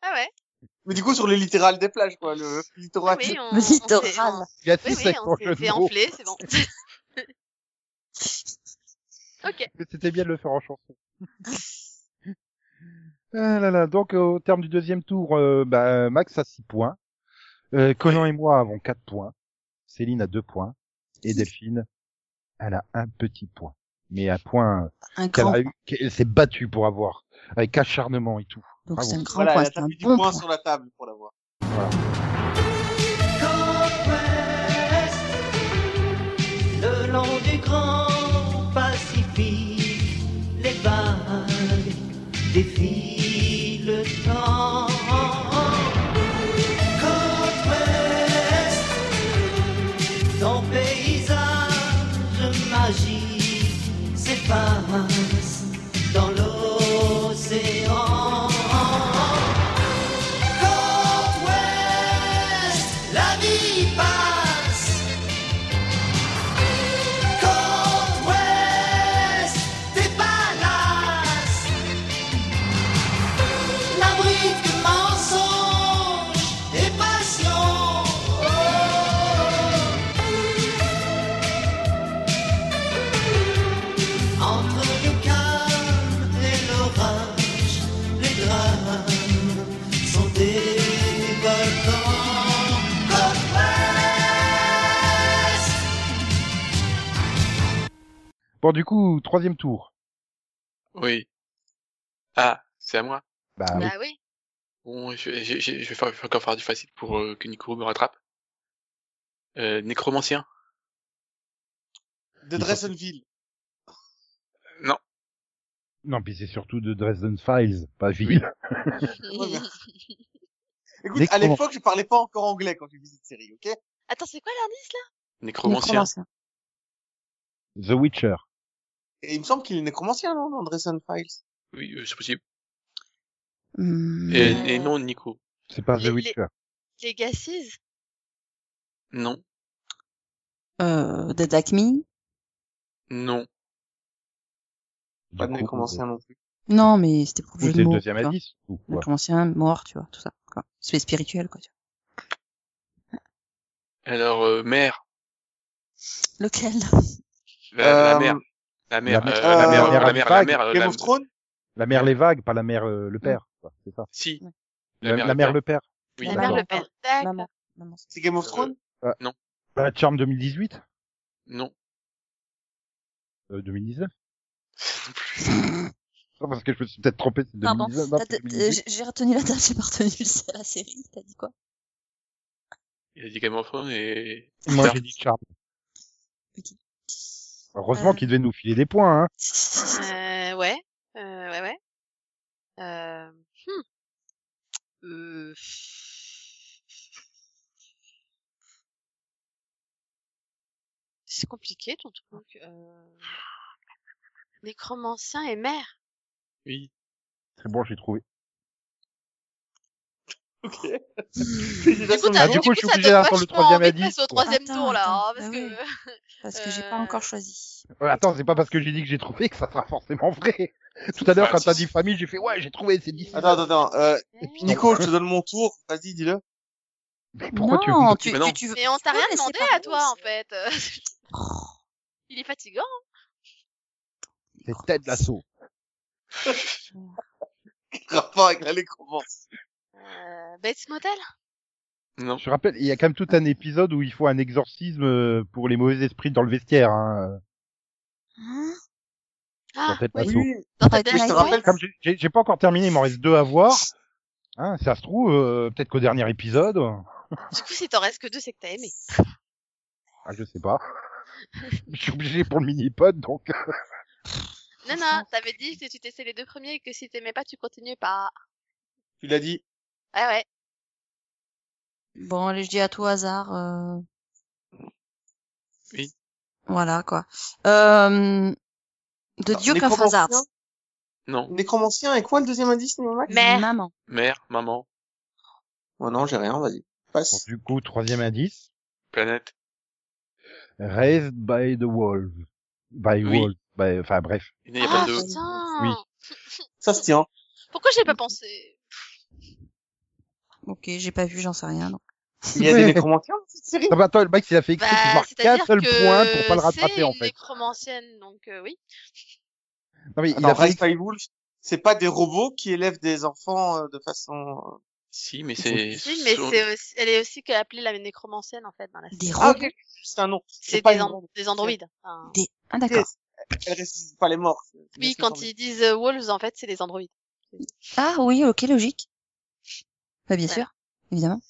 Speaker 4: Ah ouais.
Speaker 2: Mais du coup sur le littéral des plages quoi, le littoral.
Speaker 4: Oui, on, on
Speaker 3: Le
Speaker 4: s'est-
Speaker 3: littoral.
Speaker 4: on-
Speaker 1: (laughs) Il y a
Speaker 4: Oui,
Speaker 1: six
Speaker 4: oui,
Speaker 1: avec
Speaker 4: on
Speaker 1: ton
Speaker 4: s'est
Speaker 1: jeu
Speaker 4: fait
Speaker 1: de mots.
Speaker 4: enfler,
Speaker 1: (laughs)
Speaker 4: c'est bon. (laughs) ok.
Speaker 1: Mais C'était bien de le faire en
Speaker 4: (laughs)
Speaker 1: chanson. ah là là, donc au terme du deuxième tour, euh, bah, Max a 6 points. Euh, Conan et moi avons 4 points. Céline a 2 points. Et Delphine, elle a un petit point. Mais un point
Speaker 3: Un
Speaker 1: qu'elle
Speaker 3: grand.
Speaker 1: a eu, qu'elle s'est battue pour avoir. Avec acharnement et tout.
Speaker 3: Donc
Speaker 1: Bravo.
Speaker 3: c'est un grand
Speaker 2: Voilà,
Speaker 3: point.
Speaker 2: elle a
Speaker 3: C'est un
Speaker 2: tapé du
Speaker 3: bon
Speaker 2: poing
Speaker 3: point.
Speaker 2: sur la table pour l'avoir.
Speaker 10: Le long du grand Pacifique, les vagues défient le temps. Côte ouest, ton paysage magique s'efface dans l'océan. Côte ouest, la vie passe. Côte ouest des palaces, n'abrite que mensonges et passions. Entre le calme et l'orage, les drames sont des volcans. Côte ouest.
Speaker 1: Bon, du coup, troisième tour.
Speaker 5: Oui. Ah, c'est à moi.
Speaker 1: Bah, oui.
Speaker 4: Bah oui.
Speaker 5: Bon, je, je, je, je vais faire, je vais encore faire du facile pour euh, que Nico me rattrape. Euh, Nécromancien.
Speaker 2: De
Speaker 1: Il
Speaker 2: Dresdenville.
Speaker 1: Non, puis c'est surtout de Dresden Files, pas Ville.
Speaker 2: Écoute,
Speaker 1: Nécromancien.
Speaker 2: à l'époque je parlais pas encore anglais quand j'ai vu cette série, ok
Speaker 4: Attends, c'est quoi l'indice là
Speaker 5: Nécromancien.
Speaker 1: The Witcher.
Speaker 2: Et il me semble qu'il est nécromancien non dans Dresden Files.
Speaker 5: Oui, euh, c'est possible.
Speaker 3: Hum,
Speaker 5: Et,
Speaker 4: Euh.
Speaker 5: et non, Nico.
Speaker 1: C'est pas
Speaker 4: Les-
Speaker 1: The
Speaker 4: les-
Speaker 1: Witcher.
Speaker 4: Legacies
Speaker 5: Non.
Speaker 3: euh, Dead Like Me.
Speaker 5: Non.
Speaker 1: Du
Speaker 2: Pas de
Speaker 1: coup,
Speaker 2: nécromancien non plus.
Speaker 3: Non, mais c'était pour
Speaker 1: du
Speaker 3: le
Speaker 1: coup,
Speaker 3: jeu
Speaker 1: euh, c'est
Speaker 3: de
Speaker 1: le
Speaker 3: mots.
Speaker 1: deuxième
Speaker 3: tu vois.
Speaker 1: indice. ou quoi.
Speaker 3: Nécromancien, mort, tu vois, tout ça. Quoi. C'est spirituel, quoi. Tu
Speaker 5: Alors, euh, mère.
Speaker 3: vois. Lequel
Speaker 5: La,
Speaker 2: Euh,
Speaker 5: la mère. La
Speaker 1: la mère-
Speaker 5: mère. euh, La mère.
Speaker 2: euh,
Speaker 5: La mère. La
Speaker 1: Vague,
Speaker 5: mère. euh,
Speaker 2: Game
Speaker 5: la-
Speaker 2: of Thrones
Speaker 1: La mère les vagues, pas la mère euh, le père. quoi, C'est ça.
Speaker 5: Si.
Speaker 1: La, la mère le père.
Speaker 5: Oui.
Speaker 4: La
Speaker 3: La
Speaker 4: mère,
Speaker 3: maman.
Speaker 4: le père. D'accord.
Speaker 3: Maman. Maman.
Speaker 2: C'est Game of Thrones
Speaker 1: Bah, Charm 2018,
Speaker 5: Non.
Speaker 1: euh, 2019.
Speaker 3: (laughs)
Speaker 1: Non, parce que je me suis peut-être trompé. C'est
Speaker 3: Pardon,
Speaker 1: 2019. non,
Speaker 3: T'as-
Speaker 1: c'est
Speaker 3: t'as-
Speaker 1: 2018.
Speaker 3: j'ai- J'ai retenu la date, j'ai pas retenu la série. T'as dit quoi
Speaker 5: Il a dit Game of Thrones et...
Speaker 3: euh,
Speaker 1: Moi,
Speaker 5: Star.
Speaker 1: j'ai dit Charm.
Speaker 3: Ok.
Speaker 1: Heureusement
Speaker 3: Euh.
Speaker 1: qu'il devait nous filer des points. Hein.
Speaker 4: Euh, ouais. Euh, ouais, ouais. Euh, hmm. Euh, C'est compliqué ton truc. Euh... Nécromancien et mère.
Speaker 5: Oui.
Speaker 1: C'est bon, j'ai trouvé.
Speaker 2: Ok.
Speaker 1: Ah,
Speaker 4: Du coup, t'as-
Speaker 1: du
Speaker 4: du
Speaker 1: coup,
Speaker 4: coup,
Speaker 1: je suis
Speaker 4: ça
Speaker 1: obligé
Speaker 4: donne
Speaker 1: d'attendre le
Speaker 4: vachement
Speaker 1: troisième
Speaker 4: envie de
Speaker 1: indice,
Speaker 4: passer au
Speaker 1: quoi.
Speaker 4: troisième
Speaker 3: Attends,
Speaker 4: tour, là, hein,
Speaker 3: attends,
Speaker 4: parce
Speaker 3: bah
Speaker 4: que...
Speaker 3: oui. Parce que j'ai pas
Speaker 4: Euh,
Speaker 3: encore choisi.
Speaker 1: Ouais, Euh, Attends, c'est pas parce que j'ai dit que j'ai trouvé que ça sera forcément vrai. Tout à l'heure,
Speaker 5: Bah,
Speaker 1: quand
Speaker 5: si,
Speaker 1: t'as
Speaker 5: si.
Speaker 1: dit famille, j'ai fait ouais, j'ai trouvé, c'est d'ici.
Speaker 2: Attends, attends, attends. Euh,
Speaker 4: Mais
Speaker 2: Nico, je te donne mon tour. Vas-y, dis-le. (laughs)
Speaker 1: Mais pourquoi
Speaker 3: non,
Speaker 1: tu veux me
Speaker 3: tu,
Speaker 5: Mais Ah, non.
Speaker 3: tu, tu veux...
Speaker 4: on t'a
Speaker 3: peux
Speaker 4: rien
Speaker 3: laisser
Speaker 4: demandé
Speaker 3: parler
Speaker 4: à toi, en
Speaker 3: aussi.
Speaker 4: fait. (laughs) Il est fatigant.
Speaker 1: C'est Ted Lasso.
Speaker 2: Rapport avec la récompense.
Speaker 4: Euh, Bates Motel
Speaker 5: Non.
Speaker 1: Je rappelle, il y a quand même tout un épisode où il faut un exorcisme euh, pour les mauvais esprits dans le vestiaire. Hein,
Speaker 3: Hein
Speaker 1: dans
Speaker 4: Ah,
Speaker 1: Ted
Speaker 4: oui.
Speaker 1: Lasso.
Speaker 4: Dans ta
Speaker 3: Mais
Speaker 2: Mais je te
Speaker 3: Night
Speaker 2: rappelle
Speaker 1: Comme j'ai- j'ai j'ai pas encore terminé, il m'en reste deux à voir. Hein, ça se trouve, euh, peut-être qu'au dernier épisode, ah,
Speaker 4: Du coup, si t'en restes que deux, c'est que t'as aimé.
Speaker 1: je sais pas. (laughs) Je suis obligé pour le mini-pod, donc.
Speaker 4: Non, non, t'avais dit que tu testais les deux premiers et que si t'aimais pas, tu continuais pas.
Speaker 2: Tu l'as dit.
Speaker 4: Ouais, ouais.
Speaker 3: Bon, allez, je dis à tout hasard. euh,
Speaker 5: Oui.
Speaker 3: Voilà, quoi. Euh... De
Speaker 2: Alors,
Speaker 3: Duke of Hazard.
Speaker 2: Nécromancien.
Speaker 5: Non.
Speaker 2: Nécromancien, et quoi le deuxième indice, Néo Max
Speaker 4: Mère.
Speaker 3: Maman.
Speaker 5: Mère, maman,
Speaker 2: Oh non, j'ai rien, vas-y.
Speaker 1: Bon,
Speaker 2: Passe.
Speaker 1: du coup, troisième indice.
Speaker 5: planète.
Speaker 1: Raised by the wolf. By
Speaker 5: Oui.
Speaker 1: wolf. By- Enfin, bref.
Speaker 5: Il n'y a
Speaker 4: Ah,
Speaker 5: pas de...
Speaker 4: putain
Speaker 1: Oui.
Speaker 2: Ça se tient.
Speaker 4: Pourquoi j'ai pas pensé
Speaker 3: Ok, j'ai pas vu, j'en sais rien. donc.
Speaker 2: Il y a des nécromanciens dans cette série.
Speaker 1: Ah bah attends, le mec, il a fait
Speaker 4: Bah,
Speaker 1: exprès qu'il marque
Speaker 4: c'est-à-dire
Speaker 1: 4 seuls
Speaker 4: que
Speaker 1: points pour pas le
Speaker 4: c'est
Speaker 1: rattraper, en
Speaker 4: une
Speaker 1: fait.
Speaker 4: nécromancienne, donc euh, oui.
Speaker 1: Non, mais il
Speaker 2: Dans
Speaker 1: a fait
Speaker 2: Rise by Wolf, c'est pas des robots qui élèvent des enfants euh, de façon... euh,
Speaker 5: Si, mais c'est...
Speaker 4: Oui, mais
Speaker 5: son-
Speaker 4: c'est aussi- elle est aussi que- appelée la nécromancienne, en fait, dans la
Speaker 3: Des
Speaker 4: série.
Speaker 2: Ah,
Speaker 3: robots.
Speaker 2: ok, c'est juste un nom.
Speaker 4: C'est
Speaker 2: pas
Speaker 4: des,
Speaker 2: une
Speaker 4: an-
Speaker 2: grande-
Speaker 4: des androïdes. Enfin,
Speaker 3: Des... Ah,
Speaker 2: Elle
Speaker 3: d'accord.
Speaker 2: ressuscite pas les morts. c'est-
Speaker 4: oui,
Speaker 2: c'est
Speaker 4: quand
Speaker 2: tombé.
Speaker 4: ils disent euh, wolves, en fait, c'est des androïdes.
Speaker 3: Ah oui, ok, logique. Bah, bien
Speaker 4: Voilà.
Speaker 3: sûr, évidemment.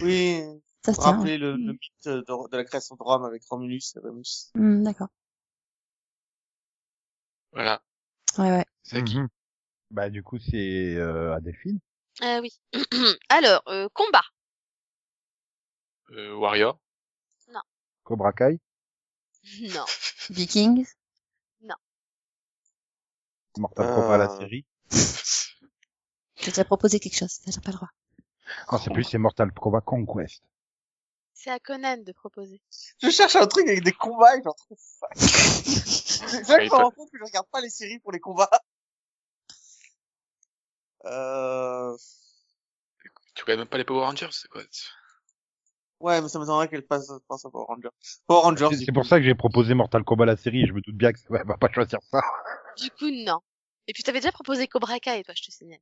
Speaker 2: Oui,
Speaker 3: Ça se tient. ouais.
Speaker 2: rappelez le, le mythe de, de la création de Rome avec Romulus et Remus.
Speaker 3: Hmm, d'accord.
Speaker 5: Voilà.
Speaker 3: Ouais, ouais.
Speaker 5: C'est qui
Speaker 1: Mhm. Bah du coup c'est euh, Adelphine.
Speaker 4: Euh, oui. (clears throat) Alors, euh, combat. (laughs)
Speaker 5: euh, Warrior.
Speaker 1: Cobra Kai.
Speaker 4: Non.
Speaker 3: Vikings.
Speaker 1: Mortal Kombat la
Speaker 2: Euh.
Speaker 1: série.
Speaker 3: J'ai déjà proposé quelque chose. T'as pas le droit.
Speaker 1: Non Ah, c'est plus c'est Mortal Kombat Conquest.
Speaker 4: C'est à Conan de proposer.
Speaker 2: Je cherche un truc avec des combats et j'en trouve pas.
Speaker 1: (laughs)
Speaker 2: Je
Speaker 5: Ouais,
Speaker 2: me rends
Speaker 5: toi.
Speaker 2: compte que je regarde pas les séries pour les combats. Euh...
Speaker 5: Tu regardes même pas les Power Rangers, c'est quoi
Speaker 2: Ouais, mais ça m'étonnerait qu'elle passe, pense à Power Rangers. Power Rangers,
Speaker 1: C'est c'est pour ça que j'ai proposé Mortal Kombat la série. et Je me doute bien que ça va (laughs) pas choisir ça.
Speaker 4: Du coup, non. Et puis, t'avais déjà proposé Cobra Kai, toi, je te signale.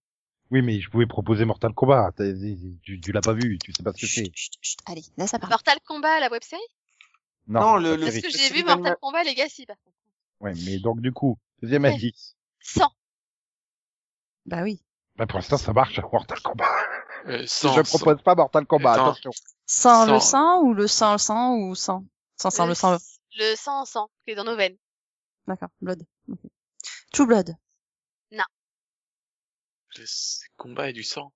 Speaker 1: Oui mais je pouvais proposer Mortal Kombat. T'as- Tu, tu l'as pas vu, tu sais pas ce que c'est.
Speaker 3: Chut, chut, chut. Allez, là,
Speaker 1: Ah.
Speaker 3: ça parle.
Speaker 4: Mortal Kombat, la web série
Speaker 1: Non,
Speaker 2: Non, le-
Speaker 1: la
Speaker 2: le-
Speaker 4: Parce
Speaker 1: série.
Speaker 4: que
Speaker 2: La
Speaker 4: j'ai
Speaker 2: série
Speaker 4: vu Mortal
Speaker 2: d'anima-
Speaker 4: Kombat Legacy, bah. par contre.
Speaker 1: Ouais mais donc du coup deuxième
Speaker 4: Ouais.
Speaker 1: indice.
Speaker 4: 100.
Speaker 3: Bah oui.
Speaker 1: Bah pour l'instant ça marche Mortal Kombat.
Speaker 5: euh,
Speaker 1: je
Speaker 5: sans,
Speaker 1: propose pas Mortal Kombat
Speaker 5: Attends.
Speaker 1: attention.
Speaker 3: Sans le
Speaker 5: Sans.
Speaker 3: sang ou le sang, le sang ou sang Sans sang, le sang.
Speaker 4: Le sang, sang, qui est dans nos veines.
Speaker 3: D'accord, blood. Ok. True blood. (laughs)
Speaker 5: le s- combat et du sang.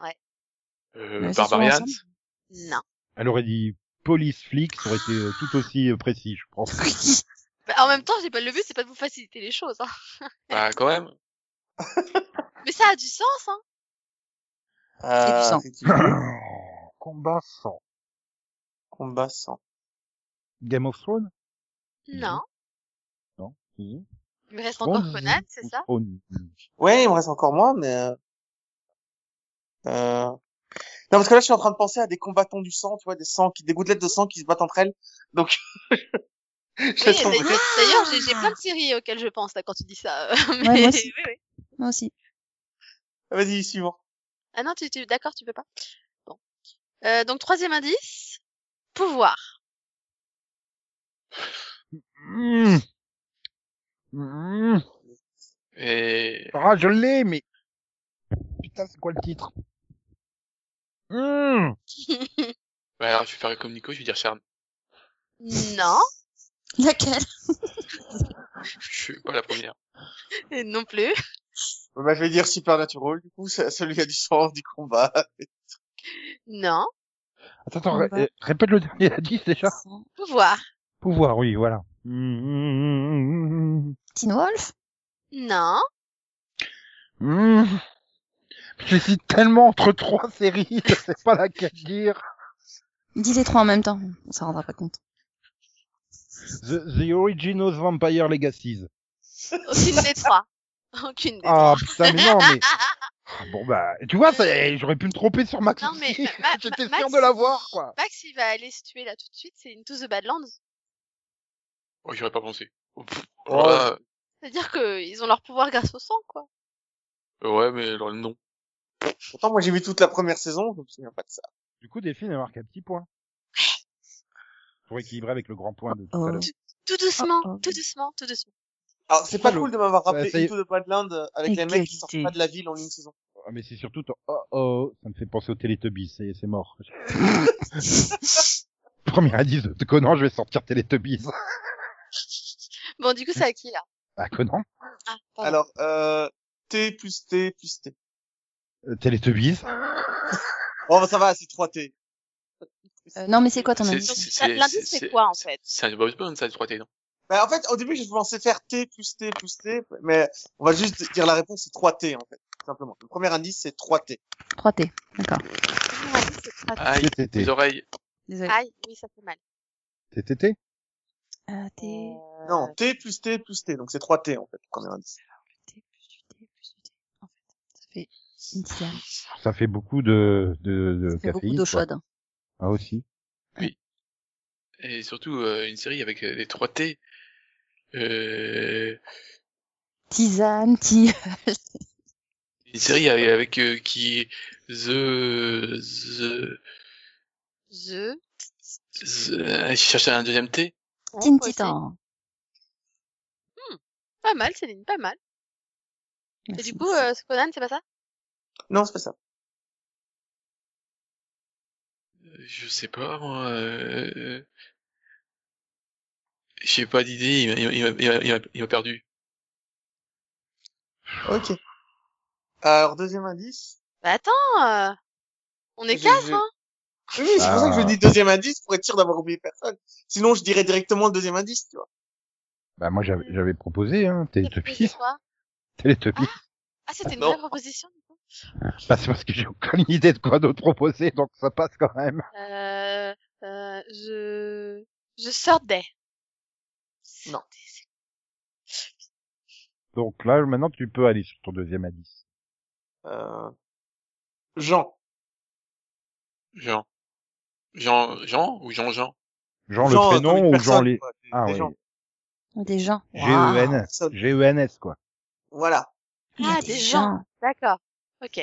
Speaker 4: Ouais.
Speaker 5: Euh,
Speaker 3: Mais ce sont
Speaker 5: Barbarian.
Speaker 3: ensemble.
Speaker 4: Non.
Speaker 1: Elle aurait dit police flic, ça aurait été euh, tout aussi euh, précis je
Speaker 4: (laughs)
Speaker 1: pense.
Speaker 4: Bah, en même temps, j'ai pas le but, c'est pas de vous faciliter les choses. Hein.
Speaker 5: Bah, quand même.
Speaker 4: Mais ça a du sens, hein.
Speaker 3: du sang.
Speaker 2: Euh, effectivement,
Speaker 1: (coughs) Combat sans
Speaker 2: combat sans.
Speaker 1: Game of Thrones.
Speaker 4: Non.
Speaker 1: Non. Mhm.
Speaker 4: Il me reste encore
Speaker 1: Thrones
Speaker 4: Conan, c'est
Speaker 1: ou (laughs)
Speaker 4: ça
Speaker 1: Thrones
Speaker 2: Ouais, il me reste encore moins, mais... euh, Euh... Non, parce que là, je suis en train de penser à des combattants du sang, tu vois, des sangs qui, des gouttelettes de sang qui se battent entre elles. Donc, (laughs) je
Speaker 4: Oui,
Speaker 2: tombe-
Speaker 4: d'ailleurs, d'ailleurs, j'ai j'ai plein de séries auxquelles je pense, là, quand tu dis ça. euh, (laughs) Mais...
Speaker 3: moi aussi.
Speaker 4: oui, oui.
Speaker 3: Moi aussi.
Speaker 2: Vas-y, suivant.
Speaker 4: Ah non, tu, tu, d'accord, tu peux pas. Bon. Euh, donc, troisième indice. Pouvoir. Hmm.
Speaker 1: Mmh. Mmh.
Speaker 5: Et
Speaker 1: Ah, je l'ai, mais... Putain, c'est quoi le titre Mmh.
Speaker 5: bah, alors, je vais faire comme Nico, je vais dire charme.
Speaker 4: Non.
Speaker 3: Laquelle
Speaker 5: Je suis pas la première.
Speaker 4: (laughs) Et Non plus.
Speaker 2: Bah, bah, je vais dire Supernatural, du coup, c'est celui a du sang, du combat.
Speaker 4: Non.
Speaker 1: Attends, attends,
Speaker 3: Combat.
Speaker 1: ré- euh, répète le dernier indice déjà.
Speaker 3: Sang.
Speaker 4: Pouvoir.
Speaker 1: Pouvoir, oui, voilà. Mmh.
Speaker 3: Teen Wolf
Speaker 4: Non.
Speaker 1: Mmh. J'hésite tellement entre trois (laughs) séries, je sais pas laquelle dire.
Speaker 3: Dis les trois en même temps, on s'en rendra pas compte.
Speaker 1: The, the Origin of Vampire Legacies.
Speaker 4: Aucune des trois. Aucune des
Speaker 1: Ah
Speaker 4: trois.
Speaker 1: putain, mais non, mais... Ah, Bon bah, tu vois, ça- eh, j'aurais pu me tromper sur Max.
Speaker 4: Non, mais, Ma- Ma-
Speaker 1: J'étais
Speaker 4: Ma-
Speaker 1: sûr
Speaker 4: Max-
Speaker 1: de l'avoir, quoi.
Speaker 4: Max, il va aller se tuer là tout de suite, c'est Into the Badlands.
Speaker 5: Oh, j'y aurais pas pensé. Oh, pff,
Speaker 1: Oh.
Speaker 5: ah,
Speaker 4: C'est-à-dire que ils ont leur pouvoir grâce au sang, quoi.
Speaker 5: ouais, mais alors non.
Speaker 2: Pourtant, moi, j'ai vu toute la première saison, je me souviens pas de ça.
Speaker 1: Du coup, Delphine, elle marque un petit point. Pour équilibrer avec le grand point de tout
Speaker 3: Oh.
Speaker 1: à l'heure.
Speaker 4: Tout doucement,
Speaker 3: Oh, oh.
Speaker 4: tout doucement, tout doucement.
Speaker 2: Alors, c'est pas
Speaker 1: Allô.
Speaker 2: cool de m'avoir rappelé
Speaker 1: Ouais, Bah, ça y est.
Speaker 2: Into the Badland avec les mecs qui sortent
Speaker 3: Égalité.
Speaker 2: pas de la ville en une saison.
Speaker 1: Ah, mais c'est surtout ton oh oh, ça me fait penser au Teletubbies, c'est, c'est mort. Premier indice de Conan, je vais sortir Teletubbies.
Speaker 4: Bon, du coup, c'est à qui, là?
Speaker 1: Ah, Conan?
Speaker 4: Ah, pardon.
Speaker 2: Alors, euh, T plus T plus T.
Speaker 1: Euh, Teletubbies?
Speaker 2: Oh, ça va, c'est 3T.
Speaker 3: Euh, non, mais c'est quoi ton
Speaker 5: C'est-
Speaker 3: indice
Speaker 5: c'est- c'est-
Speaker 4: L'indice, c'est quoi, en fait?
Speaker 5: C'est un Bob Esponja, ça, le 3T, non
Speaker 2: Bah, en fait, au début, je pensais faire T plus T plus T, mais on va juste dire la réponse, c'est 3T, en fait. Simplement. Le premier indice, c'est 3T.
Speaker 3: 3T, d'accord.
Speaker 4: L'indice, c'est
Speaker 3: Ah,
Speaker 4: pas-
Speaker 5: Aïe,
Speaker 1: TTT.
Speaker 5: les oreilles.
Speaker 3: Désolé.
Speaker 4: Aïe, oui, ça fait mal.
Speaker 1: TTT?
Speaker 3: Euh, T,
Speaker 2: Non, T plus T plus T, donc c'est 3T, en fait, le premier indice.
Speaker 3: T plus du T plus du T. En fait, ça fait une syllabe.
Speaker 1: Ça fait beaucoup de, de, de
Speaker 3: Ça fait beaucoup
Speaker 1: Euh, caféine,
Speaker 3: d'eau
Speaker 1: quoi.
Speaker 3: chaude.
Speaker 1: Ah, aussi.
Speaker 5: Et surtout, euh, une série avec euh, les 3T. Euh,
Speaker 3: Tisane, ti.
Speaker 5: une série avec, avec, euh, qui... The... The...
Speaker 4: The.
Speaker 5: the... euh, Je cherchais un deuxième T.
Speaker 3: (laughs) Teen
Speaker 4: Faut essayer.
Speaker 3: Titan.
Speaker 4: Pas mal, Céline, pas mal. Et
Speaker 3: Merci,
Speaker 4: du coup,
Speaker 3: merci.
Speaker 4: euh, Conan, c'est pas ça?
Speaker 2: Non, c'est pas ça.
Speaker 5: Je sais pas, moi. Euh... J'ai pas d'idée, il m'a- il m'a- il m'a- il m'a- il m'a perdu.
Speaker 2: Ok. Alors, deuxième indice.
Speaker 4: Bah, attends, euh, on est
Speaker 2: Je-
Speaker 4: quatre,
Speaker 2: je-
Speaker 4: hein.
Speaker 2: Oui, oui, c'est pour ça que je
Speaker 1: Ah.
Speaker 2: dis deuxième indice pour être sûr d'avoir oublié personne. Sinon, je dirais directement le deuxième indice, tu vois.
Speaker 1: Bah, moi, j'avais,
Speaker 4: Mm.
Speaker 1: j'avais proposé, hein, Teletubbies.
Speaker 4: quoi?
Speaker 1: Teletubbies.
Speaker 4: Ah, c'était une
Speaker 2: Non.
Speaker 4: vraie proposition, du coup.
Speaker 1: (laughs) Bah, c'est parce que j'ai aucune idée de quoi d'autre proposer, donc ça passe quand même.
Speaker 4: Euh, euh, je, je sortais.
Speaker 2: Non.
Speaker 1: Donc là, maintenant, tu peux aller sur ton deuxième indice.
Speaker 2: Euh... Jean.
Speaker 5: Jean. Jean, Jean ou Jean-Jean?
Speaker 1: Genre
Speaker 2: Jean,
Speaker 1: le
Speaker 2: comme
Speaker 1: prénom
Speaker 2: une
Speaker 1: ou genre
Speaker 2: personne,
Speaker 1: les...
Speaker 2: quoi, des-
Speaker 1: Ah, E
Speaker 2: des
Speaker 1: oui.
Speaker 2: gens.
Speaker 3: Oh, Des gens. Waouh.
Speaker 1: G-E-N.
Speaker 2: Personne.
Speaker 1: G-E-N-S, quoi. (laughs)
Speaker 2: Voilà.
Speaker 3: Il y a
Speaker 4: Ah, des gens. D'accord. Ok.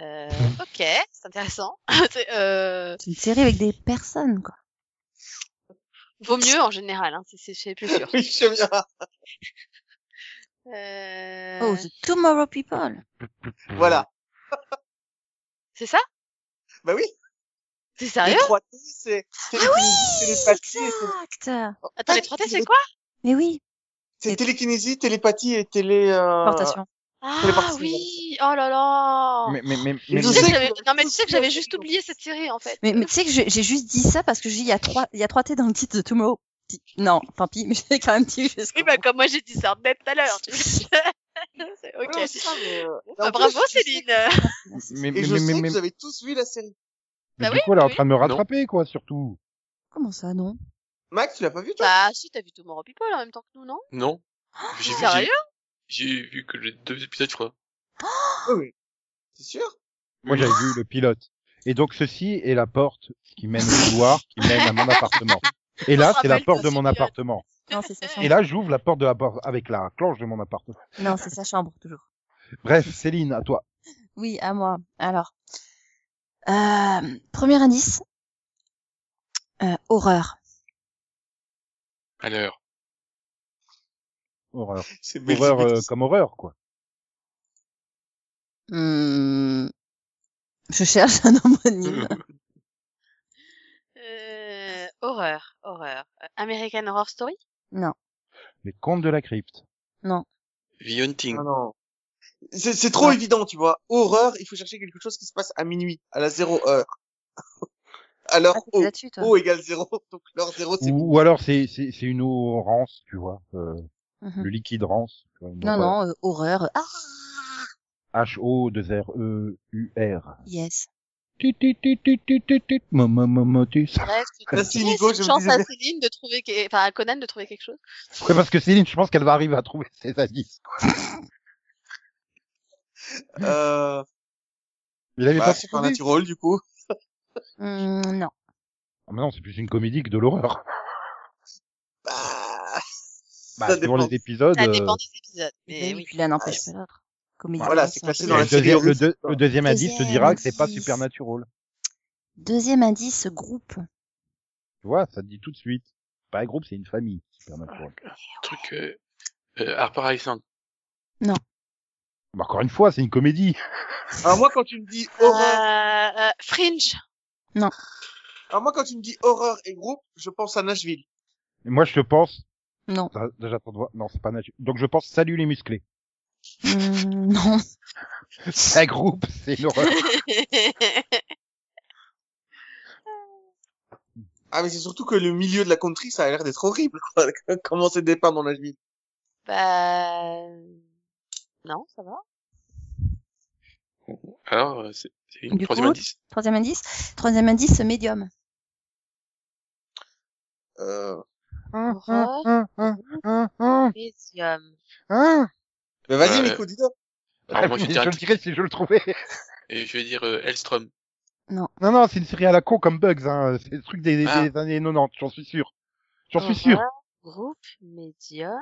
Speaker 4: Euh, ok, c'est intéressant. (laughs) C'est, euh,
Speaker 3: C'est une série avec des personnes, quoi.
Speaker 4: vaut mieux en général, hein, c'est- c'est c'est plus sûr.
Speaker 2: Oui, je sais bien.
Speaker 4: Euh,
Speaker 3: Oh, The Tomorrow People.
Speaker 2: Voilà.
Speaker 4: c'est ça
Speaker 2: Bah oui.
Speaker 4: C'est
Speaker 2: Les
Speaker 4: sérieux Ah
Speaker 2: trois T, c'est, c'est télépathie, et télé-
Speaker 3: Exact.
Speaker 4: Attends, les trois T, c'est quoi
Speaker 3: Mais oui.
Speaker 2: c'est télékinésie, télépathie et télé, euh...
Speaker 3: Portation.
Speaker 4: Ah
Speaker 2: téléportation.
Speaker 4: oui Oh là là
Speaker 1: Mais, mais, mais,
Speaker 2: Mais
Speaker 1: mais-
Speaker 4: Tu
Speaker 2: je
Speaker 4: sais que
Speaker 2: sais
Speaker 4: j'avais-
Speaker 2: que-
Speaker 4: Non mais tu sais que j'avais juste oublié cette série en fait.
Speaker 3: Mais, mais tu sais que j'ai j'ai juste dit ça parce que j'ai dit il y a trois, il y a trois T dans le titre de Tomorrow. Ti- Non, tant pis, mais (laughs) j'ai quand même dit jusqu'au
Speaker 4: Oui bah comme moi j'ai dit ça même tout à l'heure. (laughs) tu sais. C'est-
Speaker 2: Ouais,
Speaker 4: ok.
Speaker 2: ouais, c'est ça, mais, euh,
Speaker 4: Bah,
Speaker 2: en plus,
Speaker 4: bravo
Speaker 2: je sais-
Speaker 4: Céline. (laughs)
Speaker 3: bout. Merci.
Speaker 1: mais, mais,
Speaker 2: Et je
Speaker 1: mais-
Speaker 2: sais
Speaker 1: mais-
Speaker 2: que vous avez tous vu la série.
Speaker 1: mais
Speaker 4: Bah
Speaker 1: du
Speaker 4: oui,
Speaker 1: coup, elle est en
Speaker 4: oui.
Speaker 1: train de me rattraper, quoi, surtout.
Speaker 3: Comment ça, non
Speaker 2: Max, tu l'as pas vu, toi?
Speaker 4: Bah si t'as vu Tomorrow People en même temps que nous non
Speaker 5: Non? J'ai vu,
Speaker 4: Sérieux
Speaker 5: j'ai, j'ai vu que les deux épisodes, je crois.
Speaker 2: Oui, Ah oui. C'est sûr?
Speaker 1: Moi, j'avais vu le pilote. Et donc, ceci est la porte qui mène au couloir, qui mène à mon appartement. Et là, c'est la
Speaker 4: Rappelle-toi
Speaker 1: porte de
Speaker 4: ce
Speaker 1: mon
Speaker 4: pilote.
Speaker 1: appartement.
Speaker 3: Non, c'est sa
Speaker 1: Et (laughs)
Speaker 3: chambre.
Speaker 1: là, j'ouvre la porte de la porte avec la cloche de mon appartement.
Speaker 3: Non, c'est sa chambre toujours.
Speaker 1: Bref, Céline, à toi.
Speaker 3: Oui, à moi. Alors, euh, premier indice, euh, horreur.
Speaker 5: Alors.
Speaker 1: Horreur.
Speaker 2: C'est
Speaker 1: Horreur euh,
Speaker 2: Belzébuth.
Speaker 1: comme horreur, quoi.
Speaker 3: Hmm, je cherche (laughs) un homonyme.
Speaker 4: Euh, horreur, horreur. Euh, American Horror Story
Speaker 3: non,
Speaker 1: Les contes de la crypte.
Speaker 3: Oh,
Speaker 5: The Hunting.
Speaker 2: Non, non. C'est, c'est trop évident, tu vois. Horreur, il faut chercher quelque chose qui se passe à minuit, à la zéro heure. (laughs) Alors,
Speaker 3: ah, t'étais
Speaker 2: O,
Speaker 3: là-dessus toi.
Speaker 2: O égale zéro, donc l'heure zéro, c'est
Speaker 1: Ou, ou alors, c'est c'est- c'est une eau rance, tu vois. euh,
Speaker 3: Mhm.
Speaker 1: le liquide rance. tu vois, euh, une
Speaker 3: Non,
Speaker 1: horreur.
Speaker 3: non, euh, horreur. Ah,
Speaker 1: H-O-2-R-E-U-R.
Speaker 3: Yes.
Speaker 1: Tut, tut, tut, tut, tut, tut, tut, mo, mo, mo, mo, tu. (laughs)
Speaker 4: Bref, tu
Speaker 2: Merci,
Speaker 4: laisses
Speaker 2: Nico,
Speaker 4: une
Speaker 2: je me
Speaker 4: chance
Speaker 2: disais
Speaker 4: à
Speaker 2: bien.
Speaker 4: Céline de trouver, que- enfin, à Conan de trouver quelque chose.
Speaker 1: Ouais, parce que Céline, je pense qu'elle va arriver à trouver (laughs) ses indices.
Speaker 2: Euh,
Speaker 1: Il avait
Speaker 2: bah,
Speaker 1: pas
Speaker 2: Super
Speaker 1: proposé.
Speaker 2: Natural, du coup.
Speaker 3: Hmm, non.
Speaker 1: Ah, mais non, c'est plus une comédie que de l'horreur.
Speaker 2: Bah,
Speaker 1: Bah,
Speaker 2: ça
Speaker 1: suivant
Speaker 2: dépend.
Speaker 1: les épisodes.
Speaker 4: Ça dépend
Speaker 1: euh,
Speaker 4: des épisodes. Mais
Speaker 3: Et
Speaker 4: oui.
Speaker 3: Ben puis là, n'empêche pas
Speaker 2: Ah,
Speaker 3: l'autre. Comédie
Speaker 2: Voilà,
Speaker 3: romantique,
Speaker 2: c'est
Speaker 3: c'est
Speaker 2: classé
Speaker 3: un
Speaker 2: dans
Speaker 1: et
Speaker 3: peu-
Speaker 2: la
Speaker 1: le, deuxième,
Speaker 2: catégorie
Speaker 1: le, deux- le deuxième indice te
Speaker 3: Deuxième
Speaker 1: dira que c'est pas
Speaker 3: indice.
Speaker 1: supernatural.
Speaker 3: Deuxième indice, groupe.
Speaker 1: Tu vois, ça te dit tout de suite. Pas un groupe, c'est une famille. Supernatural.
Speaker 5: truc euh, euh, Harper Island.
Speaker 1: Bah, encore une fois, c'est une comédie.
Speaker 2: Alors moi, quand tu me dis
Speaker 4: Euh,
Speaker 2: horreur,
Speaker 4: euh, Fringe.
Speaker 2: alors moi, quand tu me dis horreur et groupe, je pense à Nashville.
Speaker 1: Et moi, je te pense.
Speaker 3: Non.
Speaker 1: Ah, Déjà, attends de voir. Non, c'est pas naturel. Donc, je pense Salut les
Speaker 5: (laughs)
Speaker 1: musclés.
Speaker 3: Hmm, (laughs) non.
Speaker 1: C'est un groupe, c'est une horreur.
Speaker 2: Ah, mais c'est surtout que le milieu de la country, ça a l'air d'être horrible, quoi. (laughs) Comment c'est dépeint dans Nashville?
Speaker 4: bah, non, ça va.
Speaker 5: Alors, euh, c'est c'est une
Speaker 3: Du
Speaker 5: troisième
Speaker 3: coup,
Speaker 5: indice.
Speaker 3: Troisième indice. Troisième indice, médium.
Speaker 2: Euh,
Speaker 4: Horreur,
Speaker 5: Ah,
Speaker 1: Ah.
Speaker 4: Médium.
Speaker 2: mais vas-y,
Speaker 5: Ouais.
Speaker 2: Nico, dis-le.
Speaker 5: Alors, moi, je vais
Speaker 1: je
Speaker 5: dire,
Speaker 1: le dirais si je le trouvais.
Speaker 5: et je vais dire euh, Hellstrom.
Speaker 1: Non, non, c'est une série à la con comme Bugs, hein. C'est le truc des, des-
Speaker 5: Ah.
Speaker 1: des années 90, j'en suis sûr. J'en suis sûr.
Speaker 4: Horreur, Groupe, médium.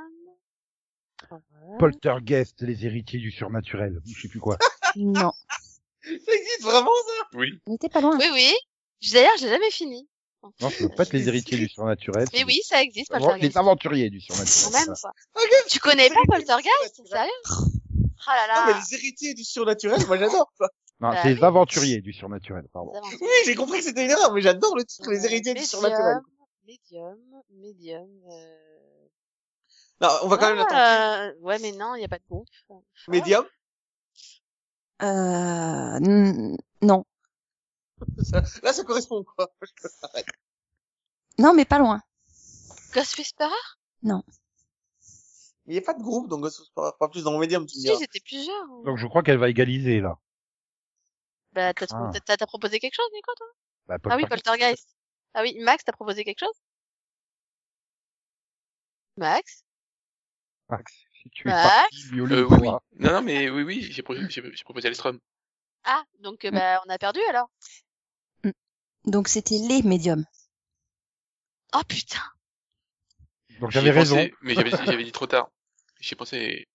Speaker 4: Horreur.
Speaker 1: Poltergeist, les héritiers du surnaturel. ou Je sais plus quoi.
Speaker 3: Non.
Speaker 2: Ça existe vraiment, ça?
Speaker 5: Oui.
Speaker 3: On était pas loin.
Speaker 4: Oui, oui. J'ai- D'ailleurs, j'ai jamais fini.
Speaker 1: Non, ça doit pas être les héritiers du surnaturel.
Speaker 4: Mais
Speaker 1: c'est
Speaker 4: Eh oui, ça existe,
Speaker 1: les-
Speaker 4: Poltergeist.
Speaker 1: Les aventuriers du
Speaker 4: Quand
Speaker 1: surnaturel.
Speaker 4: même,
Speaker 1: voilà.
Speaker 4: quoi.
Speaker 2: Ah, gars,
Speaker 4: Tu connais
Speaker 2: c'est
Speaker 4: pas
Speaker 2: les héritiers
Speaker 4: Poltergeist
Speaker 2: du
Speaker 4: Sérieux Oh là
Speaker 2: Non,
Speaker 4: là.
Speaker 2: mais les héritiers du surnaturel, moi, j'adore, ça.
Speaker 1: Non,
Speaker 4: Bah
Speaker 1: c'est
Speaker 4: oui.
Speaker 1: les aventuriers du surnaturel, pardon.
Speaker 4: les
Speaker 2: (laughs)
Speaker 4: aventures.
Speaker 2: Oui, j'ai compris que c'était une erreur, mais j'adore le titre, les
Speaker 4: Euh,
Speaker 2: héritiers du
Speaker 4: médium,
Speaker 2: surnaturel.
Speaker 4: Médium, médium. euh,
Speaker 2: Non, on va quand même l'attendre.
Speaker 4: ah, ouais, mais non, il n'y a pas de groupe.
Speaker 2: Medium.
Speaker 3: Euh, n- non.
Speaker 2: Ça- Là, ça correspond, quoi.
Speaker 3: Non, mais pas loin.
Speaker 4: Ghost Whisperer
Speaker 2: Il n'y a pas de groupe, donc, pas plus dans Medium, tu me
Speaker 4: Si,
Speaker 2: diras.
Speaker 4: j'étais plusieurs.
Speaker 1: Donc je crois qu'elle va égaliser là.
Speaker 4: Bah, t'as trou-
Speaker 1: Ah.
Speaker 4: t'as- t'as proposé quelque chose, Nico, toi
Speaker 1: Bah,
Speaker 4: Ah oui,
Speaker 1: Poltergeist.
Speaker 4: Poltergeist. Ah oui, Max, t'as proposé quelque chose Max
Speaker 1: Max, si tu es
Speaker 4: Max
Speaker 1: parti, violer
Speaker 5: Euh,
Speaker 1: le
Speaker 5: oui, oui.
Speaker 1: bois.
Speaker 5: Non, non, mais oui, oui, j'ai proposé, j'ai j'ai proposé Hellstrom.
Speaker 4: Ah, donc euh,
Speaker 3: Mm.
Speaker 4: bah, on a perdu alors
Speaker 3: Donc c'était les médiums.
Speaker 4: Oh putain
Speaker 1: Donc
Speaker 5: J'y ai
Speaker 1: j'avais raison.
Speaker 5: pensé, mais j'avais j'avais dit trop tard. J'ai pensé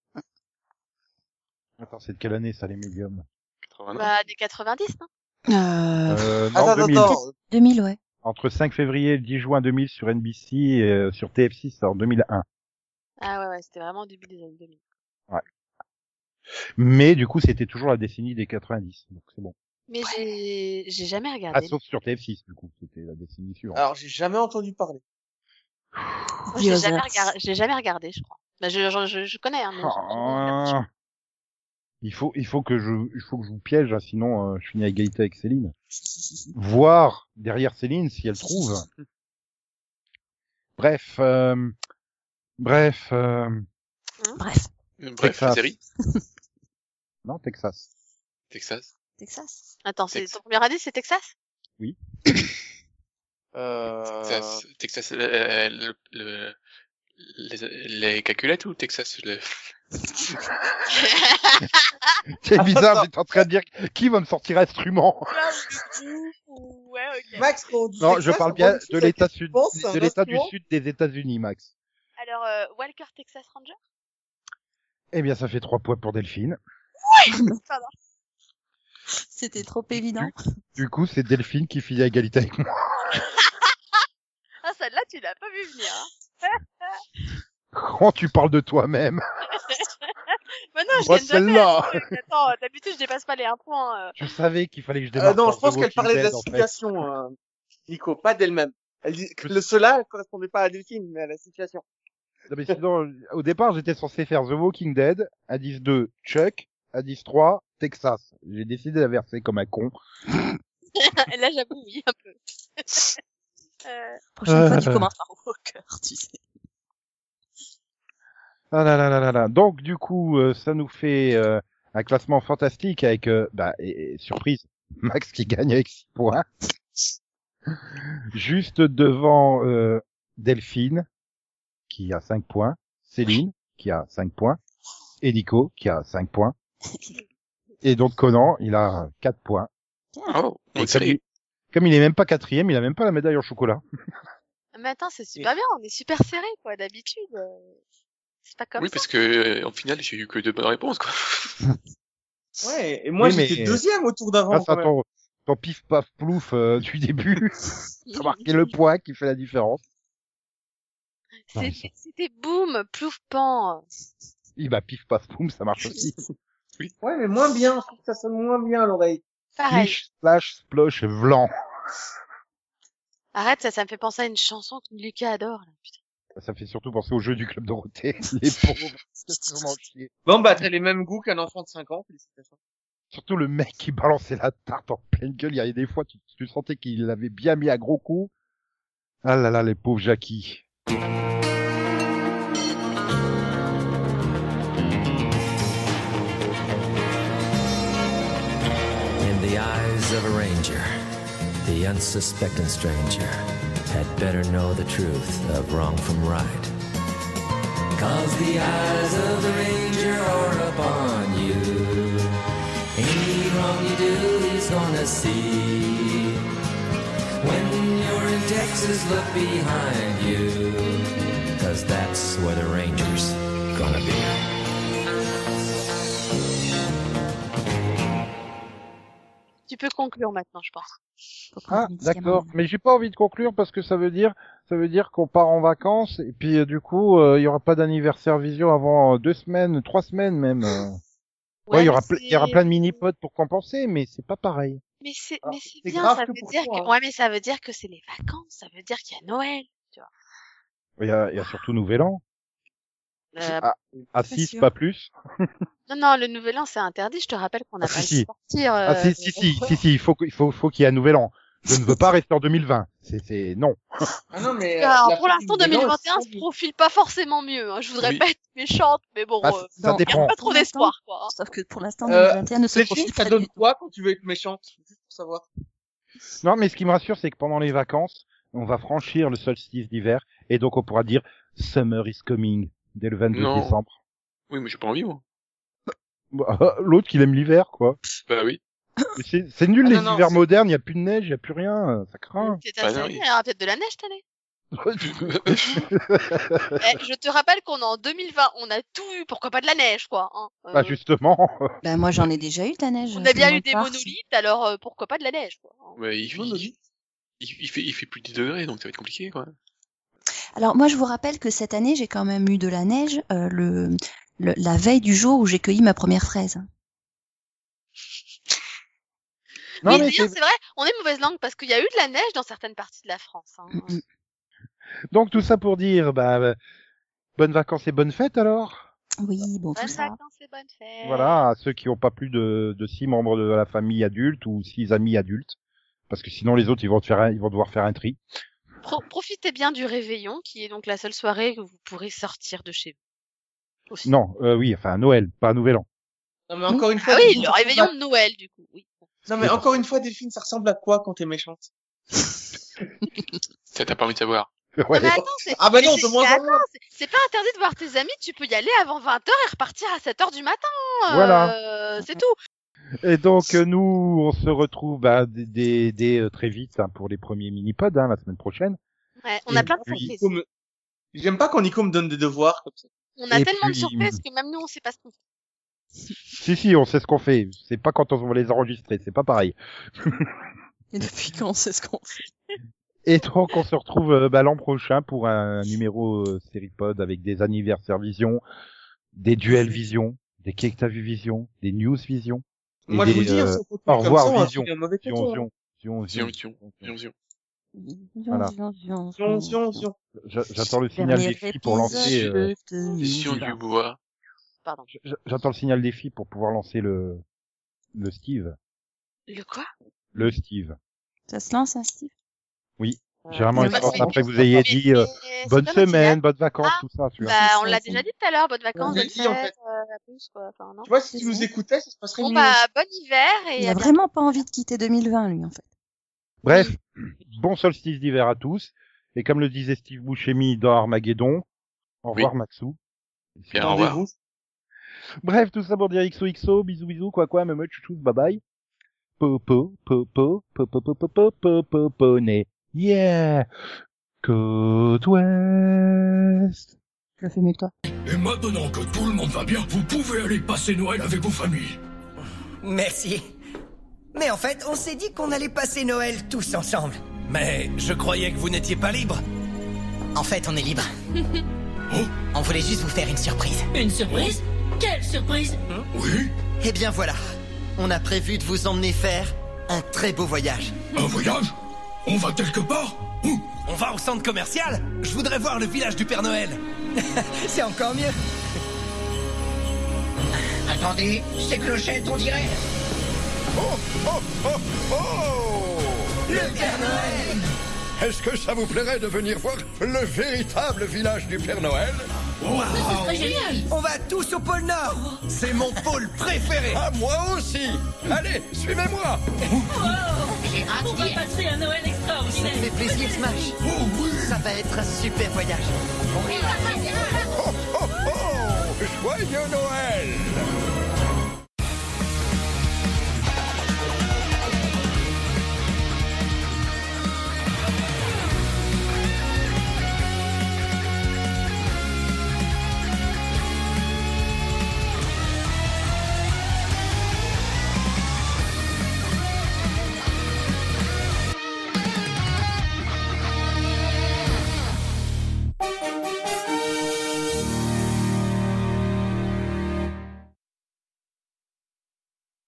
Speaker 1: Attends, c'est de quelle année ça les médiums Ah
Speaker 5: 89.
Speaker 4: Bah, des 90, non
Speaker 3: Euh,
Speaker 1: euh, non,
Speaker 2: Attends, attends,
Speaker 1: 2000.
Speaker 2: attends.
Speaker 3: 2000, ouais.
Speaker 1: Entre 5 février et le 10 juin 2000 sur NBC et euh, sur TF6 en 2001.
Speaker 4: Ah ouais, ouais, c'était vraiment au début des années 2000.
Speaker 1: Mais du coup, c'était toujours la décennie des 90. Donc c'est bon.
Speaker 4: Mais j'ai j'ai jamais regardé.
Speaker 1: Ah, sauf sur TF6 du coup, c'était la décennie suivante.
Speaker 2: Alors, j'ai jamais entendu parler.
Speaker 4: Moi, J'ai
Speaker 3: The
Speaker 4: jamais,
Speaker 3: Others.
Speaker 4: regardé, j'ai jamais regardé, je crois. Bah, je, je, je, je connais, hein,
Speaker 2: (laughs)
Speaker 4: mais j'ai jamais regardé.
Speaker 1: Ah. Il faut, il faut que je, il faut que je vous piège, hein, sinon euh, je finis à égalité avec Céline. Voir derrière Céline si elle trouve. Bref, euh, bref, euh,
Speaker 3: Bref.
Speaker 5: Bref, la
Speaker 1: Texas.
Speaker 5: série.
Speaker 1: non Texas. (laughs)
Speaker 5: Texas.
Speaker 3: Texas.
Speaker 4: Attends, c'est
Speaker 5: Texas.
Speaker 4: ton premier indice, c'est Texas
Speaker 2: Euh...
Speaker 5: Texas. Texas. euh, le- le- les, les caculettes ou Texas le...
Speaker 2: (laughs)
Speaker 1: C'est bizarre,
Speaker 2: Attends.
Speaker 1: j'étais en train de dire qui va me sortir instrument.
Speaker 4: Ouais, ok.
Speaker 2: Max, quand on dit
Speaker 1: Non,
Speaker 2: Texas,
Speaker 1: je parle
Speaker 2: on
Speaker 1: bien
Speaker 2: pense
Speaker 1: de
Speaker 2: à quelque
Speaker 1: l'État sud,
Speaker 2: pense, c'est un
Speaker 1: de l'État du
Speaker 2: instrument
Speaker 1: sud des États-Unis, Max.
Speaker 4: Alors, euh, Walker Texas Ranger
Speaker 1: Eh bien, ça fait trois points pour Delphine.
Speaker 3: C'était trop évident.
Speaker 1: Du coup, c'est Delphine qui finit à égalité avec moi. (laughs)
Speaker 4: Ah, celle-là, tu l'as pas vu venir. Hein.
Speaker 1: Quand tu parles de
Speaker 2: (laughs)
Speaker 1: toi-même,
Speaker 4: Bah non, je
Speaker 1: Moi,
Speaker 4: viens de le
Speaker 1: celle-là.
Speaker 4: faire. ce truc. Attends, d'habitude, je dépasse pas les 1 point. euh.
Speaker 1: je savais qu'il fallait que je
Speaker 2: Euh,
Speaker 1: démarre.
Speaker 2: non,
Speaker 1: par
Speaker 2: je
Speaker 1: The
Speaker 2: pense qu'elle
Speaker 1: Walking
Speaker 2: parlait de la
Speaker 1: Dead, en fait.
Speaker 2: situation, euh, Nico, pas d'elle-même. Elle dit que le cela ne correspondait pas à Delphine, mais à la situation.
Speaker 1: Non, mais sinon, au départ, j'étais censé faire The Walking Dead, indice 2, Chuck, indice 3, Texas. J'ai décidé d'inverser comme un con.
Speaker 4: Et Là, j'avoue, oui, un peu. (laughs) Euh,
Speaker 3: Prochaine fois, tu
Speaker 1: Euh.
Speaker 3: commences par Walker, tu sais.
Speaker 1: Ah là là là là là. Donc, du coup, euh, ça nous fait euh, un classement fantastique avec, euh, bah, et, et surprise, (laughs) Max qui gagne avec 6 points. Juste devant euh, Delphine, qui a 5 points, Céline, qui a 5 points, et Nico, qui a 5 points. Et donc Conan, il a 4 points.
Speaker 5: Oh,
Speaker 1: Et
Speaker 5: on
Speaker 1: comme, il, comme il est même pas quatrième, il a même pas la médaille en chocolat.
Speaker 4: Mais attends, c'est super bien, on est super serré, quoi, d'habitude. euh, C'est pas comme
Speaker 5: Oui,
Speaker 4: ça.
Speaker 5: parce que euh, en finale, j'ai eu que deux bonnes réponses, quoi.
Speaker 2: Ouais, et moi
Speaker 1: Oui, mais- Ah,
Speaker 2: j'étais deuxième au tour d'avant.
Speaker 1: Grâce
Speaker 2: quand
Speaker 1: à
Speaker 2: même.
Speaker 1: ton, ton pif paf plouf euh, (laughs) du début, t'as marqué le point qui fait la différence.
Speaker 4: C'était- C'était boum, plouf, pan.
Speaker 1: Il bah pif paf plouf, ça marche aussi. (laughs)
Speaker 2: Ouais, mais moins bien, je trouve que ça sonne moins bien à l'oreille.
Speaker 4: Pareil.
Speaker 1: Plich, slash, splosh, vlan.
Speaker 4: Arrête, ça, ça me fait penser à une chanson que Lucas adore. Là. Putain.
Speaker 1: Ça fait surtout penser au jeu du club (laughs) Dorothée. Les pauvres, qu'est-ce qu'on en chier.
Speaker 2: Bon bah t'as les mêmes goûts qu'un enfant de 5 ans, félicitations.
Speaker 1: Surtout le mec qui balançait la tarte en pleine gueule. Il y avait des fois, tu, tu sentais qu'il l'avait bien mis à gros coups. Ah là là, les pauvres Jackie.
Speaker 10: In the eyes of a ranger, the unsuspecting stranger had better know the truth of wrong from right. Cause the eyes of the ranger are upon you. Any wrong you do, he's gonna see. When you're in Texas, look behind you. Cause that's where the ranger's gonna be.
Speaker 4: Tu peux conclure maintenant, je pense.
Speaker 3: Faut prendre
Speaker 1: Ah,
Speaker 3: des médicaments.
Speaker 1: d'accord. Mais j'ai pas envie de conclure parce que ça veut dire, ça veut dire qu'on part en vacances et puis euh, du coup, euh, il y aura pas d'anniversaire vision avant euh, deux semaines, trois semaines même. euh. Ouais, il y
Speaker 4: mais
Speaker 1: aura, ple- il y aura
Speaker 4: c'est-
Speaker 1: plein de mini Ah, pods pour compenser, mais c'est pas pareil.
Speaker 4: Mais c'est,
Speaker 2: Alors,
Speaker 4: mais c'est
Speaker 2: c'est
Speaker 4: bien,
Speaker 2: grave
Speaker 4: ça
Speaker 2: que
Speaker 4: veut
Speaker 2: pour
Speaker 4: dire
Speaker 2: toi,
Speaker 4: que,
Speaker 2: hein.
Speaker 4: ouais, mais ça veut dire que c'est les vacances, ça veut dire qu'il y a Noël.
Speaker 1: Il y a, il y a surtout Nouvel An.
Speaker 4: Euh,
Speaker 1: Ah, à
Speaker 3: pas
Speaker 1: 6,
Speaker 3: sûr.
Speaker 1: pas plus.
Speaker 4: non, non, le nouvel an, c'est interdit, je te rappelle qu'on n'a
Speaker 1: Ah,
Speaker 4: pas
Speaker 1: si,
Speaker 4: le
Speaker 1: si.
Speaker 4: droit de sortir.
Speaker 1: Ah,
Speaker 4: euh,
Speaker 1: si, si, si, si, si, il faut, qu'il- il faut, faut qu'il y ait un Nouvel An. Je ne veux pas rester en 2020. C'est, c'est, non.
Speaker 2: Ah non mais...
Speaker 4: Alors,
Speaker 2: euh, la
Speaker 4: pour l'instant,
Speaker 2: politique des gens, elle
Speaker 4: 2021
Speaker 2: se
Speaker 4: se profile pas forcément mieux. Hein. Je voudrais
Speaker 5: Oui.
Speaker 4: pas être méchante, mais bon,
Speaker 1: Ah,
Speaker 4: euh,
Speaker 1: ça
Speaker 3: non.
Speaker 1: dépend.
Speaker 4: pas trop d'espoir, quoi. hein.
Speaker 3: Sauf que pour l'instant,
Speaker 2: Euh,
Speaker 3: 2021 ne se
Speaker 2: Les films,
Speaker 3: profite
Speaker 2: ça
Speaker 3: pas
Speaker 2: donne
Speaker 3: du tout.
Speaker 2: quoi quand tu veux être méchant Juste pour savoir.
Speaker 1: Non, mais ce qui me rassure, c'est que pendant les vacances, on va franchir le solstice d'hiver et donc on pourra dire Summer is coming dès le 22
Speaker 5: Non.
Speaker 1: décembre.
Speaker 5: Oui, mais j'ai pas envie, moi.
Speaker 1: Bah, (laughs) L'autre qu'il aime l'hiver,
Speaker 2: (laughs)
Speaker 1: quoi.
Speaker 5: Bah oui.
Speaker 1: Mais C'est c'est nul
Speaker 2: Ah
Speaker 1: les
Speaker 2: non, non,
Speaker 1: hivers
Speaker 2: c'est-
Speaker 1: modernes, il a plus de neige, il a plus rien, euh, ça
Speaker 2: (laughs)
Speaker 1: craint. (laughs)
Speaker 4: Peut-être
Speaker 5: Bah
Speaker 4: cette
Speaker 5: non,
Speaker 4: année,
Speaker 5: il-
Speaker 4: il y aura peut-être hein, de la neige cette année. Eh, je te rappelle qu'on est en 2020, on a tout eu, pourquoi pas de la neige, quoi. hein. Euh,
Speaker 1: Bah
Speaker 2: (laughs)
Speaker 1: justement,
Speaker 3: Ben moi, j'en ai déjà eu de la neige.
Speaker 4: on
Speaker 3: tout
Speaker 4: a
Speaker 3: le
Speaker 4: bien
Speaker 3: monde
Speaker 4: eu des
Speaker 3: part.
Speaker 4: monolithes, alors euh, pourquoi pas de la neige, quoi. hein.
Speaker 5: (laughs) Mais il,
Speaker 2: Non, non,
Speaker 5: il, il- il fait, il fait plus de 10 degrés, donc ça va être compliqué, quoi.
Speaker 3: Alors moi, je vous rappelle que cette année, j'ai quand même eu de la neige euh, le, le- la veille du jour où j'ai cueilli ma première fraise.
Speaker 1: Non,
Speaker 4: oui,
Speaker 1: mais
Speaker 4: d'ailleurs,
Speaker 1: c'est-
Speaker 4: c'est vrai, on est mauvaise langue parce qu'il y a eu de la neige dans certaines parties de la France. hein.
Speaker 3: Mm, mm.
Speaker 1: donc tout ça pour dire, bah, euh, bonnes vacances et bonnes fêtes alors.
Speaker 3: Oui, bon, tout
Speaker 4: Bonnes
Speaker 3: ça.
Speaker 4: vacances et bonnes fêtes.
Speaker 1: Voilà, à ceux qui n'ont pas plus de, de six membres de la famille adulte ou six amis adultes, parce que sinon les autres ils vont, te faire un- ils vont devoir faire un tri.
Speaker 4: Pro- profitez bien du réveillon, qui est donc la seule soirée que vous pourrez sortir de chez vous. Aussi.
Speaker 1: Non, euh, oui, enfin Noël, pas Nouvel An. (laughs)
Speaker 2: Non mais encore une fois...
Speaker 4: Ah oui,
Speaker 2: Delphine,
Speaker 4: le
Speaker 2: ça ressemble
Speaker 4: réveillon de Noël, du coup. Oui.
Speaker 2: à- Non mais encore une fois, Delphine, ça ressemble à quoi quand t'es méchante
Speaker 5: Ça t'a permis de savoir.
Speaker 1: Ouais.
Speaker 4: Non, mais attends, c'est...
Speaker 2: Ah bah
Speaker 4: mais
Speaker 2: non,
Speaker 4: c'est-
Speaker 2: de moins
Speaker 4: mais
Speaker 2: en moins
Speaker 4: attends, c'est- c'est pas interdit de voir tes amis, tu peux y aller avant 20h et repartir à 7h du matin. euh,
Speaker 1: Voilà.
Speaker 4: C'est tout.
Speaker 1: (laughs) Et donc euh, nous, on se retrouve bah, des, des, des, euh, très vite hein, pour les premiers mini-pods hein, la semaine prochaine.
Speaker 4: Ouais, on a
Speaker 1: Et
Speaker 4: plein de
Speaker 1: puis-
Speaker 4: surprises.
Speaker 2: Nico me- J'aime pas quand Nico me donne des devoirs comme ça.
Speaker 4: On a
Speaker 1: et
Speaker 4: tellement
Speaker 1: puis-
Speaker 4: de surprises que même nous, on sait pas ce qu'on fait.
Speaker 1: Si si, on sait ce qu'on fait. C'est pas quand on va les enregistrer, c'est pas pareil.
Speaker 3: Et depuis quand c'est ce qu'on fait
Speaker 1: Et donc on se retrouve euh, bah, l'an prochain pour un numéro euh, série pod avec des anniversaires vision, des duels vision, des qu'est-ce que t'as vu vision, des news vision, et
Speaker 2: Moi je
Speaker 1: des,
Speaker 2: vous dis, hein,
Speaker 1: euh,
Speaker 2: si on continue
Speaker 1: au
Speaker 2: comme
Speaker 1: revoir,
Speaker 2: ça, on va
Speaker 1: vision.
Speaker 2: trouver un mauvais
Speaker 1: vision,
Speaker 2: coton. hein.
Speaker 1: vision, vision,
Speaker 5: Zion,
Speaker 1: vision.
Speaker 5: zion, zion, zion.
Speaker 1: Voilà.
Speaker 3: Zion, zion,
Speaker 2: Zion,
Speaker 3: zion, zion.
Speaker 2: zion, zion.
Speaker 1: J'a- J'attends le signal
Speaker 3: Dernier
Speaker 1: des filles pour
Speaker 3: épisode
Speaker 1: lancer. euh,
Speaker 3: de
Speaker 5: Les Sions
Speaker 1: bah.
Speaker 3: 2020.
Speaker 5: du bois.
Speaker 4: Pardon.
Speaker 1: J- J'attends le signal des filles pour pouvoir lancer le le Steve.
Speaker 4: Le quoi
Speaker 1: Le Steve.
Speaker 3: Ça se lance, hein, Steve
Speaker 1: Oui.
Speaker 4: Euh,
Speaker 1: Généralement,
Speaker 3: Oui,
Speaker 1: ils
Speaker 3: bah,
Speaker 1: sortent
Speaker 3: c'est-
Speaker 1: après que vous ayez
Speaker 4: Mais-
Speaker 1: dit euh,
Speaker 4: mais c'est
Speaker 1: bonne
Speaker 4: pas
Speaker 3: hein.
Speaker 4: motivé.
Speaker 1: semaine, bonnes vacances,
Speaker 4: Ah,
Speaker 1: tout ça, tu vois.
Speaker 4: Bah,
Speaker 3: C'est
Speaker 4: on
Speaker 3: ça,
Speaker 4: l'a
Speaker 3: c'est-
Speaker 4: déjà dit tout à l'heure, bonnes
Speaker 2: On
Speaker 4: vacances,
Speaker 2: l'a
Speaker 4: bonne
Speaker 2: dit, en
Speaker 4: fête, euh, à plus, quoi. Enfin, non.
Speaker 2: Tu vois, si
Speaker 3: C'est
Speaker 2: vous
Speaker 3: ça.
Speaker 2: écoutez, ça se passerait
Speaker 4: Bon,
Speaker 2: mieux.
Speaker 4: bah, bon hiver et
Speaker 3: Il
Speaker 4: à
Speaker 3: a
Speaker 4: bientôt.
Speaker 3: vraiment pas envie de quitter 2020, lui, en fait.
Speaker 1: Bref, bon solstice d'hiver à tous. Et comme le disait Steve Buscemi dans Armageddon, au revoir Maxou.
Speaker 5: Bien, au revoir.
Speaker 2: Rendez-vous.
Speaker 1: Bref, tout ça pour dire XOXO, bisous bisous, quoi quoi, me chouchou, bye bye. Po po po po po po po po po po po po né. Yeah. Côte ouest.
Speaker 3: Je le fais mieux que toi.
Speaker 6: Et maintenant que tout le monde va bien, vous pouvez aller passer Noël avec vos familles.
Speaker 7: Merci. Mais en fait, on s'est dit qu'on allait passer Noël tous ensemble.
Speaker 6: Mais je croyais que vous n'étiez pas libre.
Speaker 7: En fait, on est libre. on voulait juste vous faire une surprise.
Speaker 10: Une surprise Quelle surprise
Speaker 6: Oui,
Speaker 7: Eh bien voilà. On a prévu de vous emmener faire un très beau voyage.
Speaker 6: un voyage On va quelque part Où On va au centre commercial Je voudrais voir le village du Père Noël. (laughs)
Speaker 7: C'est encore mieux.
Speaker 11: Attendez, ces clochettes, on dirait.
Speaker 6: Oh, Est-ce que ça vous plairait de venir voir le véritable village du Père Noël
Speaker 10: C'est très génial
Speaker 7: On va tous au pôle Nord.
Speaker 6: C'est mon pôle préféré Ah, moi aussi Allez, suivez-moi
Speaker 10: On va passer un Noël
Speaker 7: Ça
Speaker 10: extraordinaire
Speaker 7: fait plaisir, Smash. Ça va être un super voyage.
Speaker 6: Joyeux Noël